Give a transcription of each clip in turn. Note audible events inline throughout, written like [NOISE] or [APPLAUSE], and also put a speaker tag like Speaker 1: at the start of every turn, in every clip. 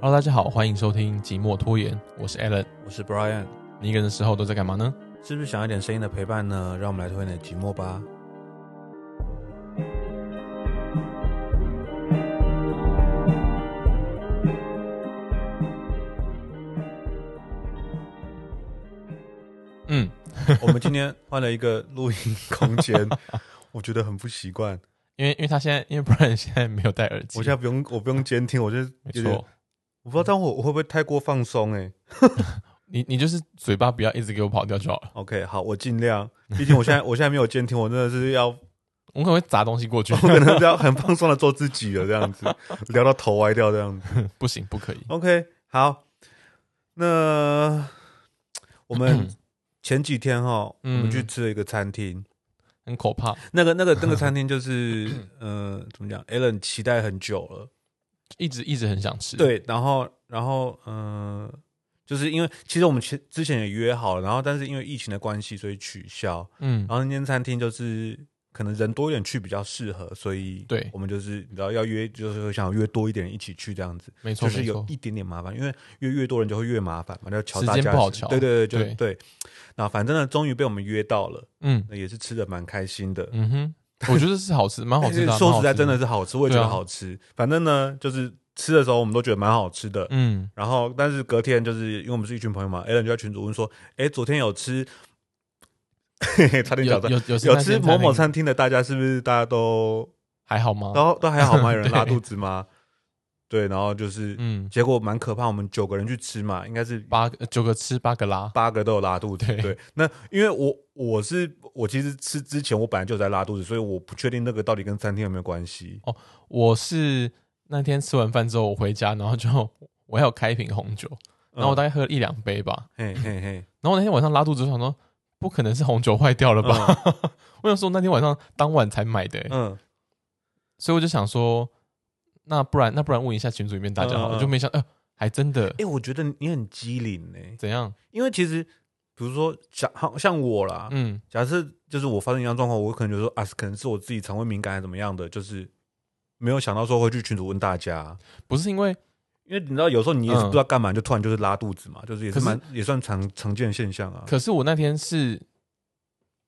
Speaker 1: Hello，大家好，欢迎收听《寂寞拖延》，我是 Alan。
Speaker 2: 我是 Brian，
Speaker 1: 你一个人的时候都在干嘛呢？
Speaker 2: 是不是想要一点声音的陪伴呢？让我们来推你的寂寞吧。
Speaker 1: 嗯，
Speaker 2: 我们今天换了一个录音空间， [LAUGHS] 我觉得很不习惯。
Speaker 1: 因为因为他现在，因为不然 [LAUGHS] 现在没有戴耳机，
Speaker 2: 我现在不用，我不用监听，我就
Speaker 1: 没
Speaker 2: 有点，
Speaker 1: 错，
Speaker 2: 我不知道，但我我会不会太过放松、欸？哎
Speaker 1: 你你就是嘴巴不要一直给我跑掉就好了，
Speaker 2: ，OK，好，我尽量。毕竟我现在我现在没有监听，我真的是要，我
Speaker 1: 我可能会砸东西过
Speaker 2: [LAUGHS]
Speaker 1: 去，
Speaker 2: 可能是要很放松的做自己了，这样子聊到头歪掉这样子。
Speaker 1: 不行，不可以。
Speaker 2: OK，好，那
Speaker 1: [CLEARS THROAT]
Speaker 2: 我们前几天哈，我
Speaker 1: 嗯
Speaker 2: 们去吃了一个餐厅。
Speaker 1: 很可怕，
Speaker 2: 那个那个
Speaker 1: [LAUGHS]
Speaker 2: 那个餐厅就是，呃，怎么讲？Allen 期待很久了，
Speaker 1: 一直一直很想吃。，
Speaker 2: 对，然后然后嗯、呃就是因为其实我们前之前也约好了，然后但是因为疫情的关系，所以取消。
Speaker 1: 嗯，
Speaker 2: 然后那间餐厅就是可能人多一点去比较适合，所以
Speaker 1: 对
Speaker 2: 我们就是你知道要约，就是会想约多一点人一起去这样子，
Speaker 1: 没错
Speaker 2: 就
Speaker 1: 没
Speaker 2: 是有
Speaker 1: 错，
Speaker 2: 一点点麻烦，因为越越多人就会越麻烦嘛，就要瞧
Speaker 1: 时
Speaker 2: 大
Speaker 1: 间
Speaker 2: 家
Speaker 1: 不好
Speaker 2: 是
Speaker 1: 瞧
Speaker 2: 对对对
Speaker 1: 对
Speaker 2: 就对。那反正呢，终于被我们约到了，
Speaker 1: 嗯
Speaker 2: 那也是吃的蛮开心的，
Speaker 1: 嗯
Speaker 2: [LAUGHS]
Speaker 1: 哼，我觉得是好吃，蛮好吃的啊，
Speaker 2: 说
Speaker 1: 蛮好
Speaker 2: 实在，
Speaker 1: 吃
Speaker 2: 真的，是好吃，我也觉
Speaker 1: 对
Speaker 2: 得
Speaker 1: 啊
Speaker 2: 好吃。反正呢，就是吃的时候我们都觉得蛮好吃的。
Speaker 1: 嗯，
Speaker 2: 然后，但是隔天就是因为我们是一群朋友嘛，Alan 就在群主问说：“哎，昨天有吃， [LAUGHS] 嘿嘿，差
Speaker 1: 有
Speaker 2: 点讲
Speaker 1: 有
Speaker 2: 错，
Speaker 1: 有有
Speaker 2: 有吃某某
Speaker 1: 餐
Speaker 2: 餐厅的，大家是不是大家都
Speaker 1: 还好吗？
Speaker 2: 都都还好吗？
Speaker 1: [LAUGHS]
Speaker 2: 有人
Speaker 1: 对
Speaker 2: 拉肚子吗？对，然后就是
Speaker 1: 嗯，
Speaker 2: 结果蛮可怕，我们九个人去吃嘛，应该是
Speaker 1: 八个九个吃八个拉，
Speaker 2: 八个都有拉肚子。
Speaker 1: 对
Speaker 2: 对，那因为我我是我其实吃之前我本来就有在拉肚子，所以我不确定那个到底跟餐厅有没有关系。
Speaker 1: 我是那天吃完饭之后，我回家，然后就 [LAUGHS] 我还有开一瓶红酒，然
Speaker 2: 嗯
Speaker 1: 后我大概喝了一两杯吧。
Speaker 2: 嘿嘿嘿，
Speaker 1: 然后那天晚上拉肚子，我想说不可能是红酒坏掉了吧？ [LAUGHS] 我想说那天晚上当晚才买的欸、
Speaker 2: 嗯，
Speaker 1: 所以我就想说，那不然那不然问一下群组里面大家好了，
Speaker 2: 嗯嗯嗯
Speaker 1: 我就没想，呃，还真的
Speaker 2: 哎、我觉得你很机灵呢、
Speaker 1: 怎样？
Speaker 2: 因为其实比如说像好像我啦，
Speaker 1: 嗯
Speaker 2: 假设就是我发生一样状况，我可能就说啊，可能是我自己肠胃敏感还是怎么样的，就是没有想到说会去群主问大家，
Speaker 1: 不是因为
Speaker 2: 因为你知道有时候你也是
Speaker 1: 嗯
Speaker 2: 不知道干嘛，就突然就是拉肚子嘛，就是也
Speaker 1: 可
Speaker 2: 是
Speaker 1: 是
Speaker 2: 蛮也算常常见的现象啊。
Speaker 1: 可是我那天是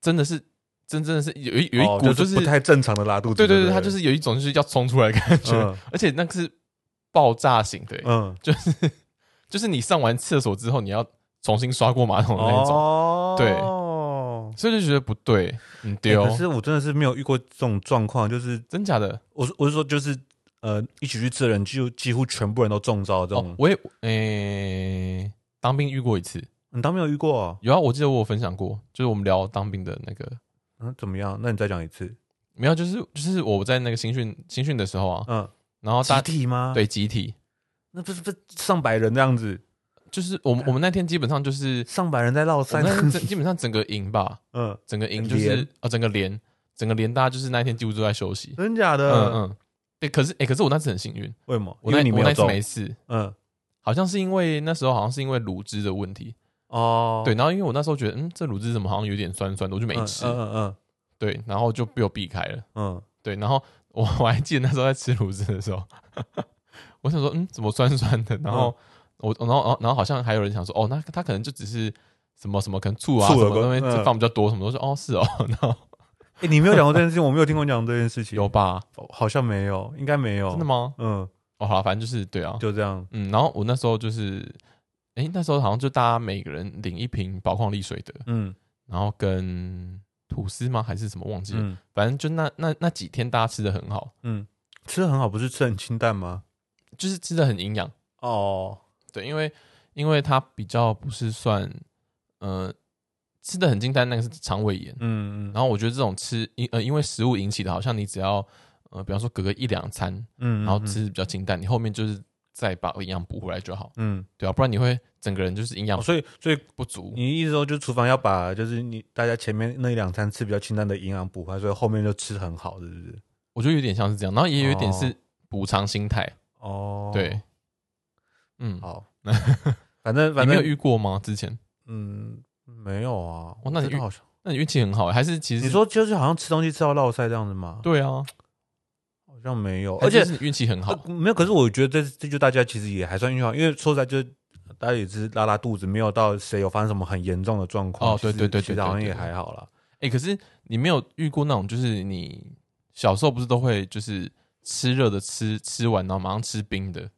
Speaker 1: 真的是真真的是有一有
Speaker 2: 哦
Speaker 1: 一股
Speaker 2: 就是不太正常的拉肚子，
Speaker 1: 对
Speaker 2: 对
Speaker 1: 对对，它就是有一种就是要冲出来的感觉，
Speaker 2: 嗯
Speaker 1: 而且那个是爆炸型的欸、
Speaker 2: 嗯
Speaker 1: 就是你上完厕所之后你要重新刷过马桶的那种，
Speaker 2: 哦
Speaker 1: 对
Speaker 2: 对。
Speaker 1: 所以就觉得不对，嗯丢、
Speaker 2: 欸可是我真的是没有遇过这种状况，就是
Speaker 1: 真假的
Speaker 2: 我是我是说，就是呃，一起去吃的人就几乎全部人都中招这
Speaker 1: 哦
Speaker 2: 种，。
Speaker 1: 我也诶、当兵遇过一次，
Speaker 2: 你当没有遇过、啊？
Speaker 1: 有啊，我记得我有分享过，就是我们聊当兵的那个，
Speaker 2: 嗯，怎么样？那你再讲一次。
Speaker 1: 没有，就是就是我在那个新训新训的时候啊，
Speaker 2: 嗯，
Speaker 1: 然后
Speaker 2: 集
Speaker 1: 大
Speaker 2: 体吗？，
Speaker 1: 对集体，
Speaker 2: 那不是不是上百人这样子，
Speaker 1: 就是我们我们那天基本上就是
Speaker 2: 上百人在绕
Speaker 1: 我
Speaker 2: 赛
Speaker 1: 们。那天整基本上整个营吧，
Speaker 2: 嗯，
Speaker 1: 整个营就是
Speaker 2: 连
Speaker 1: 哦整个连整个连大家就是那一天几乎都在休息，
Speaker 2: 真假的？
Speaker 1: 嗯嗯，对，可是诶，可是我那次很幸运，
Speaker 2: 为什么？
Speaker 1: 我
Speaker 2: 因
Speaker 1: 那
Speaker 2: 为你
Speaker 1: 我
Speaker 2: 没
Speaker 1: 那
Speaker 2: 有
Speaker 1: 次
Speaker 2: 中。
Speaker 1: 没事，
Speaker 2: 嗯，
Speaker 1: 好像是因为那时候好像是因为卤汁的问题，
Speaker 2: 哦，
Speaker 1: 对，然后因为我那时候觉得嗯这卤汁怎么好像有点酸酸的，我就没
Speaker 2: 嗯，
Speaker 1: 吃，
Speaker 2: 嗯嗯嗯
Speaker 1: 对，然后就被我避开了。
Speaker 2: 嗯，
Speaker 1: 对，然后我 [LAUGHS] 我还记得那时候在吃卤汁的时候，我想说，嗯，怎么酸酸的？然后、我，然后，然后，然后好像还有人想说，哦，那他可能就只是什么什么，可能醋啊
Speaker 2: 醋
Speaker 1: 什
Speaker 2: 有
Speaker 1: 么
Speaker 2: 关
Speaker 1: 那边
Speaker 2: 嗯
Speaker 1: 就放比较多什么的。我说，哦，是哦，然后
Speaker 2: 哎，你没有讲过这件事情，我没有听过你讲这件事情，
Speaker 1: 有吧？
Speaker 2: 哦好像没有，应该没有。
Speaker 1: 真的？吗？
Speaker 2: 嗯，
Speaker 1: 哦，好啦，反正就是对啊，
Speaker 2: 就这样。
Speaker 1: 嗯，然后我那时候就是，诶，那时候好像就大家每个人领一瓶宝矿力水的，
Speaker 2: 嗯
Speaker 1: 然后跟吐司吗还是什么忘记了，
Speaker 2: 嗯
Speaker 1: 反正就那那那几天大家吃的很好，
Speaker 2: 嗯，吃的很好，不是吃得很清淡吗？
Speaker 1: 就是吃的很营养。
Speaker 2: 哦，
Speaker 1: 对，因为因为它比较不是算，呃，吃的很清淡，那个是肠胃炎。
Speaker 2: 嗯嗯
Speaker 1: 然后我觉得这种吃因呃因为食物引起的，好像你只要呃比方说隔个一两餐，
Speaker 2: 嗯，
Speaker 1: 然后吃比较清淡，你后面就是再把营养补回来就好，
Speaker 2: 嗯，
Speaker 1: 对啊，不然你会整个人就是营养
Speaker 2: 哦所以所以
Speaker 1: 不足。
Speaker 2: 你意思说，就厨房要把就是你大家前面那一两餐吃比较清淡的营养补回来，所以后面就吃很好，是不是？
Speaker 1: 我觉得有点像是这样，然后也有一点
Speaker 2: 哦
Speaker 1: 是补偿心态，
Speaker 2: 哦，
Speaker 1: 对，嗯，
Speaker 2: 好， [LAUGHS] 反正
Speaker 1: 你
Speaker 2: 反
Speaker 1: 没有
Speaker 2: 正
Speaker 1: 遇过吗？之前？
Speaker 2: 嗯，没有啊。
Speaker 1: 哦那你
Speaker 2: 我觉得好像
Speaker 1: 那你运气很好欸，还是其实
Speaker 2: 你说就是好像吃东西吃到落腮这样子吗？
Speaker 1: 对啊，
Speaker 2: 好像没有，
Speaker 1: 还
Speaker 2: 而
Speaker 1: 是
Speaker 2: 且
Speaker 1: 是你运气很好
Speaker 2: 呃，没有。可是我觉得这这就大家其实也还算运气好，因为说实在就是大家也只是拉拉肚子，没有到谁有发生什么很严重的状况。
Speaker 1: 哦对
Speaker 2: 其实
Speaker 1: 对对对
Speaker 2: 其实好像
Speaker 1: 对对
Speaker 2: 也
Speaker 1: 对
Speaker 2: 还好啦。
Speaker 1: 哎、可是你没有遇过那种，就是你小时候不是都会就是吃热的吃吃完，然后马上吃冰的，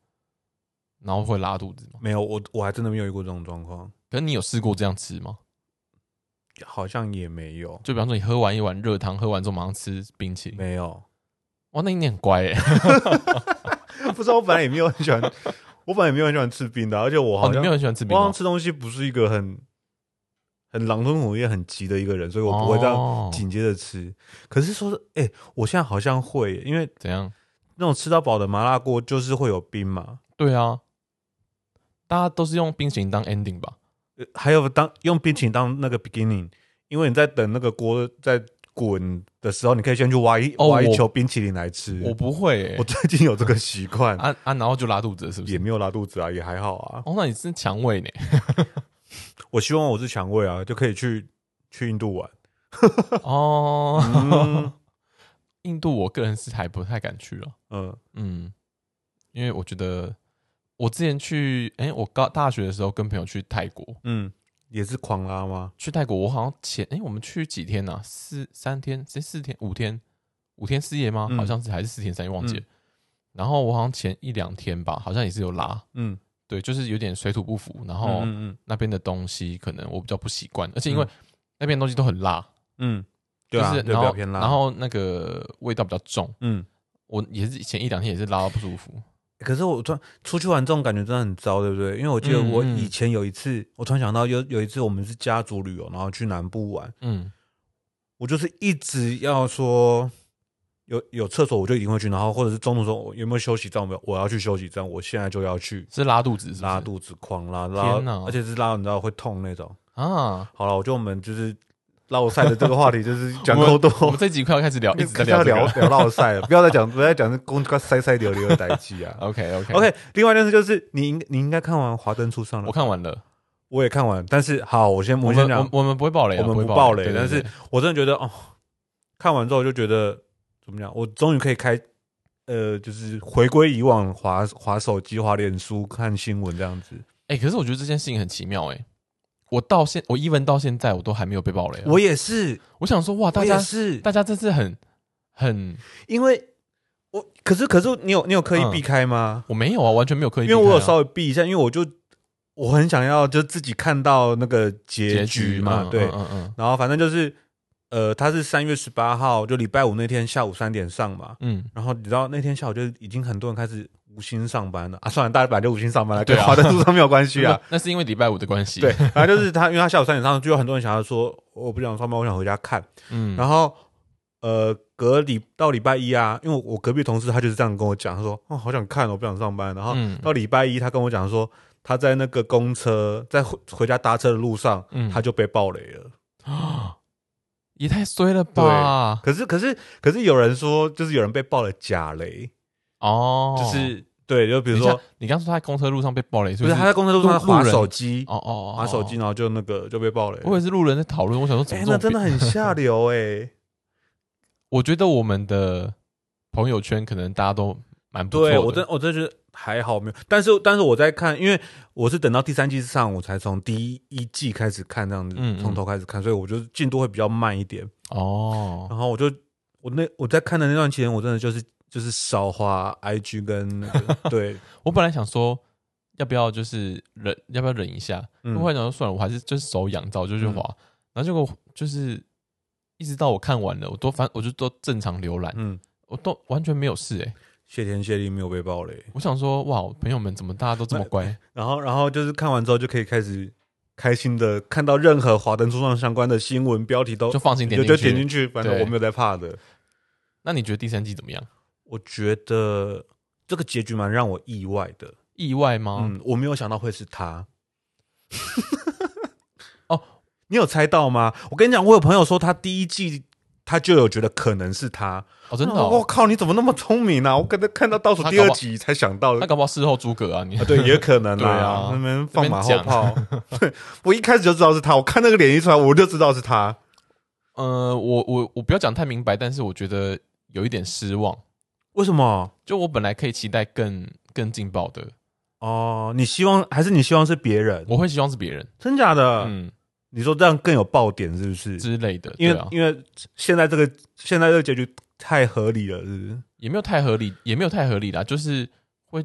Speaker 1: 然后会拉肚子吗？
Speaker 2: 没有，我我还真的没有遇过这种状况，
Speaker 1: 可是你有试过这样吃吗？
Speaker 2: 好像也没有，
Speaker 1: 就比方说你喝完一碗热汤，喝完之后马上吃冰淇淋，
Speaker 2: 没有。
Speaker 1: 哇，那你很乖哎、
Speaker 2: [LAUGHS] 不是，我本来也没有很喜欢， [LAUGHS] 我本来也没有很喜欢吃冰的，而且我
Speaker 1: 哦，
Speaker 2: [LAUGHS]
Speaker 1: [LAUGHS]
Speaker 2: 好
Speaker 1: 你
Speaker 2: 像
Speaker 1: 没有很喜欢吃
Speaker 2: 我
Speaker 1: 冰
Speaker 2: 好像
Speaker 1: 哦，
Speaker 2: 吃东西不是一个很很狼吞虎咽、很急的一个人，所以我不会这样
Speaker 1: 哦
Speaker 2: 紧接着吃。可是说，哎、我现在好像会，因为
Speaker 1: 怎样？
Speaker 2: 那种吃到饱的麻辣锅就是会有冰嘛，
Speaker 1: 对啊，大家都是用冰淇淋当 ending 吧？
Speaker 2: 呃还有当用冰淇淋当那个 beginning，因为你在等那个锅在滚的时候，你可以先去挖一、
Speaker 1: 哦
Speaker 2: 挖一
Speaker 1: 我
Speaker 2: 球冰淇淋来吃。
Speaker 1: 我不会、欸，
Speaker 2: 我最近有这个习惯，
Speaker 1: [LAUGHS] 啊啊，然后就拉肚子了，是不
Speaker 2: 也
Speaker 1: 是？
Speaker 2: 没有拉肚子啊，也还好啊。
Speaker 1: 哦，那你是强
Speaker 2: [LAUGHS]
Speaker 1: 胃呢？
Speaker 2: 我希望我是肠胃啊，就可以去去印度玩。
Speaker 1: 哦， [LAUGHS]
Speaker 2: [LAUGHS] 嗯
Speaker 1: 印度我个人是还不太敢去了，
Speaker 2: 嗯，
Speaker 1: 嗯，因为我觉得我之前去，哎、我高大学的时候跟朋友去泰国，
Speaker 2: 嗯，也是狂拉吗？
Speaker 1: 去泰国我好像前，哎、我们去几天呢、四三天，是四天五天五天四夜吗？
Speaker 2: 嗯
Speaker 1: 好像是还是四天三夜，忘记了。然后我好像前一两天吧，好像也是有拉，
Speaker 2: 嗯，
Speaker 1: 对，就是有点水土不服，然后
Speaker 2: 嗯嗯
Speaker 1: 那边的东西可能我比较不习惯，而且因为
Speaker 2: 嗯
Speaker 1: 那边的东西都很辣，
Speaker 2: 嗯，对啊，
Speaker 1: 就是
Speaker 2: 对，
Speaker 1: 然
Speaker 2: 比较
Speaker 1: 后
Speaker 2: 偏辣。
Speaker 1: 然，后那个味道比较重，
Speaker 2: 嗯，
Speaker 1: 我也是前一两天也是拉到不舒服，
Speaker 2: 可是我突然出去玩这种感觉真的很糟，对不对？因为我记得
Speaker 1: 嗯
Speaker 2: 我
Speaker 1: 嗯
Speaker 2: 以前有一次，我突然想到有有一次我们是家族旅游，然后去南部玩，
Speaker 1: 嗯，
Speaker 2: 我就是一直要说有有厕所我就一定会去，然后或者是中途说我有没有休息站，我我要去休息站，我现在就要去
Speaker 1: 是拉肚子是不是，
Speaker 2: 拉肚子，狂拉拉
Speaker 1: 天哪，
Speaker 2: 而且是拉到你知道会痛那种。
Speaker 1: 啊！
Speaker 2: 好了，我觉得我们就是绕赛的这个话题就是讲
Speaker 1: [LAUGHS] 我们
Speaker 2: 够多，
Speaker 1: 我们这集快要开始聊，一直在聊这
Speaker 2: 聊
Speaker 1: 个。
Speaker 2: 聊落赛啊 [LAUGHS] 了，不要再讲，不要再讲这公快塞塞流流的代际啊。
Speaker 1: OK [LAUGHS] OK
Speaker 2: OK，另外一件事就是你应你应该看完《华灯初上》
Speaker 1: 我
Speaker 2: 了，
Speaker 1: 看完了，
Speaker 2: 我也看完，但是好，我先
Speaker 1: 我
Speaker 2: 我先
Speaker 1: 们
Speaker 2: 讲
Speaker 1: 我，我们不会爆雷啊，
Speaker 2: 我们
Speaker 1: 不会
Speaker 2: 不爆
Speaker 1: 雷，
Speaker 2: 雷
Speaker 1: 对
Speaker 2: 但是我真的觉得哦，看完之后就觉得怎么讲，我终于可以开呃，就是回归以往滑滑手机、滑脸书、看新闻这样子。
Speaker 1: 哎，可是我觉得这件事情很奇妙哎，我到现我 even 到现在我都还没有被爆雷啊，
Speaker 2: 我也是，
Speaker 1: 我想说哇，
Speaker 2: 我
Speaker 1: 大
Speaker 2: 也
Speaker 1: 家
Speaker 2: 是，
Speaker 1: 大家这次很很
Speaker 2: 因为我可是可是你有你有刻意
Speaker 1: 嗯
Speaker 2: 避开吗？
Speaker 1: 我没有啊，完全没有刻意
Speaker 2: 因
Speaker 1: 避开
Speaker 2: 为
Speaker 1: 啊，
Speaker 2: 我有稍微避一下，因为我就我很想要就自己看到那个结
Speaker 1: 结
Speaker 2: 局
Speaker 1: 局
Speaker 2: 嘛，对，
Speaker 1: 嗯嗯嗯
Speaker 2: 然后反正就是，呃，他是三月十八号，就礼拜五那天下午三点上嘛。
Speaker 1: 嗯，
Speaker 2: 然后你知道那天下午就已经很多人开始无心上班了啊，算了，大家本来就无心上班了，
Speaker 1: 对
Speaker 2: 跟
Speaker 1: 啊
Speaker 2: 华灯初上没有关系
Speaker 1: 对 [LAUGHS]
Speaker 2: 啊
Speaker 1: 啊。，那是因为礼拜五的关系，
Speaker 2: 对，，反正就是他，因为他下午三点上，就有很多人想要说我不想上班，我想回家看。
Speaker 1: 嗯，
Speaker 2: 然后呃，隔礼到礼拜一啊，因为我我隔壁同事他就是这样跟我讲，他说哦好想看哦，我不想上班。然后
Speaker 1: 嗯
Speaker 2: 到礼拜一，他跟我讲说他在那个公车在回回家搭车的路上，
Speaker 1: 嗯
Speaker 2: 他就被暴雷了。
Speaker 1: 啊，也太衰了吧！
Speaker 2: 可是可是可是有人说，就是有人被爆了假雷，
Speaker 1: 哦，
Speaker 2: 就是对，就比如
Speaker 1: 等一
Speaker 2: 说
Speaker 1: 下，你刚说他在公车路上被爆雷，
Speaker 2: 不
Speaker 1: 不
Speaker 2: 是他在公车路上
Speaker 1: 路
Speaker 2: 划
Speaker 1: 路人
Speaker 2: 手机，
Speaker 1: 哦哦哦
Speaker 2: 划手机，，
Speaker 1: 哦
Speaker 2: 然后就那个就被爆雷。
Speaker 1: 我也是路人在讨论，我想说怎
Speaker 2: 哎
Speaker 1: 么，这种
Speaker 2: 那真的
Speaker 1: 比，
Speaker 2: 很下流
Speaker 1: [LAUGHS]
Speaker 2: 哎。
Speaker 1: 我觉得我们的朋友圈可能大家都蛮不错
Speaker 2: 对我真
Speaker 1: 的，
Speaker 2: 我真觉得还好没有，但是但是我在看，因为我是等到第三季上，我才从第一季开始看这样子，
Speaker 1: 嗯嗯
Speaker 2: 从头开始看，所以我觉得进度会比较慢一点。
Speaker 1: 哦，
Speaker 2: 然后我就我那我在看的那段期间，我真的就是就是少花 IG 跟那个
Speaker 1: [LAUGHS]
Speaker 2: 对，
Speaker 1: 我本来想说。要不要就是忍？要不要忍一下？
Speaker 2: 嗯
Speaker 1: 后来想说算了，我还是就是手痒，早就去滑。然后结果就是一直到我看完了，我都反我就都正常浏览，
Speaker 2: 嗯，
Speaker 1: 我都完全没有事哎、
Speaker 2: 谢天谢地没有被暴雷。
Speaker 1: 我想说哇，朋友们怎么大家都这么乖？
Speaker 2: 然后然后就是看完之后就可以开始开心的看到任何华灯初上相关的新闻标题都
Speaker 1: 就放心点
Speaker 2: 就
Speaker 1: 进
Speaker 2: 哦就
Speaker 1: 去。
Speaker 2: 点进去，反正
Speaker 1: 对
Speaker 2: 我没有在怕的。
Speaker 1: 那你觉得第三季怎么样？
Speaker 2: 我觉得这个结局蛮让我意外的。
Speaker 1: 意外吗？
Speaker 2: 嗯，我没有想到会是他。
Speaker 1: [LAUGHS] 哦，
Speaker 2: 你有猜到吗？我跟你讲，我有朋友说他第一季他就有觉得可能是他。
Speaker 1: 哦，真的、
Speaker 2: 我、
Speaker 1: 哦，
Speaker 2: 靠，你怎么那么聪明啊？我跟他看到倒数第二集才想到
Speaker 1: 那。搞不好事后诸葛啊，你
Speaker 2: 啊对，也可能啦。
Speaker 1: [LAUGHS] 对啊
Speaker 2: 那边放马后
Speaker 1: 那边
Speaker 2: 炮。 [LAUGHS] 我一开始就知道是他，我看那个脸一出来，我就知道是他。
Speaker 1: 呃，我我我不要讲太明白，但是我觉得有一点失望，
Speaker 2: 为什么？
Speaker 1: 就我本来可以期待更更劲爆的，
Speaker 2: 哦，你希望还是你希望是别人？
Speaker 1: 我会希望是别人，
Speaker 2: 真假的？
Speaker 1: 嗯
Speaker 2: 你说这样更有爆点是不是？
Speaker 1: 之类的，
Speaker 2: 因
Speaker 1: 对
Speaker 2: 为、
Speaker 1: 啊，
Speaker 2: 因为现在这个现在这个结局太合理了，是嗯不是？
Speaker 1: 也没有太合理，也没有太合理啦，就是会，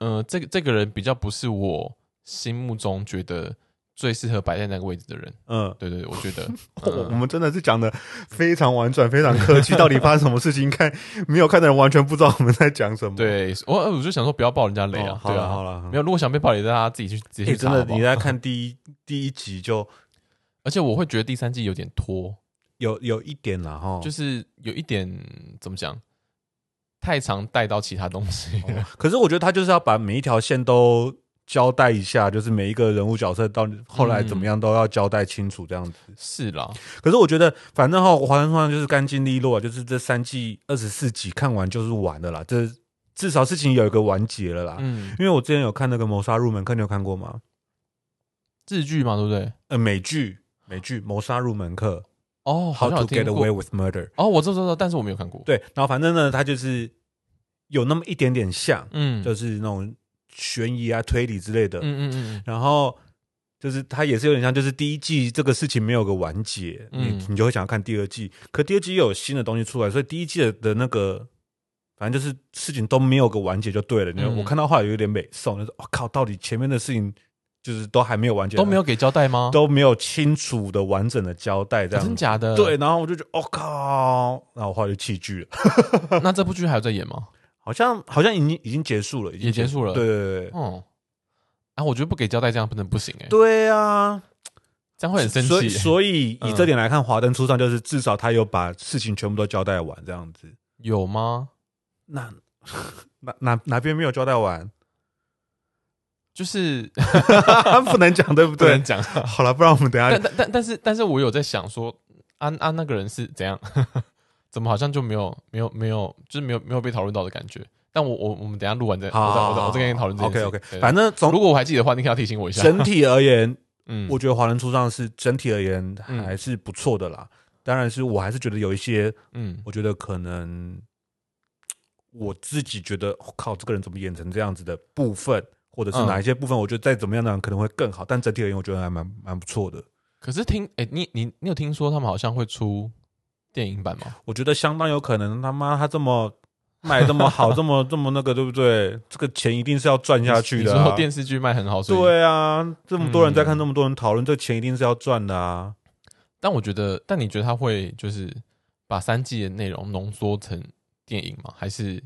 Speaker 1: 呃，这个这个人比较不是我心目中觉得最适合摆在那个位置的人，
Speaker 2: 嗯，，
Speaker 1: 对对对，我觉得
Speaker 2: [LAUGHS] 我哦我
Speaker 1: 嗯
Speaker 2: 们真的是讲的非常婉转，非常客气。到底发生什么事情？看没有看的人完全不知道我们在讲什么。
Speaker 1: 对我呃我就想说不要爆人家雷
Speaker 2: 哦
Speaker 1: 啊，
Speaker 2: 好
Speaker 1: 对
Speaker 2: 了
Speaker 1: 啊
Speaker 2: 好，了，
Speaker 1: 没有，如果想被爆雷，大家自己去直接
Speaker 2: 欸
Speaker 1: 去查
Speaker 2: 真
Speaker 1: 好
Speaker 2: 的，
Speaker 1: 不好
Speaker 2: 你在看第一第一集就
Speaker 1: 而且我会觉得第三季有点拖，
Speaker 2: 有有一点了哈，、
Speaker 1: 就是是有一点怎么讲，太常带到其他东西了。
Speaker 2: 哦可是我觉得他就是要把每一条线都交代一下，就是每一个人物角色到后来
Speaker 1: 嗯
Speaker 2: 怎么样都要交代清楚这样子。
Speaker 1: 是啦，
Speaker 2: 可是我觉得反正哈，《华灯初上》就是干净利落，啊就是这三季二十四集看完就是完的啦，这至少事情有一个完结了啦。
Speaker 1: 嗯，
Speaker 2: 因为我之前有看那个《谋杀入门课》，你有看过吗？
Speaker 1: 日剧嘛，对不对？
Speaker 2: 呃，美剧美剧《谋杀入门课
Speaker 1: 哦，》好
Speaker 2: How
Speaker 1: 像
Speaker 2: to
Speaker 1: 有
Speaker 2: Get
Speaker 1: 听
Speaker 2: Away
Speaker 1: 过。
Speaker 2: with Murder。
Speaker 1: 哦，我知道知道，知道但是我没有看过。，
Speaker 2: 对，然后反正呢，它就是有那么一点点像，
Speaker 1: 嗯，，
Speaker 2: 就是是那种悬疑啊、推理之类的。
Speaker 1: 嗯嗯嗯
Speaker 2: 然后就是它也是有点像，就是第一季这个事情没有个完结，
Speaker 1: 嗯
Speaker 2: 你你就会想要看第二季。可第二季又有新的东西出来，所以第一季的的那个。反正就是事情都没有个完结就对了。你、
Speaker 1: 嗯
Speaker 2: 我看到后来有一点美送，就是我、哦靠，到底前面的事情就是都还没有完结，
Speaker 1: 嗯，都没有给交代吗？
Speaker 2: 都没有清楚的完整的交代，这
Speaker 1: 啊真
Speaker 2: 样子。
Speaker 1: 假的？
Speaker 2: 对，，然后我就觉得，我、哦靠，然后我后来就弃剧了。 [LAUGHS]
Speaker 1: 那这部剧还有在演吗？
Speaker 2: 好像好像已经已经结束了，已经
Speaker 1: 也结束了
Speaker 2: 对 [LAUGHS] 对对对
Speaker 1: 哦，啊，我觉得不给交代这样不能不行哎，
Speaker 2: 对啊，
Speaker 1: 这样会很生
Speaker 2: 所以
Speaker 1: 气。
Speaker 2: 所以
Speaker 1: 嗯
Speaker 2: 以这点来看，《华灯初上》就是至少他有把事情全部都交代完，这样子。
Speaker 1: 有吗？
Speaker 2: 那哪哪哪边没有交代完？ [LAUGHS]
Speaker 1: 就是
Speaker 2: 不能讲，对不
Speaker 1: 不能
Speaker 2: 对？ [LAUGHS]
Speaker 1: 讲，
Speaker 2: 好了，不然我们等一
Speaker 1: 但
Speaker 2: 下
Speaker 1: 但但但是但是我有在想说，安、安、那个人是怎样？ [LAUGHS] 怎么好像就没有没有没有，就是没有没有被讨论到的感觉？但我我我们等一下录完再，我再我再我再跟你讨论这件
Speaker 2: OK
Speaker 1: 事。
Speaker 2: OK，
Speaker 1: 对
Speaker 2: 啊反正
Speaker 1: 如
Speaker 2: 总
Speaker 1: 果我还记得的话，你可以要提醒我一下。
Speaker 2: 整体而言，
Speaker 1: [LAUGHS] 嗯，
Speaker 2: 我觉得《华灯初上》是整体而言
Speaker 1: 嗯
Speaker 2: 还是不错的啦。当然是我还是觉得有一些，
Speaker 1: 嗯
Speaker 2: 我觉得可能我自己觉得，我、靠，这个人怎么演成这样子的部分，或者是
Speaker 1: 嗯
Speaker 2: 哪一些部分，我觉得再怎么样呢可能会更好。但整体而言，我觉得还蛮蛮不错的。
Speaker 1: 可是听哎、你你你有听说他们好像会出电影版吗？
Speaker 2: 我觉得相当有可能，他妈他这么卖这
Speaker 1: [LAUGHS]
Speaker 2: 么好，这么这么那个，对不对？这个钱一定是要赚下去的、
Speaker 1: 你
Speaker 2: 啊
Speaker 1: 说。电视剧卖很好，所以。
Speaker 2: 对啊，这么多人在看，
Speaker 1: 嗯
Speaker 2: 这么多人讨论，这钱一定是要赚的啊。
Speaker 1: 但我觉得，但你觉得他会就是把三季的内容浓缩成电影吗？还是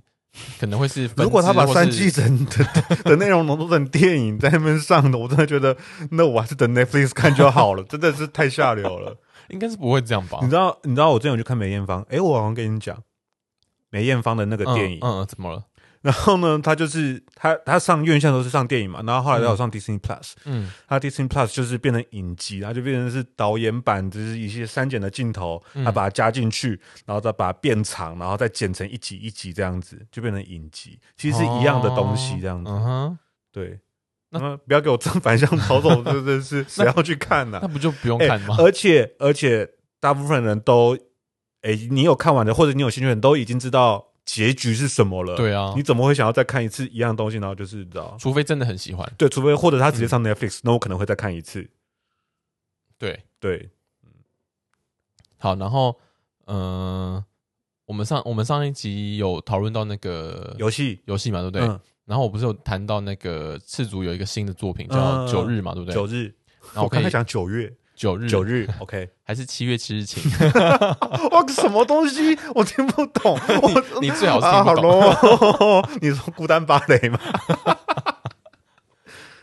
Speaker 1: 可能会是分
Speaker 2: 如果他把
Speaker 1: 支或是
Speaker 2: 三季整的的内容浓缩成电影在那边上的，我真的觉得，那我还是等 Netflix 看就好了，真的是太下流
Speaker 1: [LAUGHS]
Speaker 2: 了。
Speaker 1: 应该是不会这样吧？
Speaker 2: 你知道，你知道我之前有去看梅艳芳，诶，我好像跟你讲梅艳芳的那个
Speaker 1: 嗯
Speaker 2: 电影，
Speaker 1: 嗯嗯，怎么了？
Speaker 2: 然后呢，她就是她她上院线都是上电影嘛，然后后来她有上 Disney Plus，、
Speaker 1: 嗯，
Speaker 2: 她 Disney Plus 就是变成影集，然后就变成是导演版，就是一些删减的镜头，
Speaker 1: 嗯
Speaker 2: 她把它加进去，然后再把它变长，然后再剪成一集一集这样子，就变成影集，其实是一样的东西这样子。
Speaker 1: 哦嗯哼，
Speaker 2: 对，
Speaker 1: 那
Speaker 2: 那不要给我正反向跑走，真的是谁要去看呢、
Speaker 1: [LAUGHS] 那不就不用
Speaker 2: 哎
Speaker 1: 看吗？
Speaker 2: 而且而且，大部分人都，哎、你有看完的，或者你有兴趣的人都已经知道结局是什么了。、
Speaker 1: 对啊
Speaker 2: 你，怎么会想要再看一次一样东西？然后就是你知道，
Speaker 1: 除非真的很喜欢。
Speaker 2: 对，除非或者他直接
Speaker 1: 嗯
Speaker 2: 上 Netflix，、那我可能会再看一次。
Speaker 1: 对，
Speaker 2: 对，
Speaker 1: 好，然后嗯、呃我们上我们上一集有讨论到那个
Speaker 2: 游戏
Speaker 1: 游戏嘛，嗯对不对？
Speaker 2: 嗯，
Speaker 1: 然后我不是有谈到那个赤足有一个新的作品叫
Speaker 2: 嗯嗯嗯
Speaker 1: 《九日》嘛，对不对？
Speaker 2: 九日，
Speaker 1: 然后
Speaker 2: 我嗯
Speaker 1: 可
Speaker 2: 刚
Speaker 1: 以
Speaker 2: 才讲九月，
Speaker 1: 九日
Speaker 2: 九 [LAUGHS] 日，OK，
Speaker 1: 还是七月七日
Speaker 2: [LAUGHS]
Speaker 1: 晴，
Speaker 2: 哇，什么东西我听不懂，我
Speaker 1: [LAUGHS] 你最好是
Speaker 2: 啊，
Speaker 1: 听
Speaker 2: 好
Speaker 1: 不懂。
Speaker 2: 咯， [LAUGHS] 你说孤单芭蕾
Speaker 1: [LAUGHS]
Speaker 2: 吗？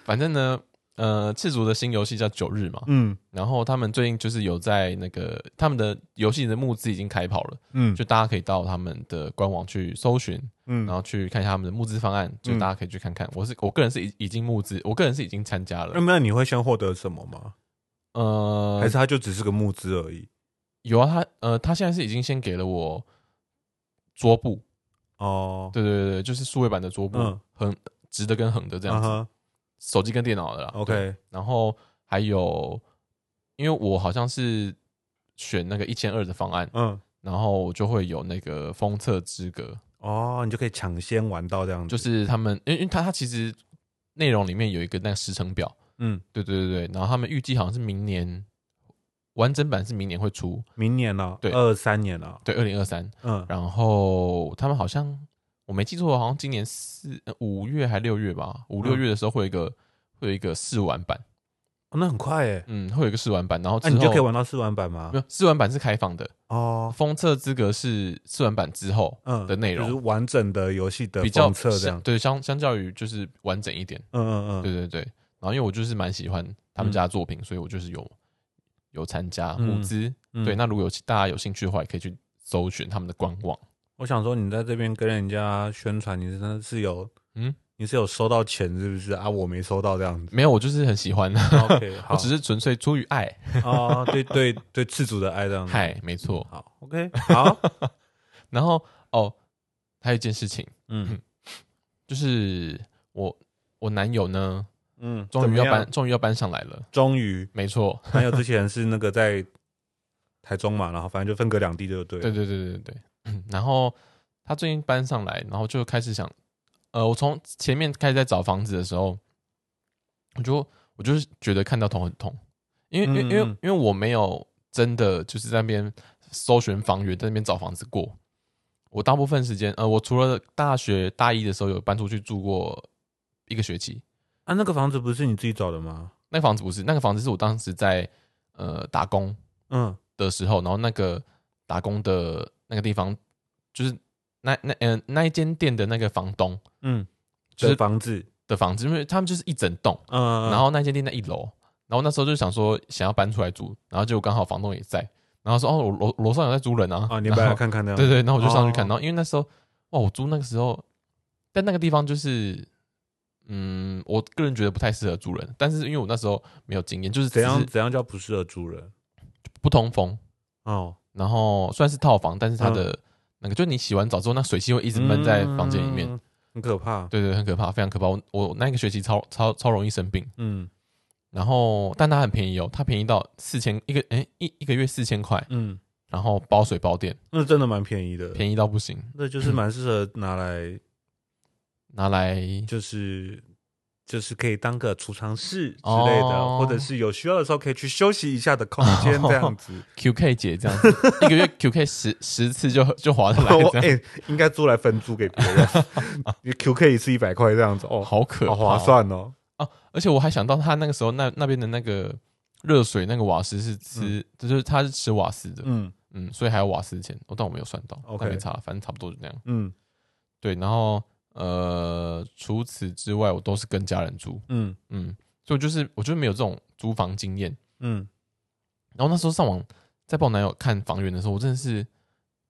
Speaker 1: 反正呢，呃，赤足的新游戏叫《九日》嘛，
Speaker 2: 嗯
Speaker 1: 然后他们最近就是有在那个他们的游戏的募资已经开跑了，
Speaker 2: 嗯
Speaker 1: 就大家可以到他们的官网去搜寻，
Speaker 2: 嗯
Speaker 1: 然后去看一下他们的募资方案，就
Speaker 2: 嗯
Speaker 1: 大家可以去看看。我是我个人是已已经募资，我个人是已经参加
Speaker 2: 那
Speaker 1: 了。
Speaker 2: 那你会先获得什么吗？嗯还
Speaker 1: 呃
Speaker 2: 是，它就只是个募资而已？
Speaker 1: 有啊，他呃，他现在是已经先给了我桌布，
Speaker 2: 哦，
Speaker 1: 对对对对，就是数位版的桌布
Speaker 2: 嗯，
Speaker 1: 横直的跟横的这
Speaker 2: 这
Speaker 1: 样子，
Speaker 2: 子
Speaker 1: 手机跟电脑的啦。对
Speaker 2: 嗯，OK，
Speaker 1: 然后还有，因为我好像是选那个一千二的方案，
Speaker 2: 嗯，
Speaker 1: 然后我就会有那个封测资格，
Speaker 2: 哦，你就可以抢先玩到这样子，
Speaker 1: 就是他们，因为因为它它其实内容里面有一个那个时程表，
Speaker 2: 嗯，
Speaker 1: 对对对对，然后他们预计好像是明年完整版是明年会出，
Speaker 2: 明年了，
Speaker 1: 对
Speaker 2: 二三年了，
Speaker 1: 对，二零二三，
Speaker 2: 嗯，
Speaker 1: 然后他们好像我没记错，好像今年四呃五月还六月吧，五六
Speaker 2: 嗯
Speaker 1: 月的时候会有一个会有一个试玩版，
Speaker 2: 哦那很快诶，
Speaker 1: 嗯，会有一个试玩版，然后之
Speaker 2: 那
Speaker 1: 后
Speaker 2: 啊你就可以玩到试玩版吗
Speaker 1: 没？有试玩版是开放的，
Speaker 2: 哦，
Speaker 1: 封测资格是试玩版之后
Speaker 2: 嗯
Speaker 1: 的内
Speaker 2: 就是
Speaker 1: 容，
Speaker 2: 完整的游戏的
Speaker 1: 比较
Speaker 2: 封测这
Speaker 1: 相
Speaker 2: 样，
Speaker 1: 对相相较于就是完整一点，
Speaker 2: 嗯嗯嗯，
Speaker 1: 对对对。然后因为我就是蛮喜欢他们家的作品，所以我就是有有参加
Speaker 2: 嗯
Speaker 1: 募资。
Speaker 2: 嗯
Speaker 1: 对，那如果有大家有兴趣的话，也可以去搜寻他们的官网。
Speaker 2: 我想说，你在这边跟人家宣传，你真的是有，嗯
Speaker 1: 嗯，
Speaker 2: 你是有收到钱是不是啊？我没收到这样
Speaker 1: [LAUGHS]
Speaker 2: 子。
Speaker 1: 没有，我就是很喜欢，
Speaker 2: OK，
Speaker 1: 我
Speaker 2: 好，
Speaker 1: 只是纯粹出于爱。
Speaker 2: 哦，对对对，赤足的爱这样子。
Speaker 1: 嗨，没错。
Speaker 2: 好，OK，好，
Speaker 1: 然后哦，还有一件事情，
Speaker 2: 嗯
Speaker 1: 就是我我男友呢，
Speaker 2: 嗯，
Speaker 1: 终于要
Speaker 2: 怎么样
Speaker 1: 搬，，终于要搬上来了。
Speaker 2: 终于，
Speaker 1: 没错，
Speaker 2: 还有之前是那个在台中嘛，然后反正就分隔两地，对不对？
Speaker 1: 对对对对对。嗯然后他最近搬上来，然后就开始想，呃，我从前面开始在找房子的时候，我就我就是觉得看到头很痛，因为因为因为
Speaker 2: 嗯嗯
Speaker 1: 因为我没有真的就是在那边搜寻房源，在那边找房子过。我大部分时间，呃，我除了大学大一的时候有搬出去住过一个学期，
Speaker 2: 啊，那个房子不是你自己找的吗？
Speaker 1: 那个房子不是，那个房子是我当时在呃打工
Speaker 2: 嗯，
Speaker 1: 的时候，然后那个打工的那个地方，就是那那嗯、那一间店的那个房东
Speaker 2: 嗯，
Speaker 1: 就
Speaker 2: 就是是房子，
Speaker 1: 的房子，因为他们就是一整栋，
Speaker 2: 嗯，
Speaker 1: 然后那间店在一楼，然后那时候就想说想要搬出来住，然后结果刚好房东也在，然后说哦我楼楼上有在租人啊， [LAUGHS]
Speaker 2: 啊，你
Speaker 1: 然
Speaker 2: 搬来
Speaker 1: 后
Speaker 2: 看看这样，
Speaker 1: 对对，然后我就上去看，
Speaker 2: 哦
Speaker 1: 然后因为那时候哇我租那个时候，但那个地方就是。嗯，我个人觉得不太适合租人，但是因为我那时候没有经验，就是只
Speaker 2: 怎样
Speaker 1: 是
Speaker 2: 怎样叫不适合住人？
Speaker 1: 不通风，
Speaker 2: 哦，
Speaker 1: 然后虽然是套房，但
Speaker 2: 嗯
Speaker 1: 是它的那个，就你洗完澡之后，那水汽会一
Speaker 2: 一
Speaker 1: 直闷在房间里
Speaker 2: 嗯
Speaker 1: 面，，
Speaker 2: 很可怕。
Speaker 1: 对对，很可怕，非常可怕。我我那个学期超超超容易生病，
Speaker 2: 嗯
Speaker 1: 然后但它很便宜哦，它便宜到四千一个，哎一一个月四千块，
Speaker 2: 嗯。
Speaker 1: 然后包水包电，
Speaker 2: 那真的蛮便宜的，
Speaker 1: 便宜到不行，
Speaker 2: 那就是蛮适合拿来，
Speaker 1: 拿来
Speaker 2: 就是就是可以当个储藏室之类的，
Speaker 1: 哦
Speaker 2: 或者是有需要的时候可以去休息一下的空间这样
Speaker 1: [LAUGHS]
Speaker 2: 子。
Speaker 1: QK 姐这
Speaker 2: [LAUGHS]
Speaker 1: 样子，一个月 QK 十十次就就划哦得来
Speaker 2: 我
Speaker 1: 这样，
Speaker 2: 哎、应该租来分租给别人，你 QK 一次一百块这样子哦，
Speaker 1: 好可怕
Speaker 2: 好
Speaker 1: 哦
Speaker 2: 划。算哦。
Speaker 1: 而且我还想到他那个时候那那边的那个热水那个瓦斯是吃，就是他是吃瓦斯的，
Speaker 2: 嗯
Speaker 1: 嗯，所以还有瓦斯钱，哦，但我没有算到
Speaker 2: OK
Speaker 1: 但没差，反正差不多就那样。
Speaker 2: 嗯
Speaker 1: 对，然后呃，除此之外，我都是跟家人住，
Speaker 2: 嗯
Speaker 1: 嗯，所以我就是我就是没有这种租房经验。
Speaker 2: 嗯，
Speaker 1: 然后那时候上网在帮我男友看房源的时候，我真的是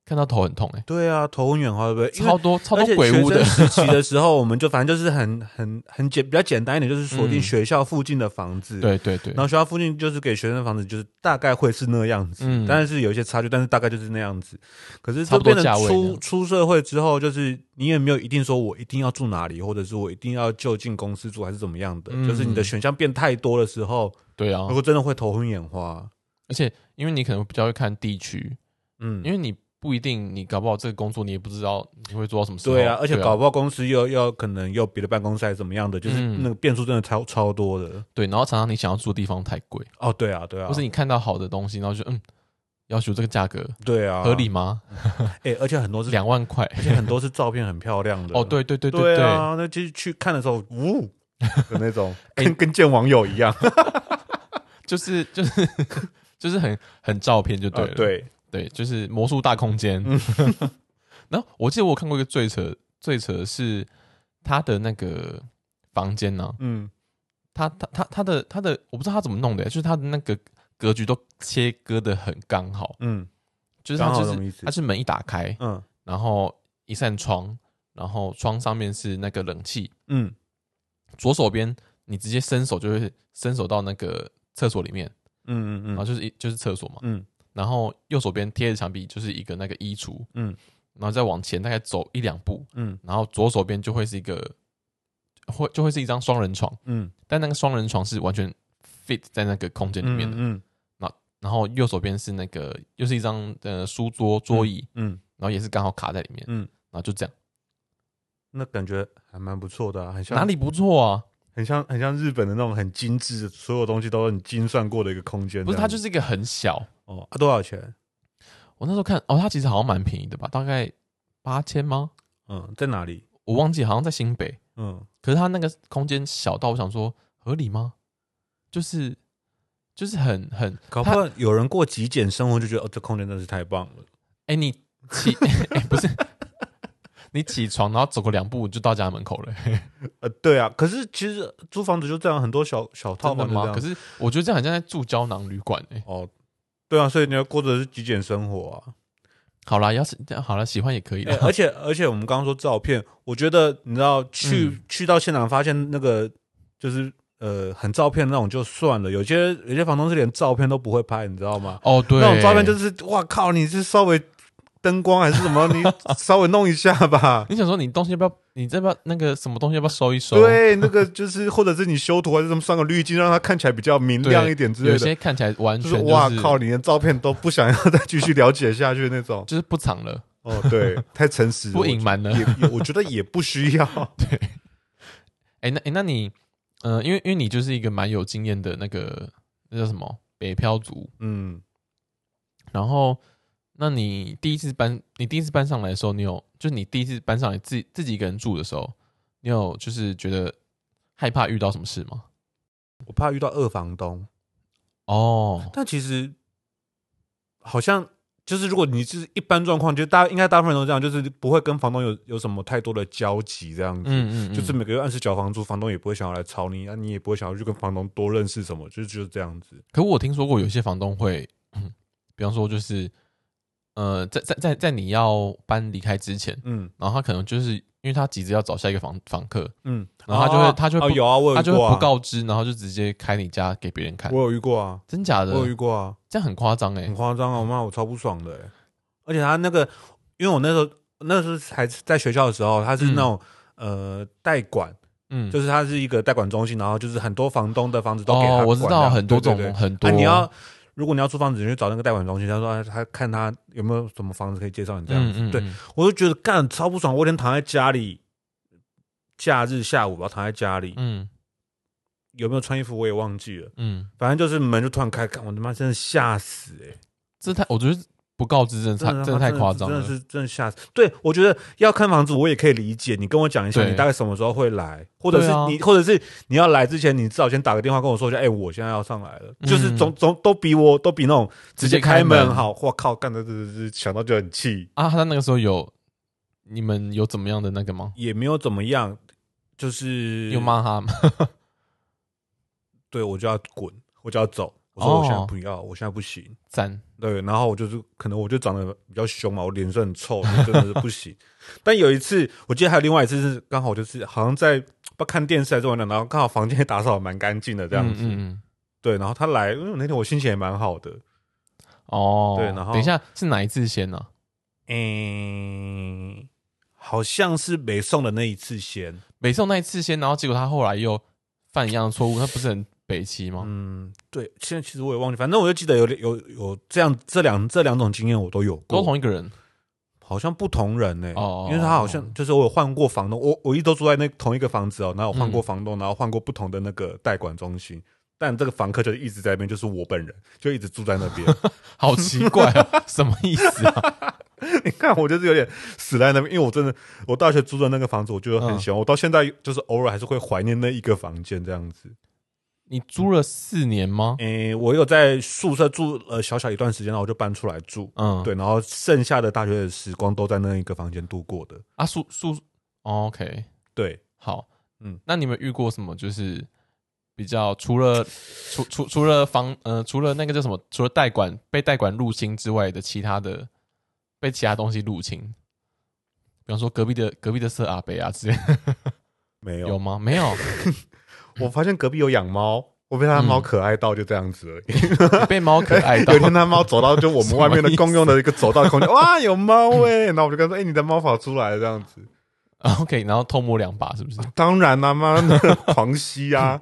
Speaker 1: 看到头很痛哎、
Speaker 2: 对啊，头昏眼花对不对？因为
Speaker 1: 超多超
Speaker 2: 而
Speaker 1: 多
Speaker 2: 且
Speaker 1: 鬼屋的
Speaker 2: 学，生时期的时候，我们就反正就是很很很简比较简单一点，就是锁定
Speaker 1: 嗯
Speaker 2: 学校附近的房子。
Speaker 1: 对对对
Speaker 2: 然，后学校附近就是给学生房子，就是大概会是那样子，
Speaker 1: 嗯
Speaker 2: 当然是有一些差距，但是大概就是那样子。可是
Speaker 1: 差
Speaker 2: 这
Speaker 1: 不多
Speaker 2: 变成
Speaker 1: 价位那
Speaker 2: 出
Speaker 1: 样
Speaker 2: 出社会之后，就是你也没有一定说我一定要住哪里，或者是我一定要就近公司住还是怎么样的，
Speaker 1: 嗯
Speaker 2: 就是你的选项变太多的时候，
Speaker 1: 对啊
Speaker 2: 如，果真的会头昏眼花。
Speaker 1: 而且因为你可能比较会看地区，
Speaker 2: 嗯，
Speaker 1: 因为你不一定你搞不好这个工作你也不知道你会做到什么时候，
Speaker 2: 对啊，而且搞不好公司又要可能又别的办公室还是怎么样的，就是
Speaker 1: 嗯
Speaker 2: 那个变数真的超超多的。
Speaker 1: 对，然后常常你想要住的地方太贵，
Speaker 2: 哦，对啊，对啊，
Speaker 1: 或是你看到好的东西，然后就嗯，要求这个价格
Speaker 2: 对啊，
Speaker 1: 合理。吗？
Speaker 2: 哎，而且很多是，
Speaker 1: 两万块。
Speaker 2: 而且很多是照片很漂亮的。
Speaker 1: 哦，对对对
Speaker 2: 对
Speaker 1: 对，
Speaker 2: 啊，那就是去看的时候，呜的 [LAUGHS] 那种，
Speaker 1: 哎
Speaker 2: [LAUGHS] 跟跟见网友一样。
Speaker 1: 就是就是 [LAUGHS] 就是很很照片就对了，
Speaker 2: 呃 [LAUGHS] 对，嗯
Speaker 1: 对就是魔术大空间。 [LAUGHS] 然后我记得我有看过一个最扯最扯的是他的那个房间呢、
Speaker 2: 嗯，
Speaker 1: 他他他他的他的我不知道他怎么弄的，就是他的那个格局都切割的很刚好，
Speaker 2: 嗯
Speaker 1: 就是他
Speaker 2: 刚好
Speaker 1: 就
Speaker 2: 什么意
Speaker 1: 是
Speaker 2: 思
Speaker 1: 他是门一打开，
Speaker 2: 嗯
Speaker 1: 然后一扇窗，然后窗上面是那个冷气，
Speaker 2: 嗯，
Speaker 1: 左手边你直接伸手就会伸手到那个厕所里面，
Speaker 2: 嗯
Speaker 1: 然
Speaker 2: 嗯
Speaker 1: 后
Speaker 2: 嗯
Speaker 1: 就是一就是厕所嘛。
Speaker 2: 嗯
Speaker 1: 然后右手边贴着墙壁就是一个那个衣橱，
Speaker 2: 嗯
Speaker 1: 然后再往前大概走一两步，
Speaker 2: 嗯
Speaker 1: 然后左手边就会是一个会就会是一张双人床，
Speaker 2: 嗯，
Speaker 1: 但那个双人床是完全 fit 在那个空间里面的。
Speaker 2: 嗯
Speaker 1: 然后右手边是那个又是一张呃书桌桌椅，
Speaker 2: 嗯
Speaker 1: 然后也是刚好卡在里面，
Speaker 2: 嗯
Speaker 1: 然后就这样，
Speaker 2: 那感觉还蛮不错的、啊，很像
Speaker 1: 哪里不错啊？
Speaker 2: 很像很像日本的那种很精致的，所有东西都很精算过的一个空间这样
Speaker 1: 不
Speaker 2: 子。
Speaker 1: 是，它就是是一个很小。
Speaker 2: 哦，啊、多少钱？
Speaker 1: 我那时候看哦，它其实好像蛮便宜的吧，大概八千吗？
Speaker 2: 嗯，在哪里？
Speaker 1: 我忘记，好像在新北。
Speaker 2: 嗯，
Speaker 1: 可是它那个空间小到我想说合理吗？就是就是很很，
Speaker 2: 搞不
Speaker 1: 它
Speaker 2: 好有人过极简生活就觉得哦，这空间真是太棒了。
Speaker 1: 哎、你起、 [LAUGHS] 哎不是你起床，然后走个两步就到家门口了、 [LAUGHS]
Speaker 2: 呃，对啊，可是其实租房子就这样，很多小小套
Speaker 1: 真的
Speaker 2: 房子这
Speaker 1: 吗？
Speaker 2: 样
Speaker 1: 可是我觉得这样很像在住胶囊旅馆哎、
Speaker 2: 哦，对啊，所以你要过的是极简生活 [LAUGHS] 啊。
Speaker 1: 好啦，要是好了，喜欢也可以
Speaker 2: 欸
Speaker 1: 的。
Speaker 2: 而且而且我们刚刚说照片，我觉得你知道去、
Speaker 1: 嗯
Speaker 2: 去到现场发现那个就是呃很照片那种就算了，有些有些房东是连照片都不会拍，你知道吗？
Speaker 1: 哦，对，
Speaker 2: 那种照片就是哇靠，你是稍微灯光还是什 [LAUGHS] 么？你稍微弄一下吧。 [LAUGHS]
Speaker 1: 你想说你东西要不要？你要不要那个什么东西要不要收一收？
Speaker 2: 对，那个就是，或者是你修图还是什么，上个滤镜让它看起来比较明
Speaker 1: 对，
Speaker 2: 亮一点之类
Speaker 1: 有
Speaker 2: 的。
Speaker 1: 些看起来完
Speaker 2: 就
Speaker 1: 全
Speaker 2: 是
Speaker 1: 是
Speaker 2: 哇靠，，你连照片都不想要再继续了解下去那种。
Speaker 1: 就是不藏了，
Speaker 2: 哦，对，太诚实了，
Speaker 1: 不
Speaker 2: 我
Speaker 1: 隐瞒了。
Speaker 2: 也也我觉得也不需要。
Speaker 1: 哎、那哎、那你，呃，因为因为你就是一个蛮有经验的那个那叫什么北漂族，
Speaker 2: 嗯，
Speaker 1: 然后那你第一次搬，你第一次搬上来的时候，你有就是你第一次搬上来自己自己一个人住的时候，你有就是觉得害怕遇到什么事吗？
Speaker 2: 我怕遇到二房东，
Speaker 1: 哦，
Speaker 2: 但其实好像就是如果你是一般状况，就大应该大部分人都这样，就是不会跟房东有有什么太多的交集这样子。
Speaker 1: 嗯嗯，嗯
Speaker 2: 就是每个月按时缴房租，房东也不会想要来吵你，那、啊你也不会想要去跟房东多认识什么，就是就是这样子。
Speaker 1: 可我听说过有些房东会， [CLEARS THROAT] 比方说就是，呃，在在在在你要搬离开之前，
Speaker 2: 嗯
Speaker 1: 然后他可能就是因为他急着要找下一个房房客，
Speaker 2: 嗯，
Speaker 1: 然后他就会
Speaker 2: 哦
Speaker 1: 他就会
Speaker 2: 哦
Speaker 1: 不
Speaker 2: 有啊，我有
Speaker 1: 他
Speaker 2: 遇
Speaker 1: 就会
Speaker 2: 过啊
Speaker 1: 不告知，然后就直接开你家给别人看，
Speaker 2: 我有遇过啊，
Speaker 1: 真假的
Speaker 2: 我？有遇过啊。
Speaker 1: 这样很夸张哎
Speaker 2: 很，夸张啊！我妈我超不爽的欸、而且他那个，因为我那时候那时候还在学校的时候，他是那种、呃代管，
Speaker 1: 嗯，
Speaker 2: 就是他是一个代管中心，然后就是很多房东的房子都给他管、
Speaker 1: 哦，我知道很多
Speaker 2: 对
Speaker 1: 种
Speaker 2: 对对
Speaker 1: 很多，
Speaker 2: 啊，你要如果你要租房子，你去找那个代管中心，他说啊他看他有没有什么房子可以介绍你这样
Speaker 1: 嗯
Speaker 2: 子。
Speaker 1: 嗯
Speaker 2: 对
Speaker 1: 嗯
Speaker 2: 我就觉得干超不爽，我有天躺在家里，假日下午吧，躺在家里、
Speaker 1: 嗯
Speaker 2: 有没有穿衣服我也忘记了，
Speaker 1: 嗯，
Speaker 2: 反正就是门就突然开，看我他妈真的吓死哎、
Speaker 1: 这太我觉得不告知真的太
Speaker 2: 真的
Speaker 1: 真的太夸张
Speaker 2: 真
Speaker 1: 了
Speaker 2: 的，是真的吓死。对，我觉得要看房子，我也可以理解。你跟我讲一下，
Speaker 1: 对
Speaker 2: 你大概什么时候会来，或者是
Speaker 1: 对啊
Speaker 2: 你，或者是你要来之前，你至少先打个电话跟我说一下，哎，我现在要上来了，就是
Speaker 1: 嗯
Speaker 2: 总总都比我都比那种直接开
Speaker 1: 直接开
Speaker 2: 门
Speaker 1: 门
Speaker 2: 好。我靠，干的这这想到就很气，
Speaker 1: 啊，他那个时候有你们有怎么样的那个吗？
Speaker 2: 也没有怎么样，就是
Speaker 1: 有？骂他吗？
Speaker 2: 对，我就要滚，我就要走。我说我现在
Speaker 1: 哦
Speaker 2: 不要，我现在不行。
Speaker 1: 赞，
Speaker 2: 对，然后我就是可能我就长得比较凶嘛，我脸色很臭，就真的是不行。 [LAUGHS] 但有一次，我记得还有另外一次是刚好就是好像在不知道看电视还是玩的，然后刚好房间也 [LAUGHS] 打扫得蛮干净的这样子。
Speaker 1: 嗯嗯嗯
Speaker 2: 对，然后他来，因为那天我心情也蛮好的。
Speaker 1: 哦，
Speaker 2: 对然后
Speaker 1: 等一下是哪一次先呢、
Speaker 2: 嗯，好像是北宋的那一次先。
Speaker 1: 北宋那一次先，然后结果他后来又犯一样的错误，他不是很北齐吗？
Speaker 2: 嗯，对，现在其实我也忘记，反正我就记得有有有这样这两这两种经验我都有过，
Speaker 1: 都同一个人
Speaker 2: 好像不同人呢、
Speaker 1: 哦
Speaker 2: 因为他好像就是我有换过房东，我我一直都住在那同一个房子哦，然后我换过房东，然后换过不同的那个代管中心，但这个房客就一直在那边，就是我本人就一直住在那
Speaker 1: [LAUGHS]
Speaker 2: 边。
Speaker 1: 好奇怪
Speaker 2: [LAUGHS]
Speaker 1: 啊，什么意思啊？
Speaker 2: 你看我就是有点死在那边，因为我真的我大学住的那个房子，我觉得
Speaker 1: 嗯
Speaker 2: 很喜欢，我到现在就是偶尔还是会怀念那一个房间这样子。
Speaker 1: 你租了四年吗？
Speaker 2: 诶、我有在宿舍住呃小小一段时间，然后我就搬出来住。
Speaker 1: 嗯，
Speaker 2: 对，然后剩下的大学的时光都在那一个房间度过的。
Speaker 1: 啊，宿宿、哦、，OK，
Speaker 2: 对，
Speaker 1: 好，嗯
Speaker 2: 嗯，
Speaker 1: 那你们遇过什么就是比较除了除除除了房呃除了那个叫什么，除了代管被代管入侵之外的其他的被其他东西入侵，比方说隔壁的隔壁的色阿北啊之类的
Speaker 2: 没有
Speaker 1: 有吗？没有， [LAUGHS]
Speaker 2: 我发现隔壁有养猫，我被他的猫可爱到，就这样子而已。
Speaker 1: 嗯你被猫可爱到
Speaker 2: [LAUGHS] 有一。天他猫走到就我们外面的公用的一个走道空间，哇，有猫哎、然后我就跟他说：“哎、你的猫跑出来了。”这样子，
Speaker 1: 啊 OK，然后偷摸两把是不是？
Speaker 2: 当然啦、妈的 [LAUGHS] 狂吸啊！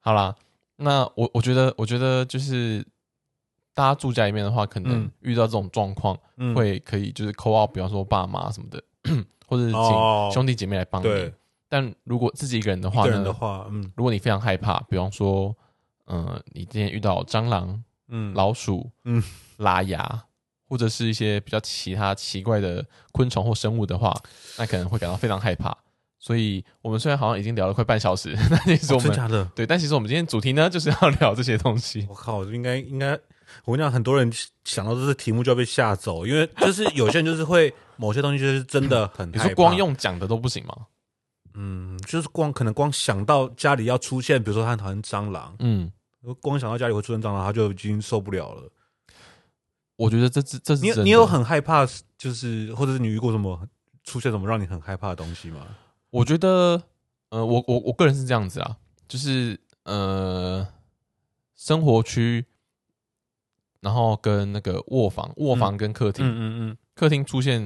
Speaker 1: 好啦，那我我觉得，我觉得就是大家住家里面的话，可能
Speaker 2: 嗯
Speaker 1: 遇到这种状况，
Speaker 2: 嗯，
Speaker 1: 会可以就是 call out，比方说爸妈什么的， [CLEARS THROAT] 或者是
Speaker 2: 哦
Speaker 1: 请兄弟姐妹来帮你。
Speaker 2: 对，
Speaker 1: 但如果自己一个人的
Speaker 2: 一
Speaker 1: 话
Speaker 2: 个
Speaker 1: 呢，
Speaker 2: 人的话，嗯
Speaker 1: 如果你非常害怕，比方说，嗯、你今天遇到蟑螂、
Speaker 2: 嗯，
Speaker 1: 老鼠、
Speaker 2: 嗯
Speaker 1: 嗯、拉牙，或者是一些比较其他奇怪的昆虫或生物的话，那可能会感到非常害怕。所以，我们虽然好像已经聊了快半小时， [LAUGHS] 但其实我
Speaker 2: 哦
Speaker 1: 们、
Speaker 2: 真假的？
Speaker 1: 对，但其实我们今天主题呢，就是要聊这些东
Speaker 2: [LAUGHS]
Speaker 1: 西。
Speaker 2: 我靠，应该应该，我跟你讲，很多人想到这个题目就要被吓
Speaker 1: [LAUGHS]
Speaker 2: 走，因为就是有些人就是会某些东西就是真的很
Speaker 1: 你
Speaker 2: 害
Speaker 1: 说
Speaker 2: 怕
Speaker 1: 光，用讲的都不行吗？
Speaker 2: 嗯，就是光可能光想到家里要出现，比如说他很讨厌蟑螂，
Speaker 1: 嗯，
Speaker 2: 光想到家里会出现蟑螂，他就已经受不了了。
Speaker 1: 我觉得这这这是
Speaker 2: 你
Speaker 1: 真的
Speaker 2: 你有很害怕，就是或者是你遇过什么出现什么让你很害怕的东西吗？
Speaker 1: 我觉得，呃，我我我个人是这样子啊，就是呃，生活区，然后跟那个卧房，卧房跟客厅，
Speaker 2: 嗯
Speaker 1: 客厅出现，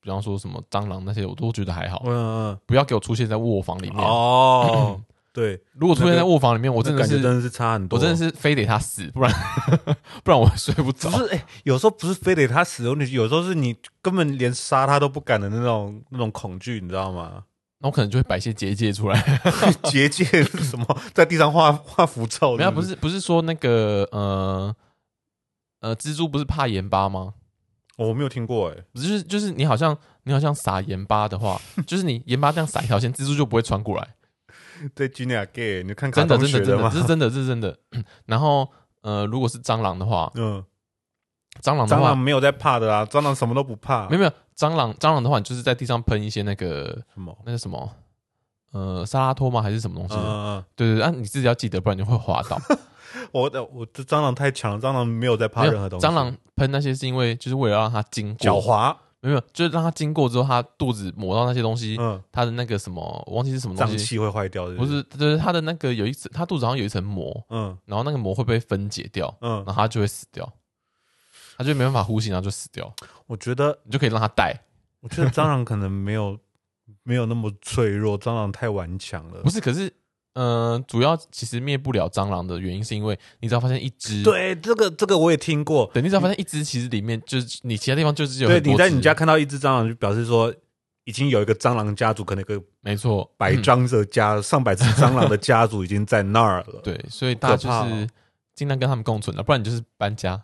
Speaker 1: 比方说什么蟑螂那些，我都觉得还好，
Speaker 2: 嗯
Speaker 1: 不要给我出现在卧房里
Speaker 2: 嗯，
Speaker 1: 面。 [LAUGHS]
Speaker 2: 哦，对，
Speaker 1: 如果出现在卧房里面，啊我
Speaker 2: 我
Speaker 1: 真的
Speaker 2: 感觉
Speaker 1: 是，
Speaker 2: 真的是差很多，
Speaker 1: 我真的是非得他死，不然 [LAUGHS] 不然我睡不
Speaker 2: 只
Speaker 1: 着。
Speaker 2: 是哎、有时候不是非得他死，哦你有时候是你根本连杀他都不敢的那种那种恐惧，你知道吗？ [LAUGHS]
Speaker 1: 那我可能就会摆一些结界出来。
Speaker 2: 结界是什么？ [LAUGHS] 在地上画画符咒？
Speaker 1: 没有，不
Speaker 2: 哦是
Speaker 1: 是不是说那个呃呃，蜘蛛不是怕盐巴吗？
Speaker 2: 哦，我没有听过哎、
Speaker 1: 不是，就是就是你好像你好像撒盐巴的话，就是你盐巴这样撒一条线，蜘蛛就不会穿过来。
Speaker 2: 对 g i n Gay，你看卡
Speaker 1: 真的，
Speaker 2: 通
Speaker 1: 真
Speaker 2: 学
Speaker 1: 的，真的，
Speaker 2: 吗
Speaker 1: 这？是真的，这是真的。然后呃，如果是蟑螂的话，
Speaker 2: 嗯，
Speaker 1: 蟑螂的
Speaker 2: 蟑
Speaker 1: 话
Speaker 2: 螂，没有在怕的啦，啊蟑螂什么都不怕。
Speaker 1: 没有没有蟑螂，蟑螂的话，你就是在地上喷一些那个
Speaker 2: 什么，
Speaker 1: 那是什么呃沙拉托吗？还是什么东西
Speaker 2: 嗯
Speaker 1: 的？
Speaker 2: 嗯
Speaker 1: 对对，对啊，你自己要记得，不然你会滑倒。
Speaker 2: 嗯，我的我这蟑螂太强了，蟑螂没有在 [LAUGHS] 怕
Speaker 1: 没有
Speaker 2: 任何东西。
Speaker 1: 蟑螂喷那些是因为就是为了让它经过，
Speaker 2: 狡猾，
Speaker 1: 没有没有，就是让它经过之后，它肚子抹到那些东西，
Speaker 2: 嗯，
Speaker 1: 它的那个什么，我忘记是什么东西。
Speaker 2: 脏器会坏掉的，
Speaker 1: 不是，就是它的那个有一层，它肚子好像有一层膜，
Speaker 2: 嗯
Speaker 1: 然后那个膜会被分解掉，
Speaker 2: 嗯
Speaker 1: 然，后它就会死掉，它就没办法呼吸，然后就死掉。
Speaker 2: 我觉得
Speaker 1: 你就可以让它带，
Speaker 2: 我觉得蟑螂可能没有没有那么脆弱，蟑螂太顽强了
Speaker 1: 不。是？可是，嗯，主要其实灭不了蟑螂的原因是因为你只要发现一只，，
Speaker 2: 对，这个这个我也听过。
Speaker 1: 对，你只要发现一只，其实里面就是你其他地方就是有
Speaker 2: 对，
Speaker 1: 很多
Speaker 2: 你在你
Speaker 1: 只
Speaker 2: 家，看到一只蟑螂，就表示说已经有一个蟑螂家族，可能有个
Speaker 1: 没错，
Speaker 2: 百
Speaker 1: 嗯
Speaker 2: 张的家、上百只蟑螂的家族已经在那儿了。
Speaker 1: 对，所以大
Speaker 2: 好
Speaker 1: 家
Speaker 2: 可
Speaker 1: 就
Speaker 2: 怕哦
Speaker 1: 是尽量跟他们共存啊了，不然你就是搬家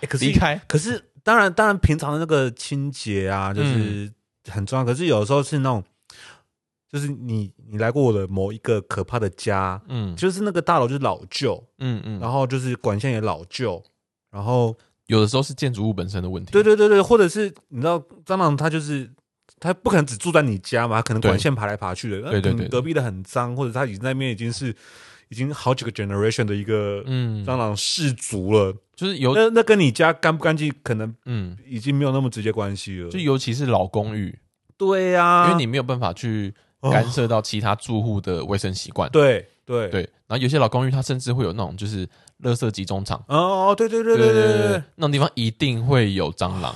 Speaker 2: 诶，可
Speaker 1: 离
Speaker 2: 是
Speaker 1: 开，
Speaker 2: 可是当然当然，平常的那个清洁
Speaker 1: 嗯
Speaker 2: 啊，就是很重要。可是有时候是那种，就是你你来过我的某一个可怕的家，
Speaker 1: 嗯
Speaker 2: 就是那个大楼就是老旧，
Speaker 1: 嗯嗯，
Speaker 2: 然后就是管线也老旧，然后
Speaker 1: 有的时候是建筑物本身的问题，
Speaker 2: 对对对对，或者是你知道蟑螂它就是它不可能只住在你家嘛，它可能
Speaker 1: 对
Speaker 2: 管线爬来爬去的，那呃
Speaker 1: 对对
Speaker 2: 可能
Speaker 1: 对对
Speaker 2: 隔壁的很脏，或者它已经那边已经是已经好几个 generation 的一个
Speaker 1: 嗯，
Speaker 2: 蟑螂氏族了，
Speaker 1: 就是尤
Speaker 2: 那那跟你家干不干净可能
Speaker 1: 嗯，
Speaker 2: 已经没有那么直接关系了
Speaker 1: 就。尤其是老公寓，
Speaker 2: 对呀，
Speaker 1: 因为你没有办法去
Speaker 2: 哦
Speaker 1: 干涉到其他住户的卫生习惯。
Speaker 2: 对对
Speaker 1: 对，然后有些老公寓它甚至会有那种就是垃圾集中场，
Speaker 2: 哦哦对对对对对对对，
Speaker 1: 那种地方一定会有蟑螂，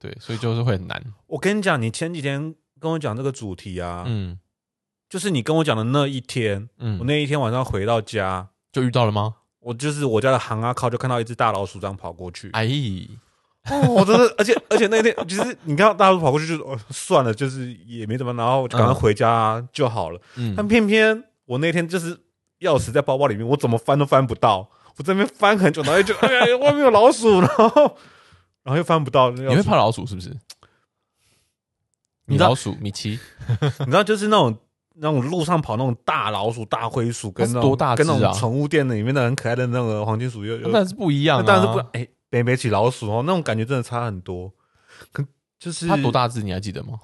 Speaker 1: 对，所以就是会很难。
Speaker 2: 我跟你讲，你前几天跟我讲这个主题啊，
Speaker 1: 嗯
Speaker 2: 就是你跟我讲的那一天，我
Speaker 1: 嗯，
Speaker 2: 那一天晚上回到家，
Speaker 1: 就遇到了吗？
Speaker 2: 我就是我家的行啊靠，就看到一只大老鼠这样跑过去。
Speaker 1: 哎，
Speaker 2: 哦，我真的，而 [LAUGHS] 且而且那天就是你看到大老鼠跑过去就，哦算了，就是也没怎么，然后就赶快回家、啊就好了。但
Speaker 1: 嗯，
Speaker 2: 偏偏我那天就是钥匙在包包里面，我怎么翻都翻不到，我这边翻很久，然后就 [LAUGHS] 哎呀，外面有老鼠，然后 [LAUGHS] 然后又翻不到。你
Speaker 1: 你会怕老鼠是不是？
Speaker 2: 你
Speaker 1: 米
Speaker 2: 知道
Speaker 1: 老鼠、米奇，
Speaker 2: 你知道就是那种。那种路上跑那种大老鼠、大灰鼠，跟
Speaker 1: 它是
Speaker 2: 那种
Speaker 1: 多大
Speaker 2: 跟那
Speaker 1: 只啊
Speaker 2: 种宠物店里面的很可爱的那个黄金鼠又又
Speaker 1: 那当然是不一样
Speaker 2: 那
Speaker 1: 啊。
Speaker 2: 当然是不哎，北北起老鼠哦，那种感觉真的差很多。可就是
Speaker 1: 它多？大只你还记得吗？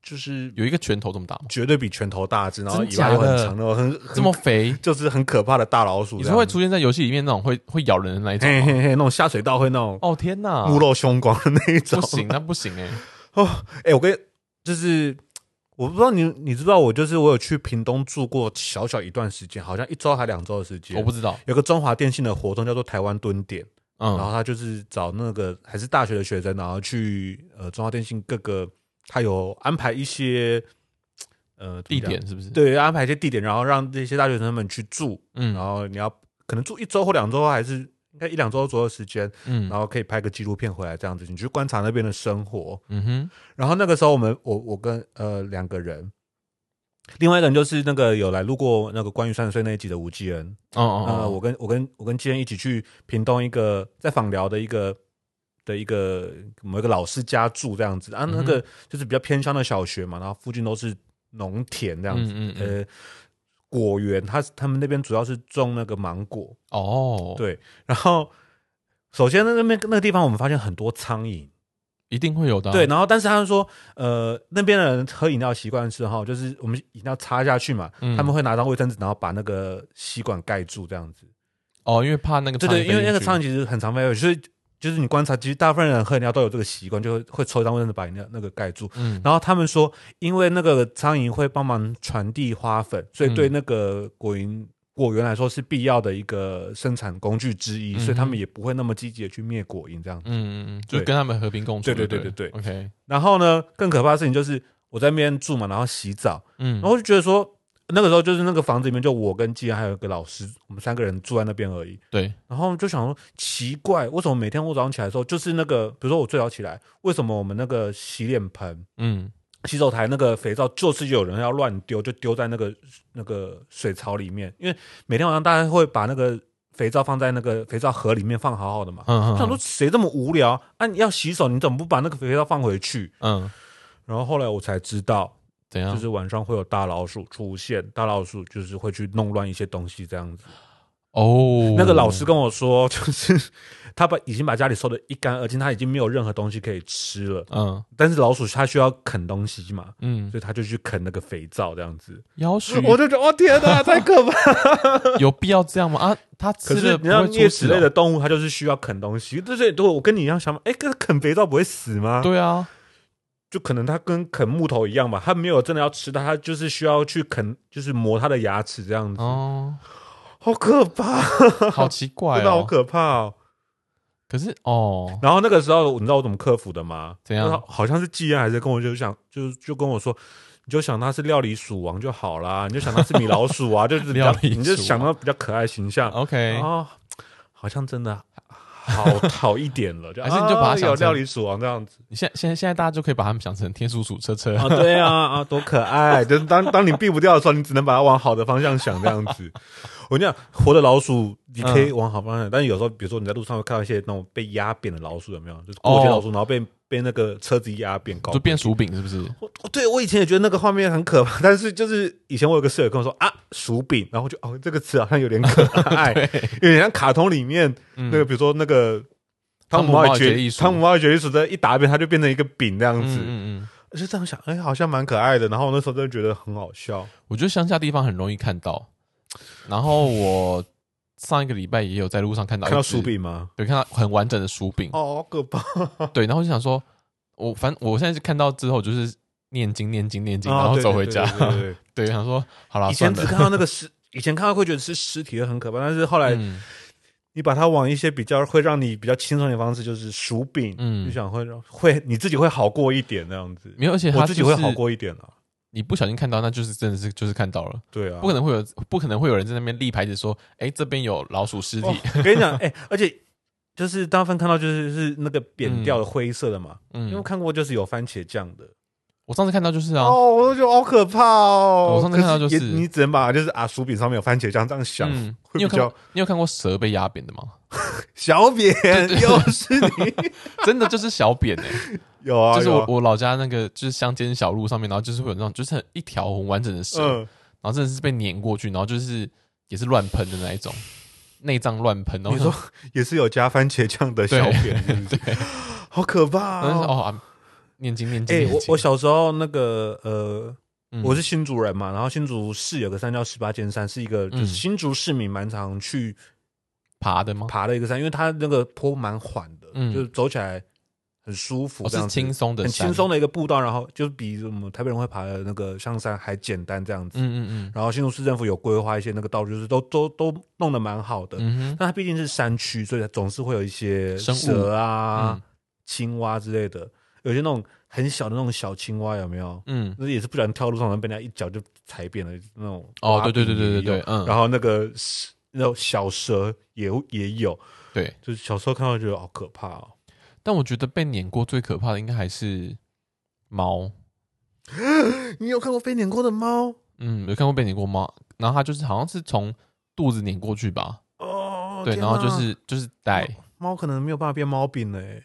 Speaker 2: 就是
Speaker 1: 有一个拳头这么大吗？
Speaker 2: 绝对比拳头大只，然后
Speaker 1: 真
Speaker 2: 尾巴又
Speaker 1: 假
Speaker 2: 很
Speaker 1: 的
Speaker 2: 长的，很很
Speaker 1: 这么肥，
Speaker 2: 就是很可怕的啊大老鼠
Speaker 1: 你是
Speaker 2: 这样。
Speaker 1: 会出现在游戏里面那种会会咬人的那一种
Speaker 2: 嘿
Speaker 1: 吗？
Speaker 2: 嘿嘿那种下水道会那种
Speaker 1: 哦天哪，
Speaker 2: 目露凶光的那一种
Speaker 1: 不。行，那不行哎、
Speaker 2: [LAUGHS] 哎，我跟就是我不知道你你知不知道我就是我有去屏东住过小小一段时间，好像一周还两周的时间。
Speaker 1: 哦我不知道。
Speaker 2: 有个中华电信的活动叫做台湾蹲点。然
Speaker 1: 嗯
Speaker 2: 后他就是找那个还是大学的学生，然后去呃中华电信各个，他有安排一些呃
Speaker 1: 地，
Speaker 2: 怎么
Speaker 1: 点是不是？
Speaker 2: 讲，对，安排一些地点，然后让这些大学生们去住，
Speaker 1: 嗯
Speaker 2: 然后你要可能住一周或两周，还是应该一两周左右的时间，
Speaker 1: 嗯
Speaker 2: 然后可以拍个纪录片回来这样子，你去观察那边的生活。
Speaker 1: 嗯哼，
Speaker 2: 然后那个时候我们我我跟呃两个人，另外一个人就是那个有来录过那个关于三十岁那一集的吴继恩，
Speaker 1: 哦哦
Speaker 2: 呃，
Speaker 1: 哦，
Speaker 2: 我跟我跟我跟基恩一起去屏东一个在访寮的一个的一个某一个老师家住这样子啊，那
Speaker 1: 嗯
Speaker 2: 个就是比较偏乡的小学嘛，然后附近都是农田这样子，
Speaker 1: 嗯嗯嗯
Speaker 2: 呃，果园，他他们那边主要是种那个芒果，
Speaker 1: 哦，，
Speaker 2: 对，然后首先那那边那个地方我们发现很多苍蝇，
Speaker 1: 一定会有的啊，
Speaker 2: 对，然后但是他们说，呃，那边的人喝饮料的习惯是哈，就是我们饮料插下去嘛，
Speaker 1: 嗯
Speaker 2: 他们会拿张卫生纸，然后把那个吸管盖住这样子。
Speaker 1: 哦，因为怕那个
Speaker 2: 对
Speaker 1: 苍蝇
Speaker 2: 对，因为
Speaker 1: 飞
Speaker 2: 那个
Speaker 1: 进去
Speaker 2: 苍蝇其实很常飞，就是就是你观察，其实大部分人喝饮料都有这个习惯，就会会抽一张卫生纸把饮料那个盖住。
Speaker 1: 嗯
Speaker 2: 然后他们说，因为那个苍蝇会帮忙传递花粉，所以对
Speaker 1: 嗯
Speaker 2: 那个果蝇果园来说是必要的一个生产工具之一，所以他
Speaker 1: 嗯哼
Speaker 2: 们也不会那么积极的去灭果蝇这样。
Speaker 1: 嗯嗯嗯，就
Speaker 2: 对
Speaker 1: 跟他们和平共处就
Speaker 2: 对
Speaker 1: 了，
Speaker 2: 对对对对
Speaker 1: ，OK，
Speaker 2: 然后呢，更可怕的事情就是我在那边住嘛，然后洗澡，
Speaker 1: 嗯，
Speaker 2: 然后我就觉得说，那个时候就是那个房子里面就我跟季安还有一个老师，我们三个人住在那边而已。
Speaker 1: 对，
Speaker 2: 然后就想说，奇怪，为什么每天我早上起来的时候，就是那个，比如说我最早起来，为什么我们那个洗脸盆、
Speaker 1: 嗯
Speaker 2: 洗手台那个肥皂，就是有人要乱丢，就丢在那个那个水槽里面？因为每天晚上大家会把那个肥皂放在那个肥皂盒里面放好好的嘛。
Speaker 1: 嗯
Speaker 2: 想说谁这么无聊啊？你要洗手，你怎么不把那个肥皂放回去？
Speaker 1: 嗯，
Speaker 2: 然后后来我才知道，
Speaker 1: 怎
Speaker 2: 就
Speaker 1: 样？
Speaker 2: 是晚上会有大老鼠出现，大老鼠就是会去弄乱一些东西这样子。
Speaker 1: 哦，
Speaker 2: 那个老师跟我说，就是他把已经把家里收的一干二净，他已经没有任何东西可以吃了。
Speaker 1: 嗯
Speaker 2: 但是老鼠它需要啃东西嘛，
Speaker 1: 嗯，
Speaker 2: 所以他就去啃那个肥皂这样子。
Speaker 1: 要许
Speaker 2: 我就觉得，哦天 [LAUGHS] 哪，太可怕！
Speaker 1: 有必要这样吗？啊，他
Speaker 2: 可
Speaker 1: 吃
Speaker 2: 是
Speaker 1: 了
Speaker 2: 你
Speaker 1: 不
Speaker 2: 知道
Speaker 1: 会
Speaker 2: 啮
Speaker 1: 出
Speaker 2: 齿
Speaker 1: 事
Speaker 2: 类
Speaker 1: 哦
Speaker 2: 的动物，它就是需要啃东西。就是如果我跟你一样想法，哎，可是啃肥皂不会死吗？
Speaker 1: 对啊，
Speaker 2: 就可能它跟啃木头一样吧，它没有真的要吃它，它就是需要去啃，就是磨它的牙齿这样子。 [LAUGHS]
Speaker 1: 哦，
Speaker 2: 好可怕，
Speaker 1: 好奇怪
Speaker 2: [LAUGHS] 真的好
Speaker 1: 哦。
Speaker 2: 可怕哦。
Speaker 1: 可是哦，
Speaker 2: 然后那个时候，你知道我怎么克服的吗？
Speaker 1: 怎样
Speaker 2: 就是好像是季安还是跟我就想，就就跟我说，你就想他是料理鼠王就好啦，你就想他是米老鼠啊， [LAUGHS] 就是比较
Speaker 1: 料理鼠王
Speaker 2: 你就想到比较可爱形象。
Speaker 1: OK，
Speaker 2: 哦，好像真的好 [LAUGHS] 好一点了，就
Speaker 1: 还是你就把它
Speaker 2: 啊
Speaker 1: 想
Speaker 2: 有
Speaker 1: 成
Speaker 2: 料理鼠王这样子
Speaker 1: 你现现在现在大家就可以把他们想成天竺鼠车车，
Speaker 2: [LAUGHS] 啊？对啊啊，多可爱！就是当当你避不掉的时候，你只能把它往好的方向想这样子。 [LAUGHS] 嗯我跟你讲，活的老鼠你可以往好方向，但是有时候，比如说你在路上会看到一些那种被压扁的老鼠，有没有？就是过街老鼠，然后被被那个车子压扁高
Speaker 1: 就。变薯饼是不是？
Speaker 2: 我对我以前也觉得那个画面很可怕，但是就是以前我有个室友跟我说啊，薯饼，然后我就哦，这个词好像有点可
Speaker 1: [LAUGHS]
Speaker 2: 爱，有点像卡通里面
Speaker 1: 嗯
Speaker 2: 那个，比如说那个
Speaker 1: 汤姆
Speaker 2: 姆猫
Speaker 1: 猫与
Speaker 2: 绝
Speaker 1: 决力鼠
Speaker 2: 汤姆猫与绝地鼠的一打扁，它就变成一个饼这样
Speaker 1: 嗯
Speaker 2: 子。
Speaker 1: 嗯嗯，
Speaker 2: 我就这样想，哎、好像蛮可爱的。然后我那时候真的觉得很好笑。
Speaker 1: 我觉得乡下地方很容易看到。然后我上一个礼拜也有在路上看到
Speaker 2: 看到
Speaker 1: 一只
Speaker 2: 薯，饼吗？
Speaker 1: 对，看到很完整的薯饼，
Speaker 2: 哦，好可怕！
Speaker 1: 对，然后就想说，我反正我现在是看到之后就是念经念经念经，然
Speaker 2: 哦
Speaker 1: 后
Speaker 2: 对
Speaker 1: 走回
Speaker 2: 对
Speaker 1: 家，
Speaker 2: 对
Speaker 1: [LAUGHS]
Speaker 2: 对对
Speaker 1: 对，想说好啦，
Speaker 2: 以前只
Speaker 1: 算了
Speaker 2: 看到那个尸，以前看到会觉得是尸体的很可怕，但是后来
Speaker 1: 嗯
Speaker 2: 你把它往一些比较会让你比较轻松的方式，就是薯饼，
Speaker 1: 嗯
Speaker 2: 就想会让会你自己会好过一点那样子。
Speaker 1: 没有，而且
Speaker 2: 我
Speaker 1: 他
Speaker 2: 自己会好，过一点啊，
Speaker 1: 你不小心看到，那就是真的是就是看到了，
Speaker 2: 对啊，
Speaker 1: 不可能会有不可能会有人在那边立牌子说，哎，这边有老鼠尸体，
Speaker 2: 哦跟你讲，哎、而且就是大部分看到就是是那个扁掉的灰色的嘛，因为我
Speaker 1: 嗯，
Speaker 2: 看过就是有番茄酱的。
Speaker 1: 我上次看到就是啊，
Speaker 2: 哦，我都觉得好可怕哦。
Speaker 1: 我上次看到
Speaker 2: 可
Speaker 1: 就是
Speaker 2: 也你只能把就是啊薯饼上面有番茄酱这样想，
Speaker 1: 嗯，你
Speaker 2: 会比
Speaker 1: 有看
Speaker 2: 较
Speaker 1: 过你有看过蛇被压扁的
Speaker 2: [LAUGHS]
Speaker 1: 吗？
Speaker 2: 小扁，又是你
Speaker 1: [LAUGHS] 真的就是小扁哎、
Speaker 2: 有啊，
Speaker 1: 就是
Speaker 2: 有
Speaker 1: 我
Speaker 2: 啊
Speaker 1: 我老家那个就是乡间小路上面，然后就是会有那种就是很一条很完整的蛇，
Speaker 2: 嗯，
Speaker 1: 然后真的是被碾过去，然后就是也是乱喷的那一种，内脏乱喷。然后
Speaker 2: 你说 [LAUGHS] 也是有加番茄酱的小扁，是不是
Speaker 1: 对，
Speaker 2: [LAUGHS] 好可
Speaker 1: 然
Speaker 2: 怕
Speaker 1: 后就是
Speaker 2: 哦。
Speaker 1: 哦，啊念经念经
Speaker 2: 哎，
Speaker 1: 念
Speaker 2: 我
Speaker 1: 经。
Speaker 2: 我小时候那个呃，
Speaker 1: 嗯
Speaker 2: 我是新竹人嘛，然后新竹市有个山叫十八尖山，是一个就是
Speaker 1: 嗯
Speaker 2: 新竹市民蛮常去
Speaker 1: 爬的吗？
Speaker 2: 爬的一个山，因为它那个坡蛮缓的，
Speaker 1: 嗯
Speaker 2: 就是走起来很舒服
Speaker 1: 我、，
Speaker 2: 这样
Speaker 1: 是
Speaker 2: 子
Speaker 1: 轻松的，
Speaker 2: 很轻。松的一个步道，然后就是比我们台北人会爬的那个象山还简单这样子。
Speaker 1: 嗯嗯
Speaker 2: 然后新竹市政府有规划一些那个道路，就是都都都弄得蛮好的。
Speaker 1: 嗯嗯
Speaker 2: 但它毕竟是山区，所以总是会有一些
Speaker 1: 生物
Speaker 2: 蛇啊、
Speaker 1: 嗯
Speaker 2: 青蛙之类的，有些那种很小的那种小青蛙，有没有？
Speaker 1: 哼嗯，
Speaker 2: 那也是不小心跳路上，然后被人家一脚就踩扁了那种。
Speaker 1: 哦，对对对对对对，嗯，
Speaker 2: 然后那个是那种小蛇也也有，
Speaker 1: 对，
Speaker 2: 就是小时候看到觉得好可怕哦。
Speaker 1: 但我觉得被碾过最可怕的应该还是猫。
Speaker 2: 你有看过被碾过的猫？
Speaker 1: 嗯，有看过被碾过猫，然后它就是好像是从肚子碾过去吧？
Speaker 2: 哦，
Speaker 1: 对，
Speaker 2: 天
Speaker 1: 然后就
Speaker 2: 哪
Speaker 1: 是就是带，
Speaker 2: 猫可能没有办法变猫欸饼嘞。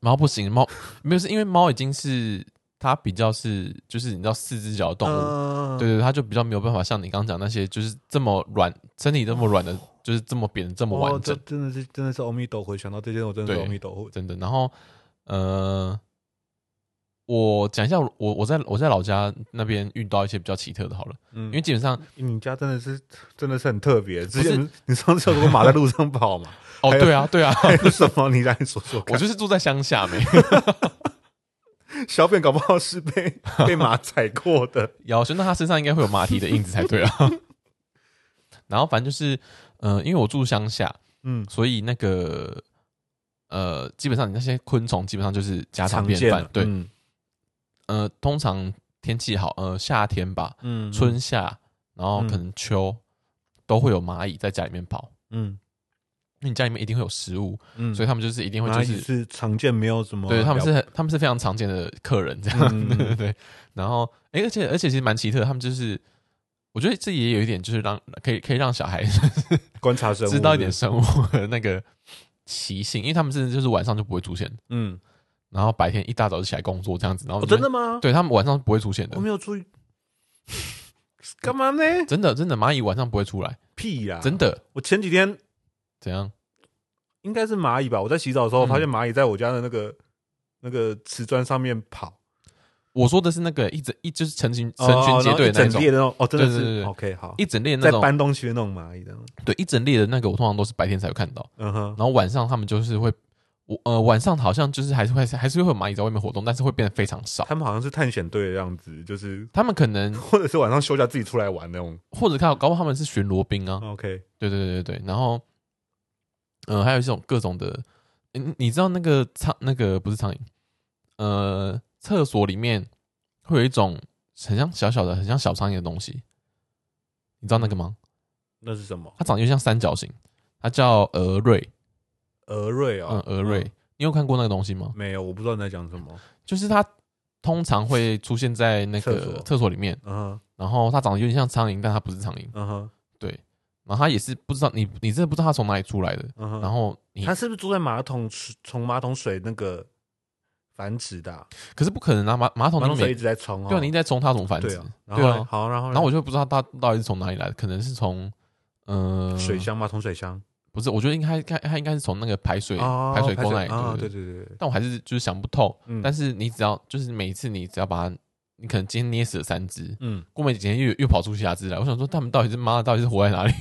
Speaker 1: 然后不行，猫没有是因为猫已经是它比较是就是你知道四只脚的动物，
Speaker 2: 嗯
Speaker 1: 对，对，它就比较没有办法像你刚刚讲那些就是这么软，身体这么软的，
Speaker 2: 哦
Speaker 1: 就是这么扁这么
Speaker 2: 哇
Speaker 1: 完
Speaker 2: 这
Speaker 1: 整，
Speaker 2: 真的是真的是阿弥陀佛，想到哦这件事我真的是
Speaker 1: 对
Speaker 2: 阿弥陀佛。
Speaker 1: 真的。然后呃，我讲一下我我在我在老家那边遇到一些比较奇特的，好了，
Speaker 2: 嗯，
Speaker 1: 因为基本
Speaker 2: [LAUGHS]
Speaker 1: 上
Speaker 2: 你家真的是真的是很特别。之
Speaker 1: 是
Speaker 2: 前 [LAUGHS] 你上次有说马在路上跑 [LAUGHS] 嘛？
Speaker 1: 哦
Speaker 2: 还有
Speaker 1: 对啊对啊，
Speaker 2: 还有什么？你来说说
Speaker 1: 我
Speaker 2: 看。
Speaker 1: 就是住在乡下没。
Speaker 2: 小扁搞不好是被 [LAUGHS] 被马踩过的。
Speaker 1: 有，就那他身上应该会有马蹄的印子才对啊。 [LAUGHS] 然后反正就是，呃，因为我住乡下，
Speaker 2: 嗯，
Speaker 1: 所以那个呃，基本上你那些昆虫基本上就是家常
Speaker 2: 常
Speaker 1: 便
Speaker 2: 见
Speaker 1: 饭
Speaker 2: 的。
Speaker 1: 对，
Speaker 2: 嗯
Speaker 1: 呃，通常天气好，呃，夏天吧，
Speaker 2: 嗯
Speaker 1: 春夏，然后可能秋、都会有蚂蚁在家里面跑，
Speaker 2: 嗯
Speaker 1: 因为你家里面一定会有食物，
Speaker 2: 嗯，
Speaker 1: 所以
Speaker 2: 以
Speaker 1: 他们就是一定会
Speaker 2: 蚂
Speaker 1: 就
Speaker 2: 蚁
Speaker 1: 是。
Speaker 2: 是常见，没有什么
Speaker 1: 对，他们
Speaker 2: 了
Speaker 1: 是很他们是非常常见的客人，这样、
Speaker 2: 嗯
Speaker 1: [LAUGHS] 对对对。然后，诶而且而且其实蛮奇特的，他们就是，我觉得这也有一点就是让可以可以让小孩 [LAUGHS]
Speaker 2: 观察生物
Speaker 1: 知道一点
Speaker 2: 是
Speaker 1: 生物的那个习性，因为他们甚至就是晚上就不会出现，
Speaker 2: 不是嗯，
Speaker 1: 然后白天一大早就起来工作这样子，然后
Speaker 2: 哦，
Speaker 1: 就是、
Speaker 2: 真的吗？
Speaker 1: 对他们晚上是不会出现的
Speaker 2: 我，没有注意， [LAUGHS] 干嘛呢？
Speaker 1: 真的真的蚂蚁晚上不会出来，
Speaker 2: 屁呀！
Speaker 1: 真的
Speaker 2: 我前几天
Speaker 1: 怎样？
Speaker 2: 应该是蚂蚁吧，我在洗澡的时候
Speaker 1: 嗯
Speaker 2: 发现蚂蚁在我家的那个那个瓷砖上面跑，
Speaker 1: 我说的是那个一整一就是成群成
Speaker 2: 哦
Speaker 1: 群结
Speaker 2: 然后
Speaker 1: 队的那
Speaker 2: 一整
Speaker 1: 种，
Speaker 2: 列的那种，哦，真的
Speaker 1: 对对对
Speaker 2: 是
Speaker 1: 对
Speaker 2: OK 好，
Speaker 1: 一整列那
Speaker 2: 在
Speaker 1: 种
Speaker 2: 搬东西的那种蚂蚁的，
Speaker 1: 对一整列的那个，我通常都是白天才会看到，
Speaker 2: 嗯哼
Speaker 1: 然，后晚上他们就是会。我呃，晚上好像就是还是会还是会有蚂蚁在外面活动，但是会变得非常少。
Speaker 2: 他们好像是探险队的样子，就是 [LAUGHS]
Speaker 1: 他们可能
Speaker 2: 或者是晚上休假自己出来玩那种
Speaker 1: 或者看搞不好他们是巡逻兵啊，
Speaker 2: ，OK，
Speaker 1: 对对对对对，然后，呃，还有一种各种的，嗯，你知道那个苍那个不是苍蝇，呃，厕所里面会有一种很像小小的、很像小苍蝇的东西，你知道那个吗？
Speaker 2: 那是什么？
Speaker 1: 它长得有点像三角形，它叫蛾瑞，
Speaker 2: 蛾瑞
Speaker 1: 嗯
Speaker 2: 哦，，嗯
Speaker 1: 蛾瑞，你有看过那个东西吗？
Speaker 2: 没有，我不知道你在讲什么，
Speaker 1: 就是它通常会出现在那
Speaker 2: 厕所
Speaker 1: 个厕所里面，
Speaker 2: 嗯哼，
Speaker 1: 然后它长得有点像苍蝇，但它不是苍蝇，
Speaker 2: 嗯哼，
Speaker 1: 对，然后它也是不知道你你真的不知道它从哪里出来的，
Speaker 2: 嗯哼，
Speaker 1: 然后你
Speaker 2: 它是不是住在马桶池从马桶水那个繁殖的啊？
Speaker 1: 可是不可能啊，马马桶
Speaker 2: 马
Speaker 1: 里
Speaker 2: 桶水一
Speaker 1: 面
Speaker 2: 直在冲哦，
Speaker 1: 对啊，你一直在冲它怎么繁殖？
Speaker 2: 对啊，然
Speaker 1: 对
Speaker 2: 后
Speaker 1: 啊
Speaker 2: 嘞好，然后
Speaker 1: 然
Speaker 2: 嘞
Speaker 1: 后我就不知道它到底是从哪里来的，可能是从呃
Speaker 2: 水，箱马桶水箱
Speaker 1: 不是，我觉得应该该它应该是从那个排水、
Speaker 2: 哦
Speaker 1: 排水沟那里，
Speaker 2: 啊，
Speaker 1: 对
Speaker 2: 对
Speaker 1: 对。
Speaker 2: 对对对，
Speaker 1: 但我还是就是想不透，
Speaker 2: 嗯
Speaker 1: 但是你只要就是每一次你只要把它，你可能今天捏死了三只，
Speaker 2: 嗯，
Speaker 1: 过没几天又又跑出其他只来，我想说他们到底是妈的到底是活在哪里？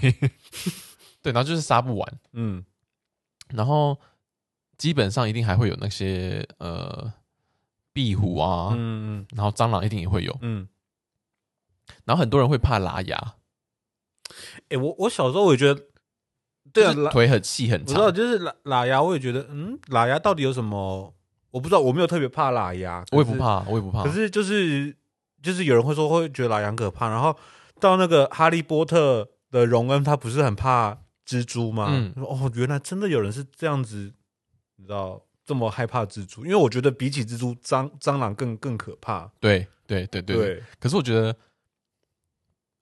Speaker 1: [LAUGHS] 对，然后就是杀不完，
Speaker 2: 嗯，
Speaker 1: 然后基本上一定还会有那些呃壁虎啊，
Speaker 2: 嗯嗯
Speaker 1: 然后蟑螂一定也会有，
Speaker 2: 嗯，
Speaker 1: 然后很多人会怕拉牙，
Speaker 2: 哎，我我小时候我也觉得，对啊，
Speaker 1: 就是
Speaker 2: 拉
Speaker 1: 腿很细很
Speaker 2: 我知道，
Speaker 1: 长。
Speaker 2: 就是喇喇牙，我也觉得，嗯，喇牙到底有什么？我不知道，我没有特别怕喇牙，可
Speaker 1: 我
Speaker 2: 是
Speaker 1: 也不。怕，我也不怕。
Speaker 2: 可是就是就是有人会说会觉得喇牙很可怕，然后到那个哈利波特的荣恩，他不是很怕蜘蛛吗？
Speaker 1: 嗯
Speaker 2: 说哦，原来真的有人是这样子，你知道这么害怕蜘蛛？因为我觉得比起蜘蛛，蟑蟑螂更更可怕。
Speaker 1: 对对对对对。
Speaker 2: 对，
Speaker 1: 可是我觉得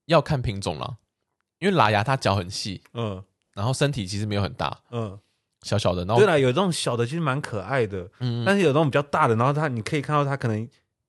Speaker 1: 要看品种啦，因为喇牙它脚很细，
Speaker 2: 嗯
Speaker 1: 然后身体其实没有很大，
Speaker 2: 嗯，
Speaker 1: 小小的。然后
Speaker 2: 对啦，有这种小的其实蛮可爱的，
Speaker 1: 嗯，
Speaker 2: 但是有那种比较大的，然后它你可以看到它可能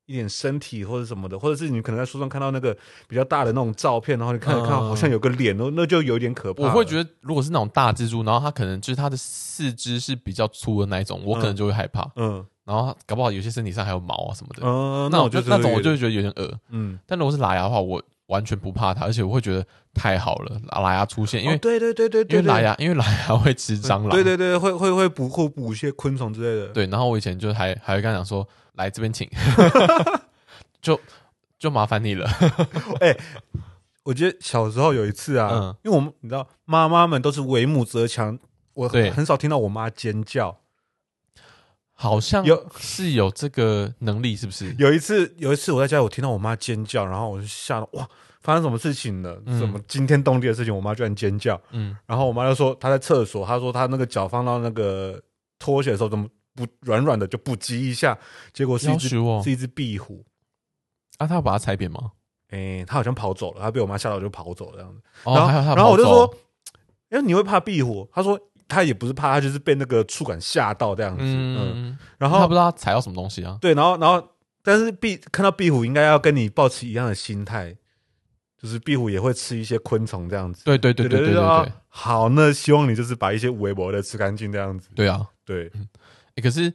Speaker 2: 一点身体或者什么的，或者是你可能在书上看到那个比较大的那种照片，然后你看着看到
Speaker 1: 嗯
Speaker 2: 好像有个脸，那那就有点可怕了。
Speaker 1: 我会觉得，如果是那种大蜘蛛，然后它可能就是它的四肢是比较粗的那一种，我可能就会害怕。
Speaker 2: 嗯
Speaker 1: 然后它搞不好有些身体上还有毛啊什么的，
Speaker 2: 嗯，
Speaker 1: 那
Speaker 2: 我
Speaker 1: 就
Speaker 2: 就
Speaker 1: 那种我
Speaker 2: 我
Speaker 1: 就会觉得有点恶。
Speaker 2: 嗯，
Speaker 1: 但如果是喇牙的话，我完全不怕它，而且我会觉得太好了，喇牙出现，因为、
Speaker 2: 哦对对对对
Speaker 1: 因
Speaker 2: 对，
Speaker 1: 为啊喇
Speaker 2: 对
Speaker 1: 牙因为喇牙会吃蟑螂，
Speaker 2: 对对对，会会会捕获捕一些昆虫之类的。
Speaker 1: 对，然后我以前就还还会跟他讲说，来这边
Speaker 2: [LAUGHS]
Speaker 1: 请，就就麻烦你了。
Speaker 2: 我觉得小时候有一次啊，
Speaker 1: 嗯
Speaker 2: 因为我们你知道妈妈们都是为母则强，我
Speaker 1: 对
Speaker 2: 很少听到我妈尖叫。
Speaker 1: 好像
Speaker 2: 有
Speaker 1: 是有这个能力，是不是？
Speaker 2: 有一次，有一次我在家，我听到我妈尖叫，然后我就吓得哇，发生什么事情了，
Speaker 1: 嗯
Speaker 2: 什么惊天动地的事情，我妈居然尖叫。
Speaker 1: 嗯，
Speaker 2: 然后我妈就说她在厕所，她说她那个脚放到那个拖鞋的时候怎么不软软的就不击一下，结果是一
Speaker 1: 要
Speaker 2: 只
Speaker 1: 求哦我
Speaker 2: 是一只壁虎。
Speaker 1: 啊，他要把它踩扁吗？
Speaker 2: 诶，它好像跑走了，它被我妈吓到就跑走了这样子。
Speaker 1: 哦，
Speaker 2: 然后
Speaker 1: 还有他
Speaker 2: 然后我就
Speaker 1: 跑走
Speaker 2: 说，，哎，你会怕壁虎？她说她也不是怕，她就是被那个触感吓到这样子。嗯，
Speaker 1: 嗯，然
Speaker 2: 然
Speaker 1: 后他
Speaker 2: 后
Speaker 1: 不知道他踩到什么东西啊，
Speaker 2: 对，然后然后但是壁看到壁虎应该要跟你保持一样的心态，就是壁虎也会吃一些昆虫这样子。
Speaker 1: 对对对对对对
Speaker 2: 啊
Speaker 1: 对，
Speaker 2: 好，那希望你就是把一些微博的吃干净这样子。
Speaker 1: 对啊，
Speaker 2: 对，
Speaker 1: 欸可是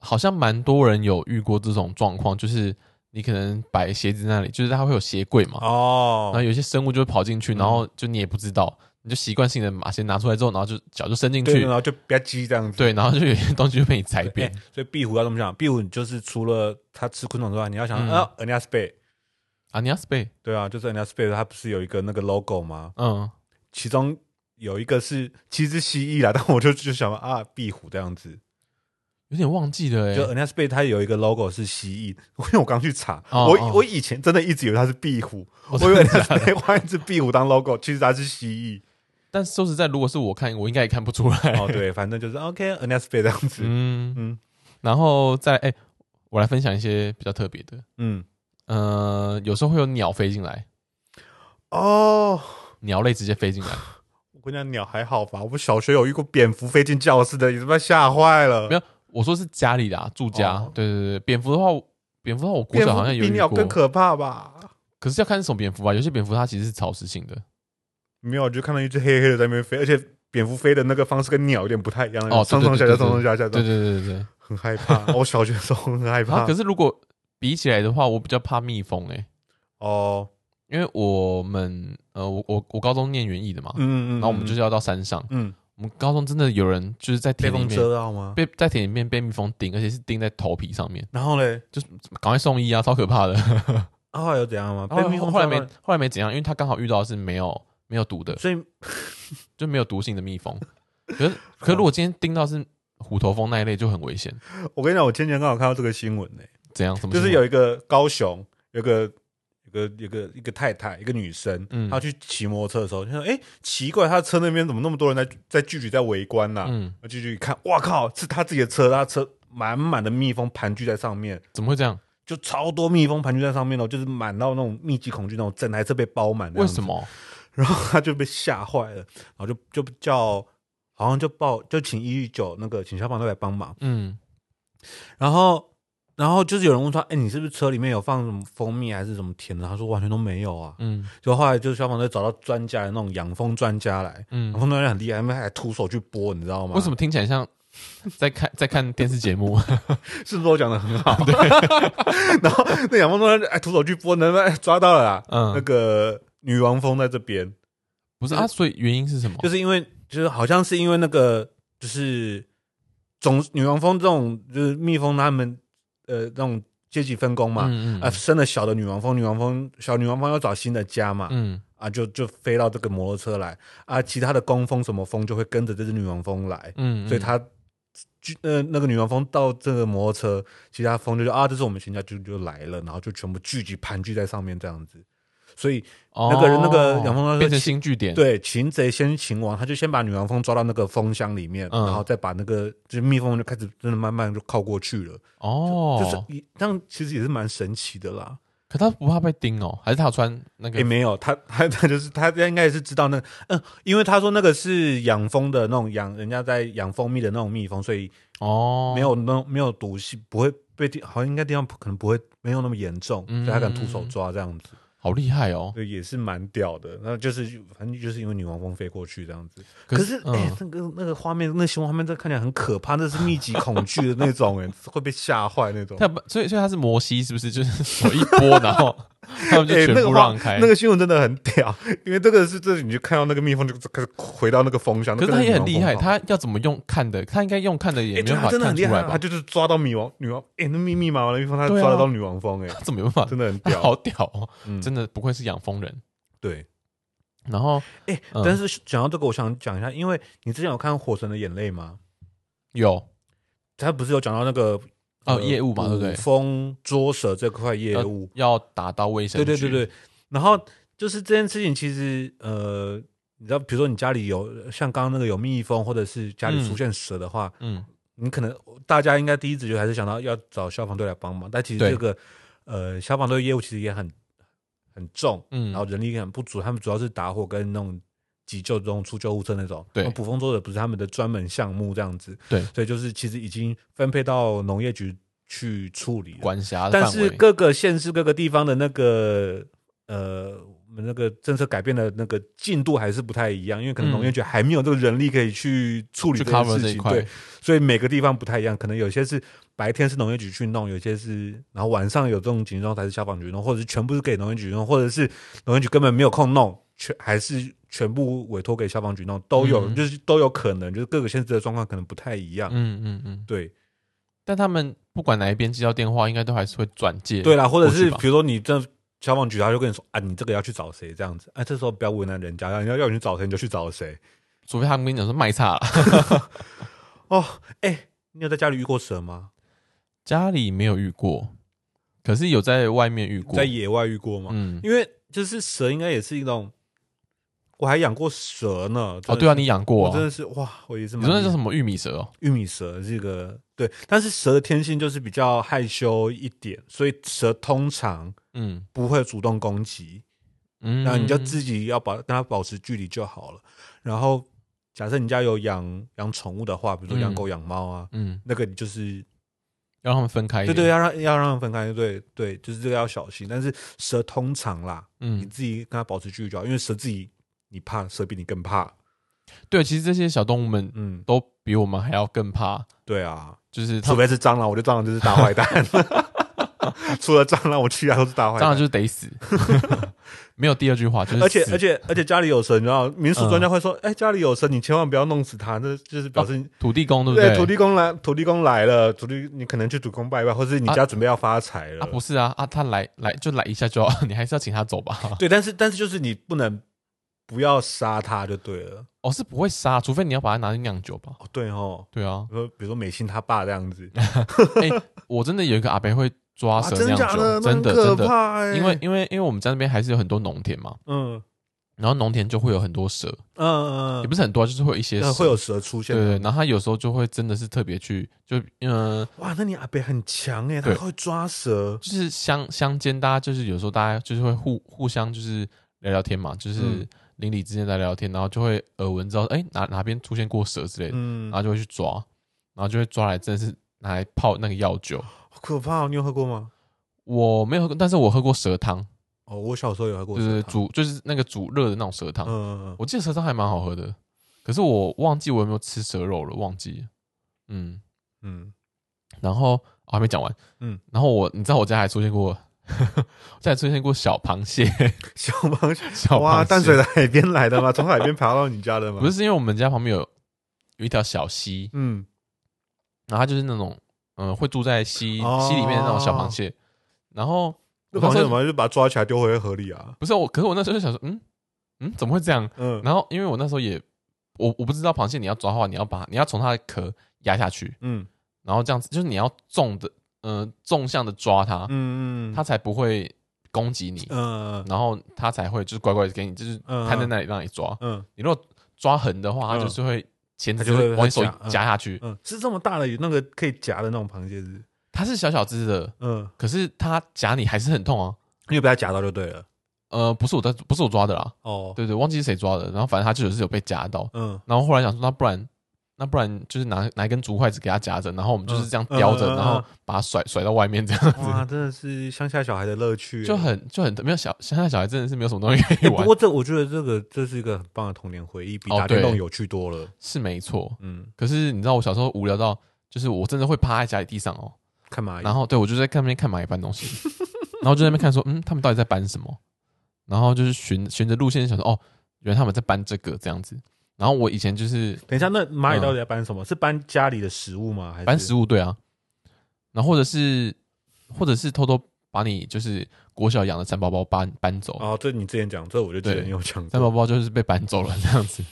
Speaker 1: 好像蛮多人有遇过这种状况，就是你可能摆鞋子那里，就是它会有鞋柜嘛，然后
Speaker 2: 哦，嗯
Speaker 1: 有些生物就会跑进去，然后就你也不知道，你就习惯性的把鞋拿出来之后，然后就脚就伸进
Speaker 2: 对，
Speaker 1: 去
Speaker 2: 然，后就吧唧这样子。
Speaker 1: 对，然后就有些东西就被你踩
Speaker 2: 对，
Speaker 1: 扁
Speaker 2: 哎，所以壁虎要这么想，壁虎就是除了它吃昆虫之外，你要想
Speaker 1: 嗯
Speaker 2: 啊，人家 space，
Speaker 1: 啊，你要 spay，
Speaker 2: 对啊，就是人家 space，它不是有一个那个 logo 吗？
Speaker 1: 嗯，
Speaker 2: 其中有一个是其实是蜥蜴啦，但我就就想啊，壁虎这样子。
Speaker 1: 有点忘记了哎、
Speaker 2: 就 n s p a 它有一个 logo 是蜥蜴， [LAUGHS] 因为我刚去查，
Speaker 1: 哦
Speaker 2: 我
Speaker 1: 哦
Speaker 2: 我以前真的一直以为它是
Speaker 1: [LAUGHS]
Speaker 2: 壁虎，
Speaker 1: 我
Speaker 2: 我以为
Speaker 1: 真的
Speaker 2: n
Speaker 1: 假
Speaker 2: s
Speaker 1: 的
Speaker 2: p a 画一只壁虎当 logo，其实它是
Speaker 1: [LAUGHS]
Speaker 2: 蜥蜴。
Speaker 1: 但说实在，如果是我看，我应该也看不出来。
Speaker 2: 哦，对，反正就是 OK n s p a 这样子。
Speaker 1: 哎嗯
Speaker 2: 嗯
Speaker 1: 嗯，然后再来哎、我来分享一些比较特别的，
Speaker 2: 嗯，
Speaker 1: 呃，有时候会有鸟飞进来，
Speaker 2: 哦，
Speaker 1: 鸟类直接飞进来。
Speaker 2: 我跟你讲，鸟还好吧？我们小学有遇过蝙蝠飞进教室的，你他妈吓坏了
Speaker 1: 没。有，我说是家里啦，住家。
Speaker 2: 哦
Speaker 1: 对对对，蝙蝠的话，蝙蝠的话，我国
Speaker 2: 蝙
Speaker 1: 小
Speaker 2: 蝠
Speaker 1: 好像有
Speaker 2: 比
Speaker 1: 遇
Speaker 2: 鸟
Speaker 1: 过，
Speaker 2: 更可怕吧？
Speaker 1: 可是要看是什么蝙蝠吧，有些蝙蝠它其实是草食性的。
Speaker 2: 没有，我就看到一只黑黑的在那边飞，而且蝙蝠飞的那个方式跟鸟有点不太一样，
Speaker 1: 哦
Speaker 2: 上上下下，上上下下，
Speaker 1: 对对对对对。
Speaker 2: 很害怕。我小学的时候很害
Speaker 1: 然后
Speaker 2: 怕
Speaker 1: 可。是如果比起来的话，我比较怕蜜蜂诶、欸
Speaker 2: 哦，
Speaker 1: 因为我们呃，我我我高中念园艺的嘛，
Speaker 2: 嗯嗯，
Speaker 1: 然后我们就是要到山上，
Speaker 2: 嗯。
Speaker 1: 我们高中真的有人就是在
Speaker 2: 被
Speaker 1: 田里
Speaker 2: 风
Speaker 1: 面
Speaker 2: 遮到吗？
Speaker 1: 被在田里面被蜜蜂叮，而且是叮在头皮上面，
Speaker 2: 然后嘞，
Speaker 1: 就是赶快送医啊，超可怕的。
Speaker 2: 啊后来有怎样
Speaker 1: [LAUGHS]
Speaker 2: 吗？
Speaker 1: 然
Speaker 2: 被
Speaker 1: 后
Speaker 2: 蜜蜂
Speaker 1: 哦后来
Speaker 2: 蛰
Speaker 1: 没
Speaker 2: 吗，
Speaker 1: 后来没怎样，因为他刚好遇到的是没有没有毒的，
Speaker 2: 所以
Speaker 1: 就没有毒性的蜜蜂。可是，可是
Speaker 2: 嗯
Speaker 1: 如果今天叮到是虎头蜂那一类，就很危险。
Speaker 2: 我跟你讲，我前几天刚好看到这个新闻呢、
Speaker 1: 怎样？什么？
Speaker 2: 就是有一个高雄有个。有个有个一个太太，一个女生，
Speaker 1: 嗯
Speaker 2: 她去骑摩托车的时候，就说：“哎、奇怪，她车那边怎么那么多人在在聚集在围观呐、
Speaker 1: 嗯，
Speaker 2: 我就去看，哇靠，是她自己的车，她车满满的蜜蜂盘踞在上面，
Speaker 1: 怎么会这样？
Speaker 2: 就超多蜜蜂盘踞在上面哦，就是满到那种密集恐惧那种，整台车被包满。
Speaker 1: 为什？么？
Speaker 2: 然后他就被吓坏了，然后就就叫，好像就报就请一一九那个请消防队来帮忙。
Speaker 1: 嗯
Speaker 2: 然后然后就是有人问他，哎、你是不是车里面有放什么蜂蜜还是什么甜的？他说完全都没有啊。
Speaker 1: 嗯
Speaker 2: 就后来就是消防队找到专家那种养蜂专家来，养
Speaker 1: 嗯，
Speaker 2: 蜂专家很厉害，他们还徒手去剥，你知道吗？
Speaker 1: 为什么？听起来像 [LAUGHS] 在看在看电视节目？ [LAUGHS]
Speaker 2: 是不是我讲的很好？ [LAUGHS] 然后那养蜂专家哎徒手去剥，能哎抓到了啦，那
Speaker 1: 嗯，
Speaker 2: 个女王蜂在这边。
Speaker 1: 不是啊，所以原因是什么？
Speaker 2: 就是因为就是好像是因为那个就是总女王蜂这种就是蜜蜂它们呃那种阶级分工嘛，啊、
Speaker 1: 嗯嗯
Speaker 2: 生了小的女王蜂，女王蜂小女王蜂要找新的家嘛，
Speaker 1: 嗯
Speaker 2: 啊就就飞到这个摩托车来，啊其他的工蜂什么蜂就会跟着这只女王蜂来，
Speaker 1: 嗯，
Speaker 2: 所以它。就呃，那个女王蜂到这个摩托车，其他蜂就说啊，这是我们全家就就来了，然后就全部聚集盘踞在上面这样子，所以那个人那个养蜂
Speaker 1: 哦
Speaker 2: 专家说
Speaker 1: 变成新据点。，
Speaker 2: 对，擒贼先擒王，他就先把女王蜂抓到那个蜂箱里面，
Speaker 1: 嗯
Speaker 2: 然后再把那个就是蜜蜂就开始真的慢慢就靠过去了，
Speaker 1: 哦，
Speaker 2: 就是一这样其实也是蛮神奇的啦。
Speaker 1: 可他不怕被叮哦，还是他有穿那
Speaker 2: 也、
Speaker 1: 个？
Speaker 2: 哎没有，他他他就是他应该也是知道那嗯，因为他说那个是养蜂的那种养人家在养蜂蜜的那种蜜蜂，所以
Speaker 1: 哦，
Speaker 2: 没有那种没有毒性，不会被叮，好像应该地方可能不会没有那么严重，
Speaker 1: 嗯
Speaker 2: 所以他敢徒手抓这样子，
Speaker 1: 好厉害哦。
Speaker 2: 对，也是蛮屌的。那就是反正就是因为女王蜂飞过去这样子。
Speaker 1: 可
Speaker 2: 可是，哎、
Speaker 1: 嗯，
Speaker 2: 那个那个画面，那个新闻画面，这看起来很可怕，那是密集恐惧的那种、哎，会被吓坏那种。
Speaker 1: 他不所以所以他是摩西是不是？就是手一拨，然
Speaker 2: [LAUGHS]
Speaker 1: 后他们就
Speaker 2: 哎
Speaker 1: 全
Speaker 2: 那个
Speaker 1: 部
Speaker 2: 画
Speaker 1: 让开。
Speaker 2: 那个新闻真的很屌，因为这个是这，你就看到那个蜜蜂就开始回到那个蜂箱。
Speaker 1: 可是
Speaker 2: 那
Speaker 1: 他
Speaker 2: 真的
Speaker 1: 也很
Speaker 2: 女
Speaker 1: 厉
Speaker 2: 王
Speaker 1: 害，
Speaker 2: 蜂
Speaker 1: 他要怎么用看的？他应该用看的也没
Speaker 2: 哎、
Speaker 1: 有
Speaker 2: 对
Speaker 1: 办
Speaker 2: 他
Speaker 1: 法
Speaker 2: 真的
Speaker 1: 看
Speaker 2: 很厉
Speaker 1: 出来
Speaker 2: 害，
Speaker 1: 吧？
Speaker 2: 他就是抓到女王女王，哎、那密密麻麻的蜜蜂，他
Speaker 1: 对啊
Speaker 2: 抓得到女王蜂、哎、
Speaker 1: 他怎么有办法？
Speaker 2: 真的很屌，
Speaker 1: 好屌哦！
Speaker 2: 嗯
Speaker 1: 真的不愧是养蜂人。
Speaker 2: 对。
Speaker 1: 然后
Speaker 2: 哎、
Speaker 1: 嗯
Speaker 2: 但是讲到这个，我想讲一下，因为你之前有看《火神的眼泪》吗？
Speaker 1: 有
Speaker 2: 他不是有讲到那个呃
Speaker 1: 哦业务嘛对不对
Speaker 2: 捕蜂捉蛇这块业务，
Speaker 1: 要打到卫生
Speaker 2: 对
Speaker 1: 局，
Speaker 2: 对对对，然后就是这件事情，其实呃，你知道，比如说你家里有像刚刚那个有蜜蜂，或者是家里出现蛇的话，
Speaker 1: 嗯，
Speaker 2: 你可能大家应该第一直觉还是想到要找消防队来帮忙，但其实
Speaker 1: 对
Speaker 2: 这个呃消防队业务其实也很很重，
Speaker 1: 嗯
Speaker 2: 然后人力也很不足，他们主要是打火跟那种急救这种出救护车那种，
Speaker 1: 对
Speaker 2: 那捕风捉影不是他们的专门项目这样子，
Speaker 1: 对
Speaker 2: 所以就是其实已经分配到农业局去处理了，
Speaker 1: 管辖的
Speaker 2: 但
Speaker 1: 范围
Speaker 2: 是各个县市、各个地方的那个呃，我们那个政策改变的那个进度还是不太一样，因为可
Speaker 1: 嗯
Speaker 2: 能农业局还没有这个人力可以去处理
Speaker 1: 去
Speaker 2: 这件
Speaker 1: cover 这
Speaker 2: 事
Speaker 1: 一
Speaker 2: 情，
Speaker 1: 块
Speaker 2: 对，所以每个地方不太一样，可能有些是白天是农业局去弄，有些是然后晚上有这种警钟才是消防局弄，或者是全部是给农业局弄，或者是农业局根本没有空弄，全还是全部委托给消防局弄，都有，
Speaker 1: 嗯
Speaker 2: 就是都有可能，就是各个县市的状况可能不太一样，
Speaker 1: 嗯嗯嗯，
Speaker 2: 对。
Speaker 1: 但他们不管哪一边接到电话，应该都还是会转介。
Speaker 2: 对啦，或者
Speaker 1: 过去
Speaker 2: 是
Speaker 1: 吧
Speaker 2: 比如说你这消防局，他就跟你说啊，你这个要去找谁这样子，哎、这时候不要为难人家，要要要你去找谁你就去找谁
Speaker 1: 除非他们跟你讲说卖啊差了，
Speaker 2: 哦。哎、你有在家里遇过蛇吗？
Speaker 1: [LAUGHS] 家里没有遇过，可是有在外面遇过
Speaker 2: 在。野外遇过吗？
Speaker 1: 嗯，
Speaker 2: 因为就是蛇应该也是一种，我还养过蛇呢。真
Speaker 1: 哦，
Speaker 2: 的
Speaker 1: 对啊，
Speaker 2: 是
Speaker 1: 你养过
Speaker 2: 我真
Speaker 1: 哦？
Speaker 2: 的是哇，我也是
Speaker 1: 你
Speaker 2: 蛮
Speaker 1: 说那
Speaker 2: 厉
Speaker 1: 叫
Speaker 2: 害
Speaker 1: 什么玉米蛇哦？
Speaker 2: 玉米蛇这个对，但是蛇的天性就是比较害羞一点，所以蛇通常
Speaker 1: 嗯
Speaker 2: 不会主动攻击。
Speaker 1: 嗯，
Speaker 2: 那啊你就自己要保跟它保持距离就好了。然后，假设你家有养养宠物的话，比如说养
Speaker 1: 嗯
Speaker 2: 狗、养猫啊，
Speaker 1: 嗯，
Speaker 2: 那个你就是
Speaker 1: 要让他们分开一
Speaker 2: 对
Speaker 1: 点。
Speaker 2: 对，，啊要让要让它分开，对对，就是这个要小心。但是蛇通常啦，你
Speaker 1: 嗯，
Speaker 2: 自己跟它保持距离就好，因为蛇自己你怕，蛇比你更怕。
Speaker 1: 对，其实这些小动物们
Speaker 2: 嗯，
Speaker 1: 都比我们还要更怕，
Speaker 2: 对啊，
Speaker 1: 就是它
Speaker 2: 除
Speaker 1: 们
Speaker 2: 非是蟑螂，我觉得蟑螂就是大坏
Speaker 1: [LAUGHS]
Speaker 2: 蛋。除了蟑螂，我其他都是大坏
Speaker 1: 当然
Speaker 2: 蛋
Speaker 1: 就。是得
Speaker 2: [LAUGHS]
Speaker 1: 死，没有第二句话，就是
Speaker 2: 而且
Speaker 1: 死嗯
Speaker 2: 而且而且家里有蛇，你知道，民俗专家会说，哎、家里有蛇，你千万不要弄死它，那就是表示你
Speaker 1: 土地公对不
Speaker 2: 对，
Speaker 1: 对？
Speaker 2: 土地公来，土地公来了，土地你可能去土公拜拜，或是你家准备要发财了。
Speaker 1: 啊，不是啊啊，他来来就来一下就好，你 [LAUGHS] 还是要请他走吧。
Speaker 2: 对，但是但是就是你不能不要杀它就对了。
Speaker 1: 哦，是不会杀，除非你要把它拿去酿酒吧。
Speaker 2: 哦，对哦，
Speaker 1: 对啊，
Speaker 2: 比如说比如说美心他爸这样子， [LAUGHS]
Speaker 1: 我真的有一个阿伯会抓
Speaker 2: 哇，
Speaker 1: 蛇
Speaker 2: 啊真
Speaker 1: 酿
Speaker 2: 假
Speaker 1: 酒，
Speaker 2: 那很
Speaker 1: 哦真的
Speaker 2: 可
Speaker 1: 真的，
Speaker 2: 怕欸。
Speaker 1: 因为因为因为我们家那边还是有很多农田嘛，
Speaker 2: 嗯
Speaker 1: 然后农田就会有很多蛇，
Speaker 2: 嗯嗯
Speaker 1: 也
Speaker 2: 嗯
Speaker 1: 不是很多，就是会有一些
Speaker 2: 嗯，
Speaker 1: 蛇
Speaker 2: 会有蛇出现
Speaker 1: 对。对，然后他有时候就会真的是特别去，就嗯、呃
Speaker 2: 哇，那你阿北很强哎，他
Speaker 1: 对
Speaker 2: 会抓蛇。
Speaker 1: 就是相相间，大家就是有时候大家就是会互互相就是聊聊天嘛，就是
Speaker 2: 嗯
Speaker 1: 邻里之间在聊天，然后就会耳闻知道，哎、哪哪边出现过蛇之类的，
Speaker 2: 嗯
Speaker 1: 然，后就会去抓，然后就会抓来，真的是拿来泡那个药酒。
Speaker 2: 好可怕哦！你有喝过吗？
Speaker 1: 我没有喝过，但是我喝过蛇汤，
Speaker 2: 哦，我小时候有喝过
Speaker 1: 就
Speaker 2: 蛇
Speaker 1: 是
Speaker 2: 汤。
Speaker 1: 煮就是那个煮热的那种蛇汤，
Speaker 2: 嗯嗯嗯，
Speaker 1: 我记得蛇汤还蛮好喝的，可是我忘记我有没有吃蛇肉了，忘记了，嗯，
Speaker 2: 嗯， [LAUGHS]
Speaker 1: 然后、哦还没讲完，
Speaker 2: 嗯
Speaker 1: 嗯，然后我你知道我家还出现过， [LAUGHS] 我家还出现过小螃蟹， [LAUGHS]
Speaker 2: 小螃蟹，
Speaker 1: 小
Speaker 2: 哇，
Speaker 1: 螃
Speaker 2: 淡水
Speaker 1: 蟹，
Speaker 2: 的海边来的吗？从海边爬到你家的吗？
Speaker 1: 不，是因为我们家旁边有有一条小溪，
Speaker 2: 嗯，
Speaker 1: 然后它就是那种嗯、呃会住在溪、
Speaker 2: 哦
Speaker 1: 溪里面的那种小螃蟹，然后
Speaker 2: 那
Speaker 1: 我
Speaker 2: 螃
Speaker 1: 那
Speaker 2: 蟹
Speaker 1: 时候
Speaker 2: 怎么就把它抓起来丢回河里啊？
Speaker 1: 不是我，可是我那时候就想说，嗯嗯怎么会这样？
Speaker 2: 嗯
Speaker 1: 然后因为我那时候也我我不知道螃蟹你要抓的话，你要把你要从它的壳压下去，
Speaker 2: 嗯
Speaker 1: 然后这样子就是你要纵的呃纵向的抓它，
Speaker 2: 嗯嗯，
Speaker 1: 它才不会攻击你，
Speaker 2: 嗯
Speaker 1: 然后它才会就是乖乖的给你就是
Speaker 2: 嗯
Speaker 1: 摊在那里让你抓。
Speaker 2: 嗯
Speaker 1: 你如果抓横的话，
Speaker 2: 嗯
Speaker 1: 它就是会钳
Speaker 2: 它
Speaker 1: 子
Speaker 2: 就会
Speaker 1: 往你手
Speaker 2: 夹嗯
Speaker 1: 夹下去。
Speaker 2: 嗯，是这么大的那个可以夹的那种螃蟹是？
Speaker 1: 它是小小只的，
Speaker 2: 嗯，
Speaker 1: 可是它夹你还是很痛啊。
Speaker 2: 你有被它夹到就对了。
Speaker 1: 呃，不是我的，不是我抓的啦，
Speaker 2: 哦，
Speaker 1: 对对，忘记是谁抓的。然后反正它就是有被夹到，
Speaker 2: 嗯，
Speaker 1: 然后后来想说，那不然那不然就是拿拿一根竹筷子给它夹着，然后我们就是这样叼着，
Speaker 2: 嗯嗯嗯嗯
Speaker 1: 然后把它甩甩到外面这样
Speaker 2: 哇，
Speaker 1: 子，
Speaker 2: 真的是乡下小孩的乐趣耶。
Speaker 1: 就很就很没有小乡下小孩真的是没有什么东西可以
Speaker 2: 欸不
Speaker 1: 玩，
Speaker 2: 过这我觉得这个这是一个很棒的童年回忆，比
Speaker 1: 哦
Speaker 2: 打电
Speaker 1: 对
Speaker 2: 动有趣多了。
Speaker 1: 是没错。
Speaker 2: 嗯，
Speaker 1: 可是你知道我小时候无聊到，就是我真的会趴在家里地上哦，
Speaker 2: 看蚂蚁，
Speaker 1: 然后对我就在看那边看蚂蚁搬东西， [LAUGHS] 然后就在那边看说，嗯，他们到底在搬什么？然后就是循循着路线想说，哦，原来他们在搬这个这样子。然后我以前就是
Speaker 2: 等一下，那蚂蚁到底在搬什么？是搬家里的食物吗？还
Speaker 1: 嗯
Speaker 2: 是
Speaker 1: 搬食物，对啊，然后或者是或者是偷偷把你就是国小养的蚕宝宝搬搬走，
Speaker 2: 哦，这你之前讲，这我就记得
Speaker 1: 对
Speaker 2: 你有讲
Speaker 1: 蚕宝
Speaker 2: 过。
Speaker 1: 宝就是被搬走了 [LAUGHS] 这样子。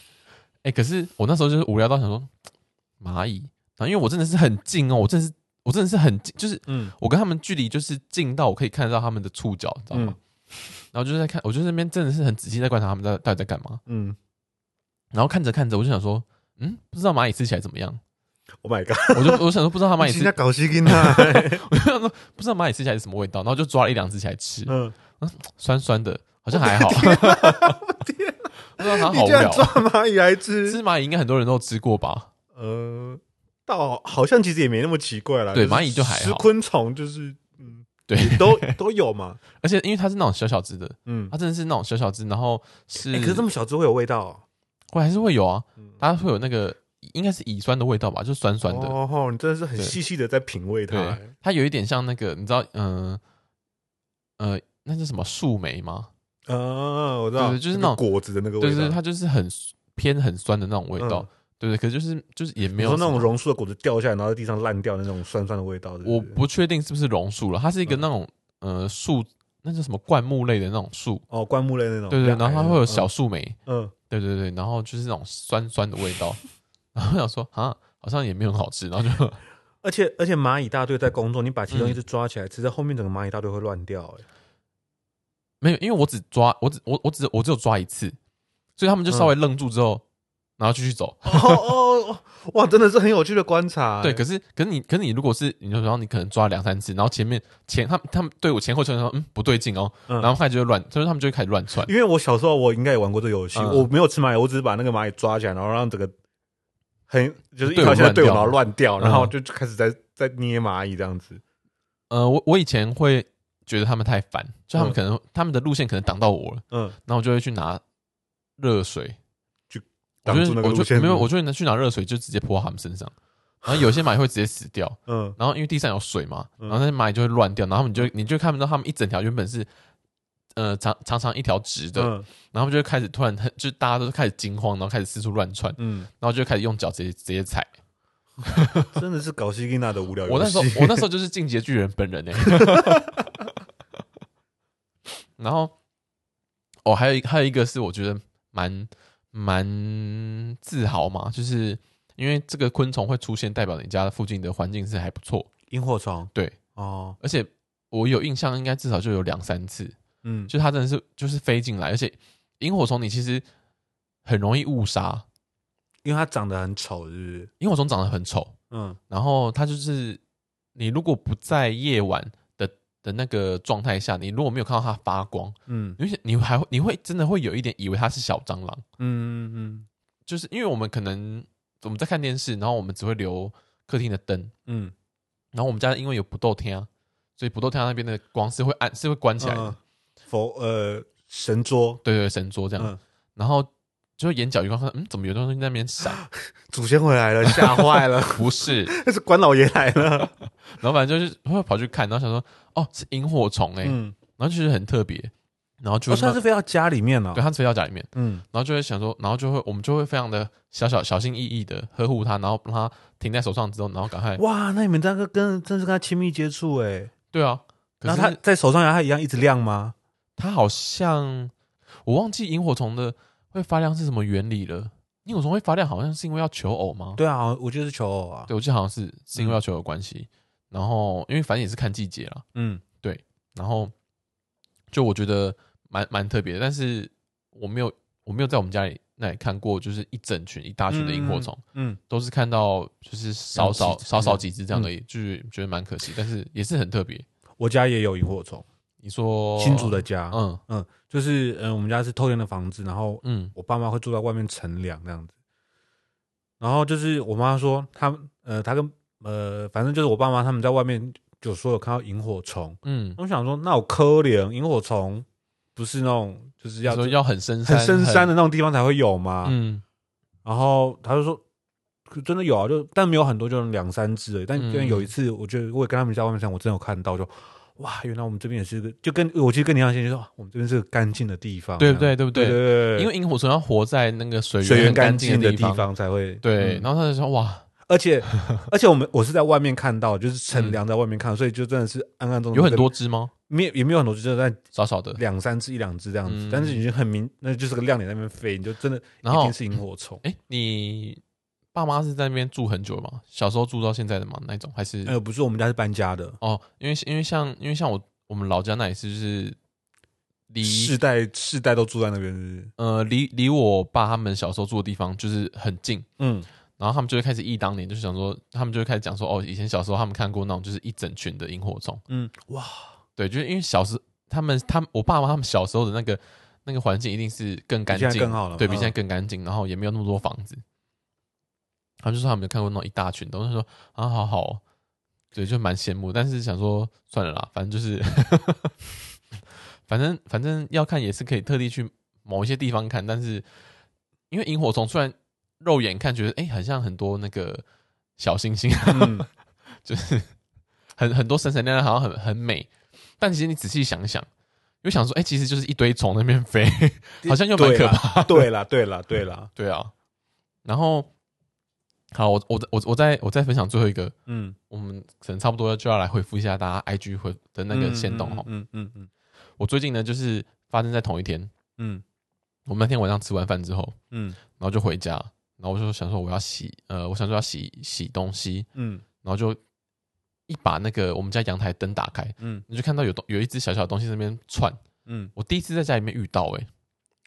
Speaker 1: 哎、可是我那时候就是无聊到想说蚂蚁，然后因为我真的是很近哦，我真的是我真的是很近，就是
Speaker 2: 嗯
Speaker 1: 我跟他们距离就是近到我可以看得到他们的触角，你知道吗？
Speaker 2: 嗯
Speaker 1: 然后就在看，我就在那边真的是很仔细在观察他们在到底在干嘛。
Speaker 2: 嗯
Speaker 1: 然后看着看着，我就想说，嗯，不知道蚂蚁吃起来怎么样。
Speaker 2: ，Oh my god，
Speaker 1: 我就我想说不知道它蚂蚁
Speaker 2: 现
Speaker 1: 吃 [LAUGHS]
Speaker 2: 在，搞西金啊，
Speaker 1: 我就想说不知道蚂蚁吃起来是什么味道。然后就抓了一两只起来吃，
Speaker 2: 嗯，
Speaker 1: 酸酸的，好像还好。
Speaker 2: 啊
Speaker 1: [LAUGHS] 不知道它
Speaker 2: 你
Speaker 1: 好无
Speaker 2: 竟然
Speaker 1: 聊
Speaker 2: 抓
Speaker 1: 哦。
Speaker 2: 蚂蚁来吃？
Speaker 1: 吃蚂蚁应该很多人都吃过吧？
Speaker 2: 呃，倒好像其实也没那么奇怪啦。
Speaker 1: 对
Speaker 2: 是
Speaker 1: 蚂蚁就还好
Speaker 2: 吃昆虫就是嗯，
Speaker 1: 对
Speaker 2: 也都都有嘛，
Speaker 1: 而且因为它是那种小小只的， [LAUGHS]
Speaker 2: 嗯。
Speaker 1: 它真的是那种小小只，然后是，
Speaker 2: 欸可是这么小只会有味道哦，
Speaker 1: 会还是会有啊
Speaker 2: 嗯，
Speaker 1: 它会有那个应该是乙酸的味道吧，就是酸酸的。
Speaker 2: 哦，你真的是很
Speaker 1: 对
Speaker 2: 细细的在品味它。哎
Speaker 1: 对，它有一点像那个，你知道，嗯、呃，那是什么树莓吗？
Speaker 2: 啊，我知道，
Speaker 1: 对对就是
Speaker 2: 那
Speaker 1: 那
Speaker 2: 个
Speaker 1: 种
Speaker 2: 果子的那个味
Speaker 1: 对
Speaker 2: 道，
Speaker 1: 对，它就是很偏很酸的那种味道，
Speaker 2: 嗯
Speaker 1: 对对。可是就是就是也没
Speaker 2: 你
Speaker 1: 有
Speaker 2: 说那
Speaker 1: 什
Speaker 2: 种
Speaker 1: 么，
Speaker 2: 榕树的果子掉下来，然后在地上烂掉的那种酸酸的味道。对
Speaker 1: 我
Speaker 2: 对
Speaker 1: 不确定是不是榕树了，它是一个
Speaker 2: 嗯
Speaker 1: 那种、呃树，那叫什么灌木类的那种树，
Speaker 2: 哦，灌木类那种，
Speaker 1: 对
Speaker 2: 比
Speaker 1: 对。
Speaker 2: 较
Speaker 1: 然后
Speaker 2: 矮
Speaker 1: 它
Speaker 2: 的
Speaker 1: 会有小，树莓，
Speaker 2: 嗯，
Speaker 1: 对对对，然后就是那种酸酸的味道， [LAUGHS] 然后我想说啊，好像也没有很好吃，然后就
Speaker 2: 而且而且蚂蚁大队在工作，你把
Speaker 1: 嗯
Speaker 2: 其中一只抓起来，其实后面整个蚂蚁大队会乱掉。哎
Speaker 1: 没有，因为我只抓我只我我只我只有抓一次，所以他们就稍
Speaker 2: 嗯
Speaker 1: 微愣住之后，然后继续走。
Speaker 2: 哦哦，哦哇，真的是很有趣的观察。
Speaker 1: 对，
Speaker 2: 哎
Speaker 1: 可是可是你可是你如果是你就然后你可能抓两三次，然后前面前他们他们对我前后传说嗯不对劲哦，
Speaker 2: 嗯
Speaker 1: 然后开始就乱，就是他们就会开始乱窜。
Speaker 2: 因为我小时候我应该也玩过这个游戏，
Speaker 1: 嗯
Speaker 2: 我没有吃蚂蚁，我只是把那个蚂蚁抓起来，然后让整个很就是一
Speaker 1: 队伍
Speaker 2: 条线的
Speaker 1: 乱
Speaker 2: 队伍，
Speaker 1: 掉
Speaker 2: 然后乱
Speaker 1: 嗯
Speaker 2: 掉，然后就就开始在在捏蚂蚁这样子。
Speaker 1: 呃，我我以前会觉得他们太烦，就他们
Speaker 2: 嗯
Speaker 1: 可能、他们的路线可能挡到我了，
Speaker 2: 嗯，
Speaker 1: 然后我就会去拿热水，我
Speaker 2: 挡
Speaker 1: 就
Speaker 2: 住那个
Speaker 1: 我
Speaker 2: 路
Speaker 1: 就
Speaker 2: 线。
Speaker 1: 没有，我就会拿去拿热水就直接泼到他们身上，然后有些蚂蚁会直接死掉，
Speaker 2: 嗯
Speaker 1: 然后因为地上有水嘛，
Speaker 2: 嗯
Speaker 1: 然后那些蚂蚁就会乱掉，然后你就你就看不到它们一整条原本是呃长长长一条直的，
Speaker 2: 嗯
Speaker 1: 然后它们就会开始突然很就大家都开始惊慌，然后开始四处乱窜，
Speaker 2: 嗯，
Speaker 1: 然后就开始用脚直接直接踩。
Speaker 2: 真的是搞西吉娜的 [LAUGHS] 无聊游戏。
Speaker 1: 我那时候我那时候就是进阶巨人本人呢、欸然后哦，还有一还有一个是我觉得蛮蛮自豪嘛，就是因为这个昆虫会出现，代表你家附近的环境是还不错，
Speaker 2: 萤火虫，
Speaker 1: 对，
Speaker 2: 哦，
Speaker 1: 而且我有印象，应该至少就有两三次，
Speaker 2: 嗯，
Speaker 1: 就它真的是就是飞进来，而且萤火虫你其实很容易误杀，
Speaker 2: 因为它长得很丑，是不是？
Speaker 1: 萤火虫长得很丑，
Speaker 2: 嗯
Speaker 1: 然后它就是你如果不在夜晚的的那个状态下，你如果没有看到它发光，
Speaker 2: 嗯
Speaker 1: 你会你还会你会真的会有一点以为它是小蟑螂，
Speaker 2: 嗯嗯
Speaker 1: 就是因为我们可能我们在看电视，然后我们只会留客厅的灯，
Speaker 2: 嗯
Speaker 1: 然后我们家因为有不豆天啊，所以不豆天那边的光是会暗是会关起来的，
Speaker 2: 嗯，佛呃神桌，
Speaker 1: 对对，神桌这样，
Speaker 2: 嗯，
Speaker 1: 然后就眼角余光看，嗯，怎么有东西在那边闪？
Speaker 2: 祖先回来了，吓坏了，
Speaker 1: 不是，
Speaker 2: [LAUGHS] 那是关老爷来了。
Speaker 1: 然后反正就是会跑去看，然后想说，哦，是萤火虫哎、
Speaker 2: 嗯，哦
Speaker 1: 然后就是很特别，然后就
Speaker 2: 我
Speaker 1: 会
Speaker 2: 算是飞到家里面了
Speaker 1: 对。它飞到家里面，
Speaker 2: 嗯
Speaker 1: 然后就会想说，然后就会我们就会非常的小小小心翼翼的呵护它，然后让它停在手上之后，然后赶快，
Speaker 2: 哇，那你们这个跟真是跟他亲密接触哎、
Speaker 1: 对啊，可
Speaker 2: 然后他
Speaker 1: 是
Speaker 2: 在手上，然后他一样一直亮吗？
Speaker 1: 它好像我忘记萤火虫的会发亮是什么原理了，萤火虫会发亮好像是因为要求偶吗？
Speaker 2: 对啊，我觉得是求偶啊。
Speaker 1: 对，我记得好像是是因为要求偶关系，然后因为反正也是看季节啦。
Speaker 2: 嗯，
Speaker 1: 然后就我觉得蛮蛮特别的，但是我没有我没有在我们家里那里看过，就是一整群一大群的萤火虫，
Speaker 2: 嗯，
Speaker 1: 都是看到就是少
Speaker 2: 两
Speaker 1: 少
Speaker 2: 只嗯
Speaker 1: 少少几只这样而已，就是觉得蛮可惜，但是也是很特别。
Speaker 2: 我家也有萤火虫，
Speaker 1: 你说
Speaker 2: 新竹的，家，嗯
Speaker 1: 嗯
Speaker 2: 就是嗯，我们家是透天的房子，然后
Speaker 1: 嗯
Speaker 2: 我爸妈会住在外面乘凉那样子。然后就是我妈说，他们呃，她跟呃，反正就是我爸妈他们在外面就说有看到萤火虫，
Speaker 1: 嗯，
Speaker 2: 我想说那我可怜，萤火虫不是那种就是
Speaker 1: 你
Speaker 2: 要
Speaker 1: 说要很深
Speaker 2: 很
Speaker 1: 山
Speaker 2: 深山的，啊那种地方才会有嘛，
Speaker 1: 很嗯
Speaker 2: 然后他就说，可真的有啊，就但没有很多，就两三只而已。但
Speaker 1: 嗯
Speaker 2: 因为有一次，我觉得我也跟他们在外面上，我真的有看到就，哇，原来我们这边也是个，就跟我其实跟你一样，先说哇我们这边是个干净的地方，
Speaker 1: 对不对？对不
Speaker 2: 对
Speaker 1: 对？
Speaker 2: 对对，
Speaker 1: 因为萤火虫要活在那个水
Speaker 2: 水
Speaker 1: 源
Speaker 2: 源
Speaker 1: 很
Speaker 2: 干
Speaker 1: 净
Speaker 2: 净的
Speaker 1: 地
Speaker 2: 地。方才会
Speaker 1: 对，
Speaker 2: 嗯
Speaker 1: 然后他就说：“哇，[LAUGHS]
Speaker 2: 而且而且我们我是在外面看到，就是乘凉在外面看到，所以就真的是暗暗中
Speaker 1: 嗯有很，多只吗？
Speaker 2: 没有也没有很多，就真的在
Speaker 1: 少少的。
Speaker 2: 两三只一两只这样子，
Speaker 1: 嗯
Speaker 2: 但是已经很明，那就是个亮点在那边飞，你就真的
Speaker 1: 然
Speaker 2: 一
Speaker 1: 后
Speaker 2: 定是萤火虫。
Speaker 1: 哎、你爸妈是在那边住很久吗？小时候住到现在的吗？那一种还是、
Speaker 2: 呃，不是，我们家是搬家的，
Speaker 1: 哦，因为因为像因为像我我们老家那也是就是离
Speaker 2: 世代世代都住在那边，是不是？
Speaker 1: 呃离离我爸他们小时候住的地方就是很近，
Speaker 2: 嗯，
Speaker 1: 然后他们就会开始忆当年，就是想说，他们就会开始讲说，哦，以前小时候他们看过那种就是一整群的萤火虫，
Speaker 2: 嗯，哇，
Speaker 1: 对，就是因为小时他们他们我爸妈他们小时候的那个那个环境一定是更干
Speaker 2: 比现在
Speaker 1: 净，
Speaker 2: 更好了
Speaker 1: 对比
Speaker 2: 嗯
Speaker 1: 现在更干净，然后也没有那么多房子。他们就说他们有看过那种一大群的，我就说啊，好好哦，对，就蛮羡慕，但是想说算了啦，反正就是， [LAUGHS] 反正反正要看也是可以特地去某一些地方看，但是因为萤火虫虽然肉眼看觉得哎、诶很像很多那个小星星，
Speaker 2: 嗯，
Speaker 1: [LAUGHS] 就是很很多闪闪亮亮，好像很很美。但其实你仔细想想，又想说，哎、其实就是一堆虫在那边飞，好像又蛮可怕。
Speaker 2: 对啦，对啦，对啦，
Speaker 1: 对啊，然后好，我我我我再我再分享最后一个，
Speaker 2: 嗯，
Speaker 1: 我们可能差不多就要来回复一下大家 IG 回的那个线动哈、
Speaker 2: 嗯嗯嗯
Speaker 1: 我最近呢，就是发生在同一天，
Speaker 2: 嗯
Speaker 1: 我们那天晚上吃完饭之后，
Speaker 2: 嗯
Speaker 1: 然后就回家，然后我就想说我要洗，呃，我想说要洗洗东西，
Speaker 2: 嗯
Speaker 1: 然后就一把那个我们家阳台灯打开，
Speaker 2: 嗯
Speaker 1: 你就看到有东有一只小小的东西在那边窜。
Speaker 2: 嗯，
Speaker 1: 我第一次在家里面遇到、欸，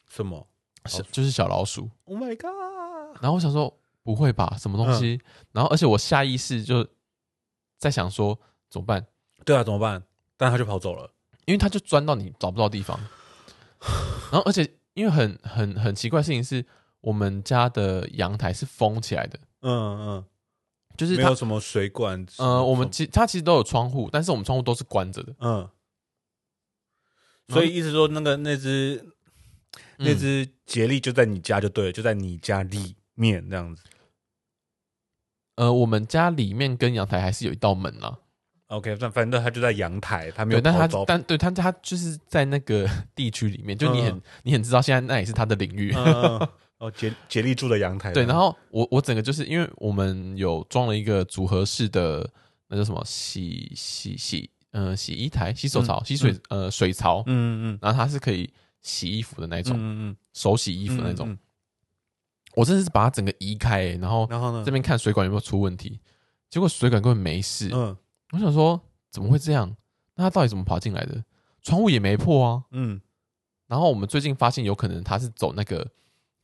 Speaker 2: 什么
Speaker 1: 小就是小老鼠。
Speaker 2: ？Oh my god！
Speaker 1: 然后我想说，不会吧，什么东西？
Speaker 2: 嗯
Speaker 1: 然后而且我下意识就在想说怎么办，
Speaker 2: 对啊，怎么办？但他就跑走了。
Speaker 1: 因为它就钻到你找不到地方。然后而且因为很很很奇怪的事情是，我们家的阳台是封起来的，
Speaker 2: 嗯
Speaker 1: 就是
Speaker 2: 嗯，没
Speaker 1: 它
Speaker 2: 有什么水管。
Speaker 1: 呃，我们其它其实都有窗户，但是我们窗户都是关着的。
Speaker 2: 嗯，所以意思说，那个那只那
Speaker 1: 嗯
Speaker 2: 只杰力就在你家就对了，就在你家里面这样子。
Speaker 1: 呃，我们家里面跟阳台还是有一道门啦，
Speaker 2: OK，但反正他就在阳台，他没
Speaker 1: 对，
Speaker 2: 有
Speaker 1: 但
Speaker 2: 跑
Speaker 1: 他
Speaker 2: [LAUGHS] 走。
Speaker 1: 但对他他就是在那个 [LAUGHS] 地区里面，就你很、
Speaker 2: 嗯
Speaker 1: 你很知道现在那也是他的领域。
Speaker 2: 嗯嗯哦，杰杰力住的阳台。
Speaker 1: 对，然后我我整个就是因为我们有装了一个组合式的那叫什么洗洗洗呃洗衣台、洗手
Speaker 2: 嗯
Speaker 1: 槽、洗水、呃水槽，
Speaker 2: 嗯嗯
Speaker 1: 然后它是可以洗衣服的那
Speaker 2: 嗯
Speaker 1: 种，
Speaker 2: 嗯嗯，嗯
Speaker 1: 手洗衣服的那种。。我真的是把它整个移开、欸然后
Speaker 2: 然后呢？
Speaker 1: 这边看水管有没有出问题，结果水管根本没事。
Speaker 2: 嗯
Speaker 1: 我想说怎么会这样？那它到底怎么爬进来的？窗户也没破啊。
Speaker 2: 嗯
Speaker 1: 然后我们最近发现，有可能它是走那个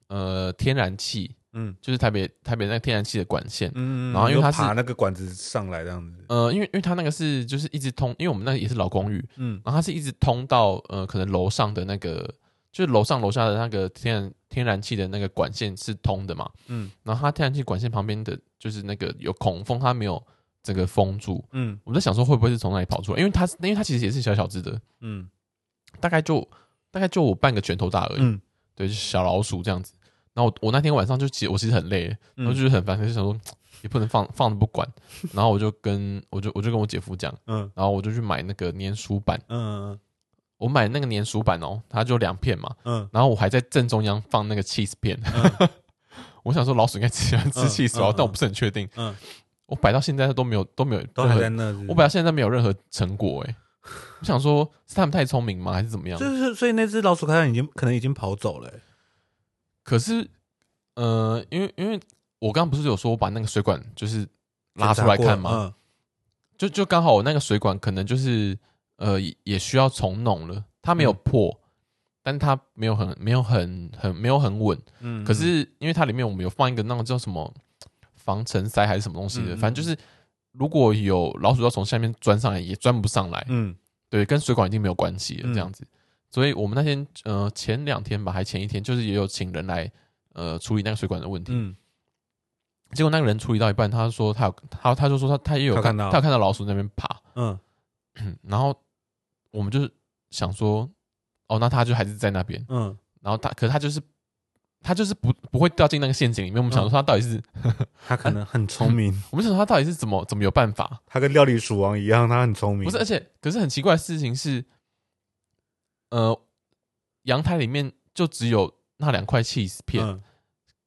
Speaker 1: 呃天然气，
Speaker 2: 嗯
Speaker 1: 就是台北台北那个天然气的管线。
Speaker 2: 嗯，
Speaker 1: 然后因为它是
Speaker 2: 爬那个管子上来这样子。
Speaker 1: 呃，因为因为它那个是就是一直通，因为我们那个也是老公寓，
Speaker 2: 嗯
Speaker 1: 然后它是一直通到呃可能楼上的那个，就是楼上楼下的那个天然天然气的那个管线是通的嘛。
Speaker 2: 嗯
Speaker 1: 然后它天然气管线旁边的就是那个有孔缝，它没有整个封住。
Speaker 2: 嗯
Speaker 1: 我们在想说会不会是从那里跑出来，因为它因为它其实也是小小只的，
Speaker 2: 嗯
Speaker 1: 大概就大概就我半个拳头大而已。
Speaker 2: 嗯，
Speaker 1: 对，就是小老鼠这样子。然后我我那天晚上就其实我其实很累，然后
Speaker 2: 嗯
Speaker 1: 就是很烦，就想说也不能放放着不管。然后我就跟我就我就跟我姐夫讲，
Speaker 2: 嗯
Speaker 1: 然后我就去买那个粘鼠板，
Speaker 2: 嗯
Speaker 1: 我买那个粘鼠板哦，它就两片嘛。
Speaker 2: 嗯
Speaker 1: 然后我还在正中央放那个 cheese 片，
Speaker 2: 嗯
Speaker 1: [LAUGHS] 我想说老鼠应该喜欢吃
Speaker 2: 嗯
Speaker 1: cheese 吧，
Speaker 2: 嗯
Speaker 1: 但我不是很确定。
Speaker 2: 嗯，
Speaker 1: 我摆到现在都没有都没有
Speaker 2: 都
Speaker 1: 任
Speaker 2: 还
Speaker 1: 何
Speaker 2: 在那。
Speaker 1: 我摆到现在都没有任何成果哎、 [LAUGHS] 我想说是他们太聪明吗，还是怎么样？
Speaker 2: 就是所以那只老鼠看已经可能已经跑走了。欸
Speaker 1: 可是，呃，因为因为我刚刚不是有说我把那个水管就是拉出来看
Speaker 2: 嗯
Speaker 1: 吗？？就就刚好我那个水管可能就是呃也也需要重弄了，它没有
Speaker 2: 嗯
Speaker 1: 破，但它没有很没有很很没有很稳。
Speaker 2: 嗯，
Speaker 1: 可是因为它里面我们有放一个那个叫什么防尘塞还是什么东西的，
Speaker 2: 嗯嗯
Speaker 1: 反正就是如果有老鼠要从下面钻上来，也钻不上来。
Speaker 2: 嗯
Speaker 1: 对，跟水管已经没有关系了，
Speaker 2: 嗯
Speaker 1: 这样子。所以我们那天呃前两天吧，还前一天，就是也有请人来呃处理那个水管的问题。
Speaker 2: 嗯
Speaker 1: 结果那个人处理到一半，他说他有他他就说他他也有
Speaker 2: 他看到
Speaker 1: 他有看到老鼠在那边爬，
Speaker 2: 嗯
Speaker 1: [CLEARS THROAT] 然后我们就是想说，哦，那他就还是在那边，
Speaker 2: 嗯
Speaker 1: 然后他可是他就是他就是不不会掉进那个陷阱里面。我们想说他到底是、 [LAUGHS]
Speaker 2: 它
Speaker 1: 啊
Speaker 2: 可能很聪明，
Speaker 1: 我们想说他到底是怎么怎么有办法？
Speaker 2: 它跟料理鼠王一样，它很聪明。
Speaker 1: 不是，而且可是很奇怪的事情是，呃，阳台里面就只有那两块 cheese 片，
Speaker 2: 嗯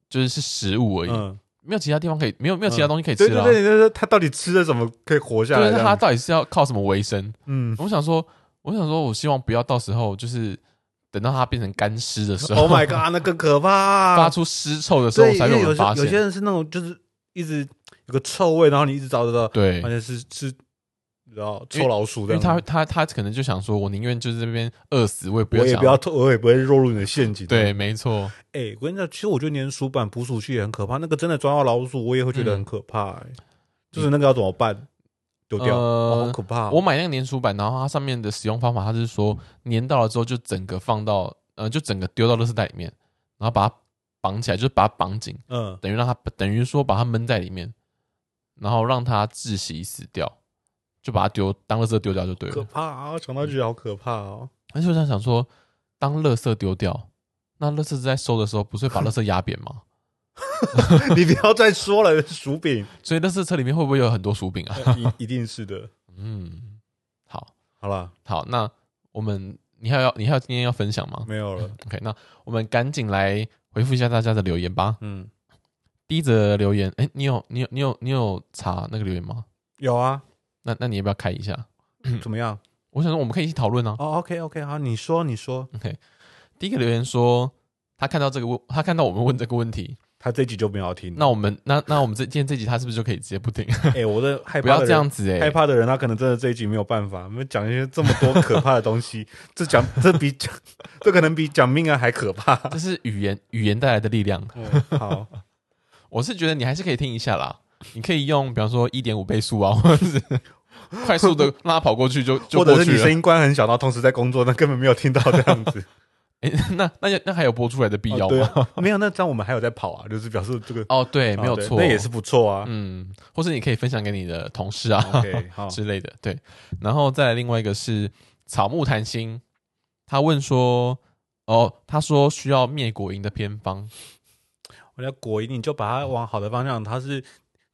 Speaker 1: 就是是食物而已，
Speaker 2: 嗯，
Speaker 1: 没有其他地方可以，没有没有其他东西可以吃
Speaker 2: 对
Speaker 1: 了、
Speaker 2: 对对，就是它到底吃了什么可以活下来？
Speaker 1: 啊就是他到底是要靠什么为生？
Speaker 2: 嗯
Speaker 1: [LAUGHS] 我想说，我想说，我希望不要到时候就是等到它变成干尸的时候
Speaker 2: [LAUGHS] [LAUGHS] ，Oh my god，那更可怕，
Speaker 1: 发出尸臭的时候
Speaker 2: 啊对，因
Speaker 1: 才
Speaker 2: 为
Speaker 1: 被我
Speaker 2: 有
Speaker 1: 们
Speaker 2: 些
Speaker 1: 发
Speaker 2: 有些
Speaker 1: 现。
Speaker 2: 人是那种就是一直有个臭味，然后你一直找找找，
Speaker 1: 对
Speaker 2: 而且是是然后臭老鼠
Speaker 1: 因
Speaker 2: 这
Speaker 1: 为
Speaker 2: 样，
Speaker 1: 他他他可能就想说，我宁愿就是这边饿死，我也不要
Speaker 2: 我也
Speaker 1: 想
Speaker 2: 不要，我也不会落入你的陷阱。
Speaker 1: 对，，没错，
Speaker 2: 哎，我跟你讲，其实我觉得粘鼠板捕鼠器也很可怕，那个真的抓到老鼠，我也会觉得很
Speaker 1: 嗯
Speaker 2: 可怕、哎就是那个要怎么办？丢掉，
Speaker 1: 呃
Speaker 2: 哦好可怕！
Speaker 1: 我买那个粘鼠板，然后它上面的使用方法，它是说粘到了之后就整个放到，呃，就整个丢到垃圾袋里面，然后把它绑起来，就是把它绑紧，
Speaker 2: 嗯，
Speaker 1: 等于让它等于说把它闷在里面，然后让它窒息死掉，就把它丢当垃圾丢掉就对
Speaker 2: 可
Speaker 1: 了。
Speaker 2: 怕啊！我想到就觉得好可
Speaker 1: [LAUGHS]
Speaker 2: 怕哦。
Speaker 1: 而且我在想说，当垃圾丢掉，那垃圾在收的时候不是会把垃圾压扁吗？
Speaker 2: 你不要再说了， [LAUGHS] 薯饼，
Speaker 1: 所以垃圾车里面会不会有很多薯饼啊？
Speaker 2: [LAUGHS] 一一定是的。
Speaker 1: 嗯，好
Speaker 2: 好啦，
Speaker 1: 好，那我们你还要你还有今天要分享吗
Speaker 2: 没有了。
Speaker 1: ？OK，那我们赶紧来回复一下大家的留言吧。
Speaker 2: 嗯，
Speaker 1: 第一则留言，哎、你有你有你有你有查那个留言吗？
Speaker 2: 有啊，
Speaker 1: 那那你要不要开一下？
Speaker 2: 怎么样？
Speaker 1: 我想说我们可以一起讨论啊。
Speaker 2: 哦，OK OK，好，你说，你说，
Speaker 1: OK，第一个留言说他看到这个问，他看到我们问这个问题，
Speaker 2: 他这集就没有要听。
Speaker 1: 那我们那那我们这今天这集他是不是就可以直接不听？
Speaker 2: 哎，我的害
Speaker 1: 不
Speaker 2: 怕
Speaker 1: 要
Speaker 2: 的
Speaker 1: 这样
Speaker 2: 人，
Speaker 1: 子哎、
Speaker 2: 害怕的人，他可能真的这一集没有办法。我们讲一些这么多可怕的
Speaker 1: [LAUGHS]
Speaker 2: 东西，这讲这比讲，这可能比讲命案还可怕。
Speaker 1: 这是语言语言带来的力量。
Speaker 2: 嗯好，
Speaker 1: 我是觉得你还是可以听一下啦，你可以用比方说一点五倍速啊， [LAUGHS] 或者是快速的让它跑过去就 [LAUGHS]
Speaker 2: [LAUGHS]
Speaker 1: 就
Speaker 2: 或者
Speaker 1: 过
Speaker 2: 是
Speaker 1: 去
Speaker 2: 你声
Speaker 1: 了。
Speaker 2: 音关很小，然后同时在工作，那根本没有听到这样
Speaker 1: [LAUGHS]
Speaker 2: 子。
Speaker 1: 哎、那那那还有播出来的必要
Speaker 2: 哦对
Speaker 1: 吗？
Speaker 2: 啊，没有，那这样我们还有在跑啊，就是表示这个
Speaker 1: 哦，对，没有
Speaker 2: 啊对
Speaker 1: 错，
Speaker 2: 那也是不错啊。
Speaker 1: 嗯，或是你可以分享给你的同事啊
Speaker 2: 哦 OK，好，
Speaker 1: 之类的。对，然后再来另外一个是草木谈心，他问说，哦，他说需要灭果蝇的偏方，
Speaker 2: 我觉得果蝇你就把它往好的方向，它是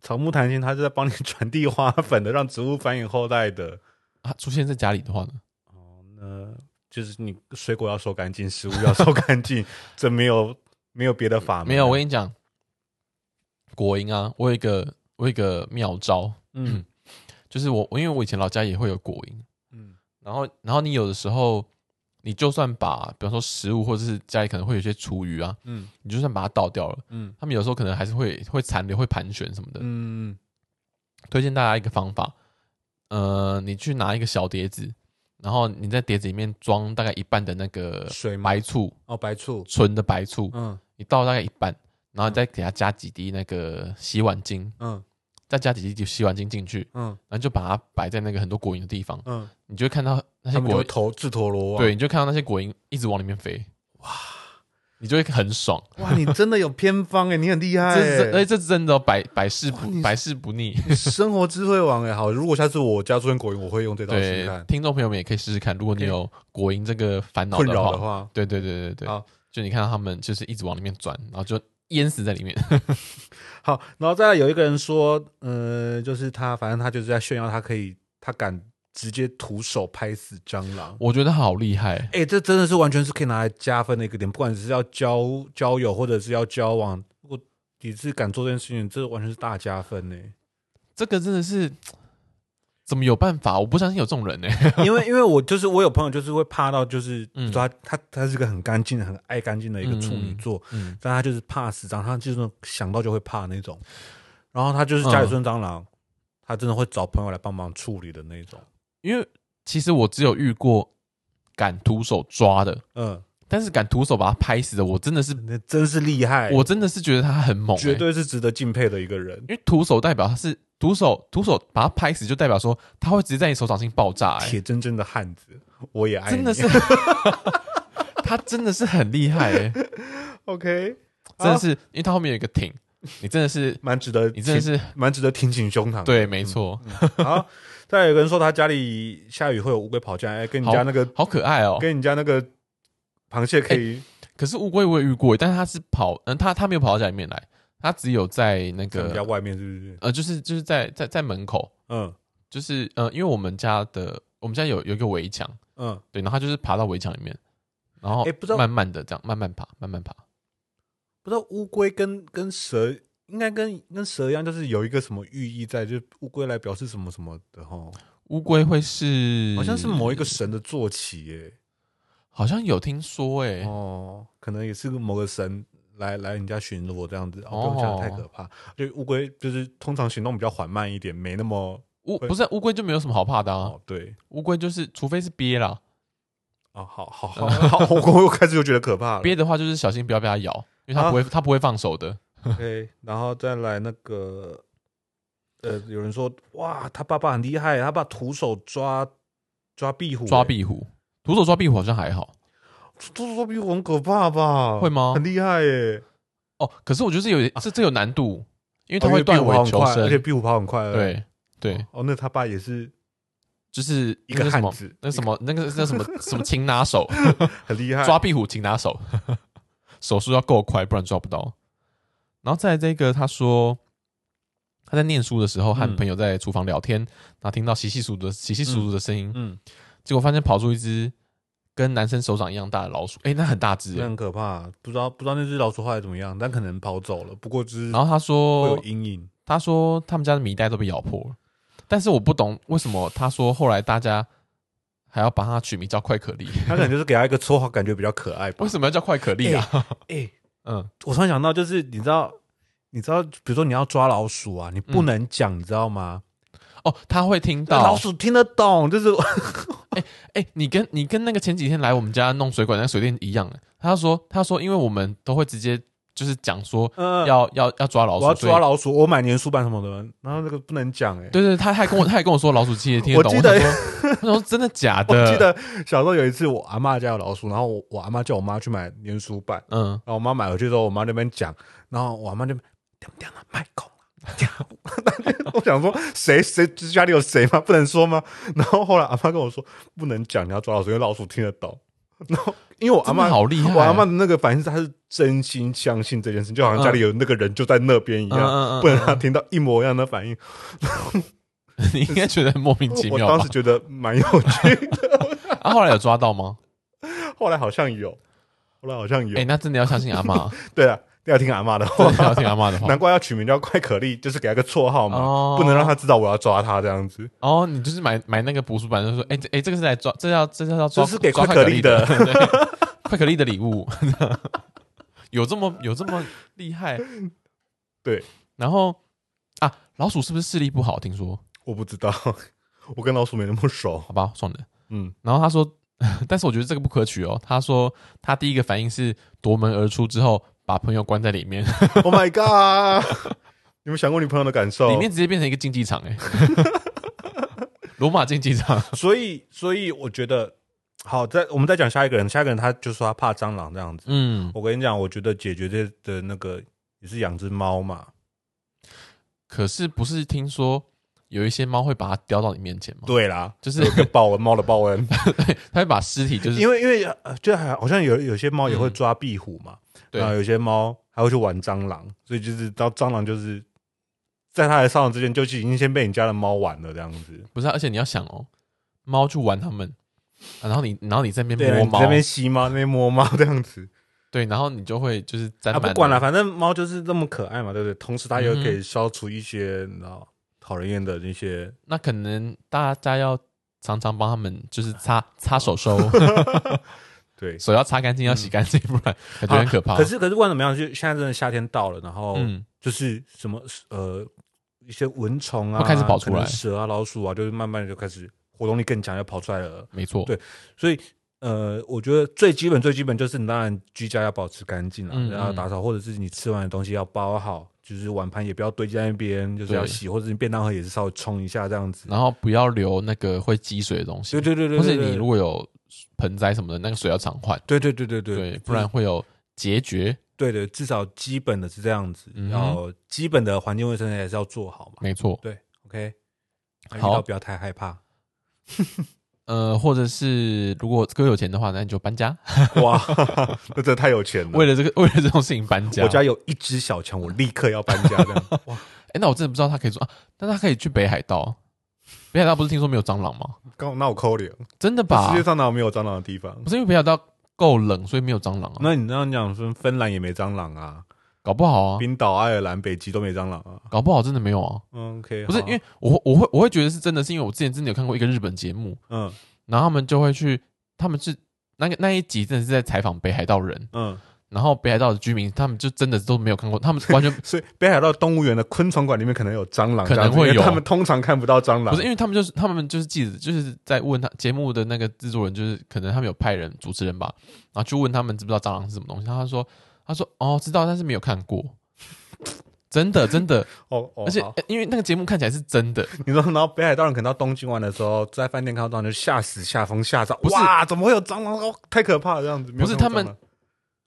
Speaker 2: 草木谈心，它是在帮你传递花粉的，让植物繁衍后代的。
Speaker 1: 啊，出现在家里的话呢，
Speaker 2: 哦，那就是你水果要收干净，食物要收干净，这没有啊没有别的法门。
Speaker 1: 没有，我跟你讲，果蝇啊，我有一个我有一个妙招，
Speaker 2: 嗯
Speaker 1: 就是我我因为我以前老家也会有果蝇，
Speaker 2: 嗯
Speaker 1: 然后然后你有的时候。你就算把，比方说食物或者是家里可能会有一些厨余啊，
Speaker 2: 嗯
Speaker 1: 你就算把它倒掉了，
Speaker 2: 嗯
Speaker 1: 他们有时候可能还是会会残留、会盘旋什么的。
Speaker 2: 嗯
Speaker 1: 推荐大家一个方法，呃，你去拿一个小碟子，然后你在碟子里面装大概一半的那个
Speaker 2: 水吗
Speaker 1: 白醋，
Speaker 2: 哦，白醋，
Speaker 1: 纯的白醋，
Speaker 2: 嗯
Speaker 1: 你倒大概一半，然后再给它加几滴那个洗碗精，
Speaker 2: 嗯
Speaker 1: 再加几滴洗碗精进去，
Speaker 2: 嗯
Speaker 1: 然后就把它摆在那个很多果蝇的地方，
Speaker 2: 嗯，
Speaker 1: 你就会看到那些
Speaker 2: 他们就
Speaker 1: 果
Speaker 2: 会，投自投罗网。
Speaker 1: 对，，你就看到那些果蝇一直往里面飞，哇，你就会很爽。
Speaker 2: 哇，你真的有偏方哎，你很厉害
Speaker 1: 这是真，而且
Speaker 2: 哎。
Speaker 1: 这是哎真的哦，百百试
Speaker 2: 哇你
Speaker 1: 不
Speaker 2: 是
Speaker 1: 百试不腻。
Speaker 2: 生活智慧王哎，好！如果下次我家出现果蝇，我会用这道试试
Speaker 1: 对
Speaker 2: 看，。
Speaker 1: 听众朋友们也可以试试看，如果你
Speaker 2: OK
Speaker 1: 有果蝇这个烦恼
Speaker 2: 困
Speaker 1: 的
Speaker 2: 扰的
Speaker 1: 话，
Speaker 2: 话，
Speaker 1: 对对对对对，
Speaker 2: 好
Speaker 1: 就你看到他们就是一直往里面钻，然后就淹死在里面。
Speaker 2: 好，然后再来有一个人说，呃，就是他，反正他就是在炫耀他可以，他敢直接徒手拍死蟑螂。
Speaker 1: [LAUGHS] 我觉得好厉害，
Speaker 2: 哎、这真的是完全是可以拿来加分的一个点，不管是要交交友或者是要交往，如果你是敢做这件事情，这完全是大加分呢、 [LAUGHS]
Speaker 1: 这个真的是怎么有办法？我不相信有这种人呢、
Speaker 2: 因为因为我就是我有朋友就是会怕到就是，
Speaker 1: 嗯
Speaker 2: 说他他他是个很干净、很爱干净的一个处女座，
Speaker 1: 嗯，
Speaker 2: 但他就是怕死蟑螂，他就是那种想到就会怕那种。然后他就是家
Speaker 1: 嗯
Speaker 2: 里出现蟑螂，他真的会找朋友来帮忙处理的那种。
Speaker 1: 因为其实我只有遇过敢徒手抓的，
Speaker 2: 嗯，
Speaker 1: 但是敢徒手把它拍死的，我真的是，
Speaker 2: 那真是厉害，
Speaker 1: 我真的是觉得他很猛、欸，
Speaker 2: 绝对是值得敬佩的一个人。
Speaker 1: 因为徒手代表他是徒手，徒手把它拍死就代表说他会直接在你手掌心爆炸、欸，
Speaker 2: 铁铮铮的汉子，我也爱你。
Speaker 1: 真的是， [LAUGHS] 他真的是很厉害、欸，
Speaker 2: OK，
Speaker 1: 真的是，
Speaker 2: 啊
Speaker 1: 因为他后面有一个挺，你真的
Speaker 2: [LAUGHS]
Speaker 1: 是，
Speaker 2: 蛮值得挺，
Speaker 1: 你真的是，
Speaker 2: 蛮值得挺起胸膛。，
Speaker 1: 对，没错，
Speaker 2: 嗯好，再有个人说他家里下雨会有乌龟跑进来，哎跟你家那个，
Speaker 1: 好哎可爱哦。
Speaker 2: 跟你家那个螃蟹可以
Speaker 1: 可是乌龟我也遇过，欸但是它是跑，嗯，它它没有跑到家里面来，它只有在那
Speaker 2: 在我们家
Speaker 1: 个
Speaker 2: 外面，是不是？
Speaker 1: 呃，就是就是在在在门口，
Speaker 2: 嗯
Speaker 1: 就是呃，因为我们家的我们家有有一个围墙，
Speaker 2: 嗯，
Speaker 1: 对，然后它就是爬到围墙里面，然后
Speaker 2: 哎不知道
Speaker 1: 慢慢的这样慢慢爬，慢慢爬，
Speaker 2: 不知道乌龟跟跟蛇。应该跟跟蛇一样，就是有一个什么寓意在，就是乌龟来表示什么什么的哈，
Speaker 1: 乌龟会是
Speaker 2: 好像是某一个，神的坐骑哎耶、
Speaker 1: 好像有听说哎、
Speaker 2: 哦，可能也是个某个神来来你家巡
Speaker 1: 哦
Speaker 2: 逻这样子，哦，不用想得太可怕。就乌龟就是通常行动比较缓慢一点，没那么
Speaker 1: 乌
Speaker 2: 会
Speaker 1: 不是乌龟就没有什么好怕的啊，
Speaker 2: 哦，对，
Speaker 1: 乌龟就是除非是鳖啦，啊
Speaker 2: 哦，好好好 [LAUGHS] 好，我我开始就觉得可
Speaker 1: [LAUGHS]
Speaker 2: 怕了。
Speaker 1: 鳖的话就是小心不要被它咬，因为
Speaker 2: 啊
Speaker 1: 它不会它不会放手的。
Speaker 2: OK，然后再来那个，呃，有人说哇，他爸爸很厉害，他爸徒手抓抓壁虎、
Speaker 1: 抓
Speaker 2: 欸
Speaker 1: 壁虎，徒手抓壁虎好像还好
Speaker 2: 徒手抓壁虎很可怕吧？
Speaker 1: 会吗
Speaker 2: 很厉害耶、
Speaker 1: 哦，可是我觉得这有这这有难度，因为它
Speaker 2: 啊哦
Speaker 1: 会
Speaker 2: 壁
Speaker 1: 断
Speaker 2: 虎
Speaker 1: 尾
Speaker 2: 跑很
Speaker 1: 求
Speaker 2: 快，而且
Speaker 1: 生。
Speaker 2: 壁虎跑很快。，
Speaker 1: 对对，
Speaker 2: 哦，那他爸也是
Speaker 1: 就是
Speaker 2: 一
Speaker 1: 那
Speaker 2: 个
Speaker 1: 什
Speaker 2: 汉
Speaker 1: 么
Speaker 2: 子，
Speaker 1: 那什么那个那什
Speaker 2: [LAUGHS]
Speaker 1: 么什么擒拿手，
Speaker 2: 很厉
Speaker 1: [LAUGHS]
Speaker 2: 害。
Speaker 1: 抓壁虎擒拿手，手速要够快，不然抓不到。然后再来这个，他说他在念书的时候和
Speaker 2: 嗯
Speaker 1: 朋友在厨房聊天，然后听到稀稀疏疏的稀稀疏疏的声音，
Speaker 2: 嗯，
Speaker 1: 结果发现跑出一只跟男生手掌一样大的老鼠，哎、那很大只、欸。
Speaker 2: 那很可怕，不知道不知道那只老鼠后来怎么样，但可能跑走了。不过只是
Speaker 1: 然后他
Speaker 2: 会
Speaker 1: 说
Speaker 2: 有，阴影。
Speaker 1: 他说他们家的米袋都被咬破了，但是我不懂为什么他说后来大家还要把它取名叫快可丽， [LAUGHS]
Speaker 2: 他可能就是给他一个绰号，感觉比较可爱吧
Speaker 1: 为。什么要叫快可丽啊？
Speaker 2: 哎、
Speaker 1: 嗯，
Speaker 2: 我突然想到，就是你知道，你知道，比如说你要抓老鼠啊，你不能讲，你知道吗？
Speaker 1: 哦，他会听到
Speaker 2: 老鼠听得懂，就是
Speaker 1: 哎、你跟你跟那个前几天来我们家弄水管那个水电一样，欸他说他说，因为我们都会直接就是讲说
Speaker 2: 呃，
Speaker 1: 要、要要抓老鼠，
Speaker 2: 我要
Speaker 1: 所以
Speaker 2: 抓老鼠，我买年书版什么的，然后那个不能讲哎、
Speaker 1: 对对，他还跟我他还跟我说老鼠机也听得懂，
Speaker 2: 我记得
Speaker 1: 我想说我想说真的假
Speaker 2: [LAUGHS] 我
Speaker 1: 的？
Speaker 2: 记得小时候有一次，我阿嬷家有老鼠，然后我我阿嬷叫我妈去买年书版，
Speaker 1: 嗯，
Speaker 2: 然后我妈买回去之后，我妈那边讲，然后我阿妈就掉掉了卖狗了。我 [LAUGHS] 想说，谁谁家里有谁吗？不能说吗？ [LAUGHS] 然后后来阿妈跟我说，不能讲，你要抓老鼠，因为老鼠听得懂。然后因为我阿
Speaker 1: 真的
Speaker 2: 妈
Speaker 1: 好厉害啊 [LAUGHS]
Speaker 2: 我阿妈的那个反应是，她是真心相信这件事，就好像家里有那个人就在那边一
Speaker 1: 嗯
Speaker 2: 样，
Speaker 1: 嗯嗯，
Speaker 2: 不能让她听到一模一样的反应。
Speaker 1: 你应该觉得很莫名其
Speaker 2: 我
Speaker 1: 妙
Speaker 2: 当
Speaker 1: 吧
Speaker 2: 时？觉得蛮有趣， [LAUGHS]
Speaker 1: 啊，后来有抓到吗？
Speaker 2: 后来好像有，后来好像有。
Speaker 1: 哎、那真的要相信阿
Speaker 2: [LAUGHS]
Speaker 1: 妈，
Speaker 2: 对啊了，要听阿妈的
Speaker 1: 真
Speaker 2: 话
Speaker 1: 的。要听阿妈的话
Speaker 2: 难。怪要取名叫快可丽，就是给他个绰号嘛，
Speaker 1: 哦
Speaker 2: 不能让他知道我要抓他这样子。
Speaker 1: 哦，你就是买买那个补书版，就说，哎、这哎、这个是来抓，这要这是要抓，
Speaker 2: 这是给
Speaker 1: 抓
Speaker 2: 快
Speaker 1: 可
Speaker 2: 可
Speaker 1: 丽
Speaker 2: 丽
Speaker 1: [LAUGHS]
Speaker 2: 的
Speaker 1: 对快可丽的礼物， [LAUGHS] 有这么有这么厉害？
Speaker 2: 对，
Speaker 1: 然后啊，老鼠是不是视力不好？听说，
Speaker 2: 我不知道， [LAUGHS] 我跟老鼠没那么熟。
Speaker 1: 好吧，算了。
Speaker 2: 嗯，
Speaker 1: 然后他说， [LAUGHS] 但是我觉得这个不可取哦。他说他第一个反应是夺门而出之后，把朋友关在里面，
Speaker 2: [LAUGHS] Oh my god！你有没 [LAUGHS] 有想过你朋友的感受？
Speaker 1: 里面直接变成一个竞技场哎、 [LAUGHS] 罗马竞技场。
Speaker 2: 所以所以我觉得，好，再我们再讲下一个人，下一个人他就说他怕蟑螂这样子。
Speaker 1: 嗯，
Speaker 2: 我跟你讲，我觉得解决这的那个也是养只猫嘛。
Speaker 1: 可是不是听说有一些猫会把它叼到你面前吗？
Speaker 2: 对啦，
Speaker 1: 就是
Speaker 2: [LAUGHS] 有一个报恩猫的报恩，
Speaker 1: 它会把尸体就是
Speaker 2: 因为因为呃就还好像有有些猫也会抓壁虎嘛，
Speaker 1: 对
Speaker 2: 然后有些猫还会去玩蟑螂，所以就是到蟑螂就是在它来上网之前，就已经先被你家的猫玩了这样子。
Speaker 1: 不是啊、而且你要想哦，猫去玩它们、啊然后你然后你在那
Speaker 2: 对
Speaker 1: 边，摸
Speaker 2: 你在
Speaker 1: 猫，
Speaker 2: 那边吸猫，那边摸猫这样子。
Speaker 1: 对，然后你就会就是沾
Speaker 2: 啊，
Speaker 1: 满、
Speaker 2: 不管了，，反正猫就是这么可爱嘛，对不对？同时它又
Speaker 1: 嗯哼
Speaker 2: 可以消除一些你知道讨人厌的那些。
Speaker 1: 那可能大家要常常帮他们就是
Speaker 2: 哦
Speaker 1: 擦擦手
Speaker 2: [LAUGHS]
Speaker 1: 手，
Speaker 2: 对，
Speaker 1: 手要擦干净，要洗干净，不然感觉很可怕。
Speaker 2: 啊可是可是哦不管怎么样，就现在真的夏天到了，然后
Speaker 1: 嗯，
Speaker 2: 就是什么呃一些蚊虫啊，
Speaker 1: 会开始跑出来
Speaker 2: 可能蛇啊、老鼠啊，就是慢慢就开始活动力更强，要跑出来了。
Speaker 1: 没错，
Speaker 2: 对所以呃，我觉得最基本最基本就是你当然居家要保持干净啊
Speaker 1: 嗯，
Speaker 2: 然后打扫，或者是你吃完的东西要包好，就是碗盘也不要堆在那边，就是要
Speaker 1: 对
Speaker 2: 洗，或者是便当盒也是稍微冲一下这样子。
Speaker 1: 然后不要留那个会积水的东西
Speaker 2: 对，对对对，
Speaker 1: 或是
Speaker 2: 对
Speaker 1: 你如果有盆栽什么的，那个水要常换，
Speaker 2: 对对对对
Speaker 1: 对，
Speaker 2: 对，
Speaker 1: 不然会有结节。
Speaker 2: 对对，至少基本的是这样子，
Speaker 1: 嗯哼
Speaker 2: 然后基本的环境卫生还是要做好嘛。
Speaker 1: 没错，
Speaker 2: 对，OK，那遇哎
Speaker 1: 好
Speaker 2: 到不要太害
Speaker 1: [LAUGHS]
Speaker 2: 怕。
Speaker 1: 呃，或者是如果哥有钱的话，那你就搬家，
Speaker 2: 哇，那真的太有钱了！
Speaker 1: 为了这个为 [LAUGHS] 了这种事情搬嗯家。
Speaker 2: 我家有一只小强，我立刻要搬家。
Speaker 1: [LAUGHS]
Speaker 2: 这样哇，
Speaker 1: 哎、那我真的不知道他可以做啊，但他可以去北海道。北海道不是听说没有蟑螂吗？
Speaker 2: 刚好那我扣脸，
Speaker 1: 真的
Speaker 2: 世
Speaker 1: 吧
Speaker 2: 界？上哪有没有蟑螂的地方
Speaker 1: 不？是因为北海道够冷，所以没有蟑螂啊？
Speaker 2: 哦那你这样讲，芬芬兰也没蟑螂啊，
Speaker 1: 搞不好啊，
Speaker 2: 冰岛、爱尔兰、北极都没蟑螂啊。
Speaker 1: 搞不好真的没有啊。
Speaker 2: 嗯，OK，
Speaker 1: 不是
Speaker 2: 好
Speaker 1: 因为我会我会我会觉得是真的，是因为我之前真的有看过一个日本节目，
Speaker 2: 嗯
Speaker 1: 然后他们就会去，他们是那个那一集真的是在采访北海道人，
Speaker 2: 嗯
Speaker 1: 然后北海道的居民他们就真的都没有看过，他们完全
Speaker 2: 所以北海道动物园的昆虫馆里面可能有蟑螂
Speaker 1: 可
Speaker 2: 这样子，
Speaker 1: 能会
Speaker 2: 因为
Speaker 1: 有
Speaker 2: 他们通常看不到蟑螂
Speaker 1: 不是，因为他们就是他们就是记者就是在问他节目的那个制作人，就是可能他们有派人主持人吧，然后就问他们知不知道蟑螂是什么东西，然后他说他说哦知道，但是没有看过，真
Speaker 2: [LAUGHS]
Speaker 1: 的真的，
Speaker 2: 哦哦，
Speaker 1: 而且、
Speaker 2: 好
Speaker 1: 呃因为那个节目看起来是真的，
Speaker 2: 你说，然后北海道人可能到东京玩的时候，在饭店看到蟑螂就吓死、吓疯、吓到，
Speaker 1: 不是
Speaker 2: 哇，怎么会有蟑螂？哦，太可怕了，这样子。没有
Speaker 1: 不是
Speaker 2: 看过
Speaker 1: 他们
Speaker 2: 蟑螂，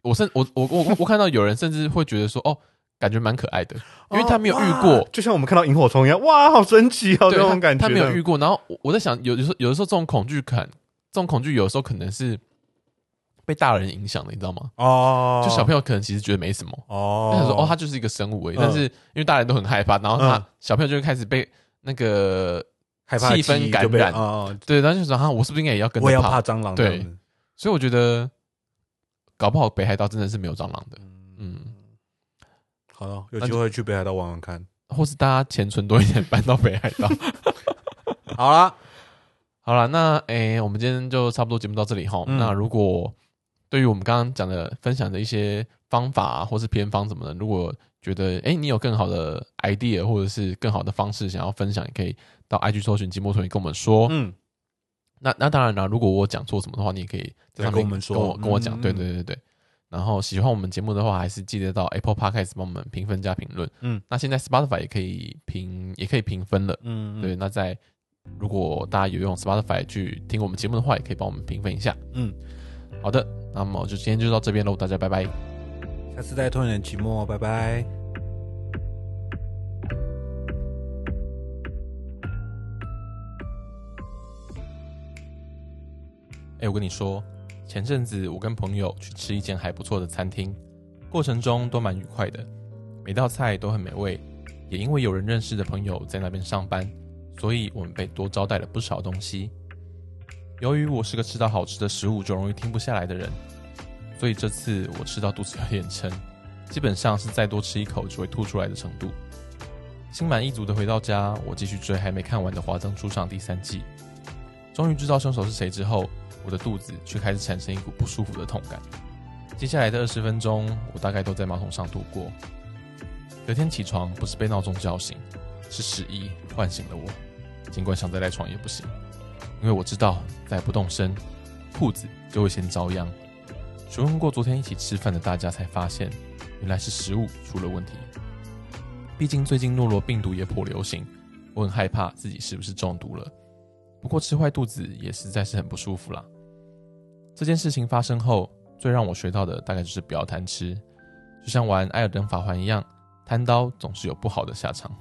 Speaker 1: 我甚我我我我看到有人甚至会觉得说哦感觉蛮可爱的，因为
Speaker 2: 哦
Speaker 1: 他没有遇
Speaker 2: 哇
Speaker 1: 过，
Speaker 2: 就像我们看到萤火虫一样，哇，好神奇哦，这
Speaker 1: 对
Speaker 2: 种感觉。
Speaker 1: 他，他没有遇过。然后我我在想，有的时候有的时候这种恐惧感，这种恐惧有的时候可能是被大人影响的，你知道吗？
Speaker 2: 哦，
Speaker 1: 就小朋友可能其实觉得没什么，
Speaker 2: 哦，
Speaker 1: 他想说哦，他就是一个生物而已。
Speaker 2: 嗯
Speaker 1: 但是因为大人都很害怕，然后他、
Speaker 2: 嗯
Speaker 1: 小朋友就会开始被那个
Speaker 2: 害怕的
Speaker 1: 气氛
Speaker 2: 记忆
Speaker 1: 感
Speaker 2: 就被
Speaker 1: 染
Speaker 2: 哦，
Speaker 1: 对，然后就说啊，我是不是应该也要跟
Speaker 2: 我也
Speaker 1: 着
Speaker 2: 要
Speaker 1: 怕？
Speaker 2: 怕蟑螂。
Speaker 1: 对
Speaker 2: 这样子，
Speaker 1: 所以我觉得，搞不好北海道真的是没有蟑螂的，嗯，
Speaker 2: 好了，有
Speaker 1: 那
Speaker 2: 机
Speaker 1: 就
Speaker 2: 会去北海道玩玩看。
Speaker 1: 或是大家钱存多一点， [LAUGHS] 搬到北海道。
Speaker 2: 好啦，
Speaker 1: 好了，那诶、我们今天就差不多节目到这里哈。
Speaker 2: 嗯
Speaker 1: 那如果对于我们刚刚讲的分享的一些方法、啊、或是偏方什么的，如果觉得诶、你有更好的 idea 或者是更好的方式想要分享，也可以到 IG 搜寻“寂寞同学”跟我们说。
Speaker 2: 嗯，
Speaker 1: 那那当然啦，如果我讲错什么的话，你也可以在上面
Speaker 2: 再跟我们说
Speaker 1: 跟我跟我
Speaker 2: 嗯
Speaker 1: 讲。
Speaker 2: 嗯
Speaker 1: 对对对对。然后喜欢我们节目的话，还是记得到 Apple Podcast 帮我们评分加评论。
Speaker 2: 嗯，
Speaker 1: 那现在 Spotify 也可以评，也可以评分了。
Speaker 2: 嗯，
Speaker 1: 对，，那在如果大家有用 Spotify 去听我们节目的话，也可以帮我们评分一下。
Speaker 2: 嗯，
Speaker 1: 好的，那么就今天就到这边喽，大家拜拜。
Speaker 2: 下次再拖你的寂寞，拜拜。
Speaker 1: 哎、我跟你说，前阵子我跟朋友去吃一间还不错的餐厅，过程中都蛮愉快的，每道菜都很美味。也因为有人认识的朋友在那边上班，所以我们被多招待了不少东西。由于我是个吃到好吃的食物就容易停不下来的人，所以这次我吃到肚子有点撑，基本上是再多吃一口就会吐出来的程度。心满意足的回到家，我继续追还没看完的《华灯初上》第三季。终于知道凶手是谁之后，我的肚子却开始产生一股不舒服的痛感。接下来的二十分钟，我大概都在马桶上度过。隔天起床不是被闹钟叫醒，是十一唤醒了我。尽管想再赖床也不行，因为我知道再不动身，裤子就会先遭殃。询问过昨天一起吃饭的大家，才发现原来是食物出了问题。毕竟最近诺罗病毒也颇流行，我很害怕自己是不是中毒了。不过吃坏肚子也实在是很不舒服啦。这件事情发生后，最让我学到的大概就是不要贪吃，就像玩《艾尔登法环》一样，贪刀总是有不好的下场。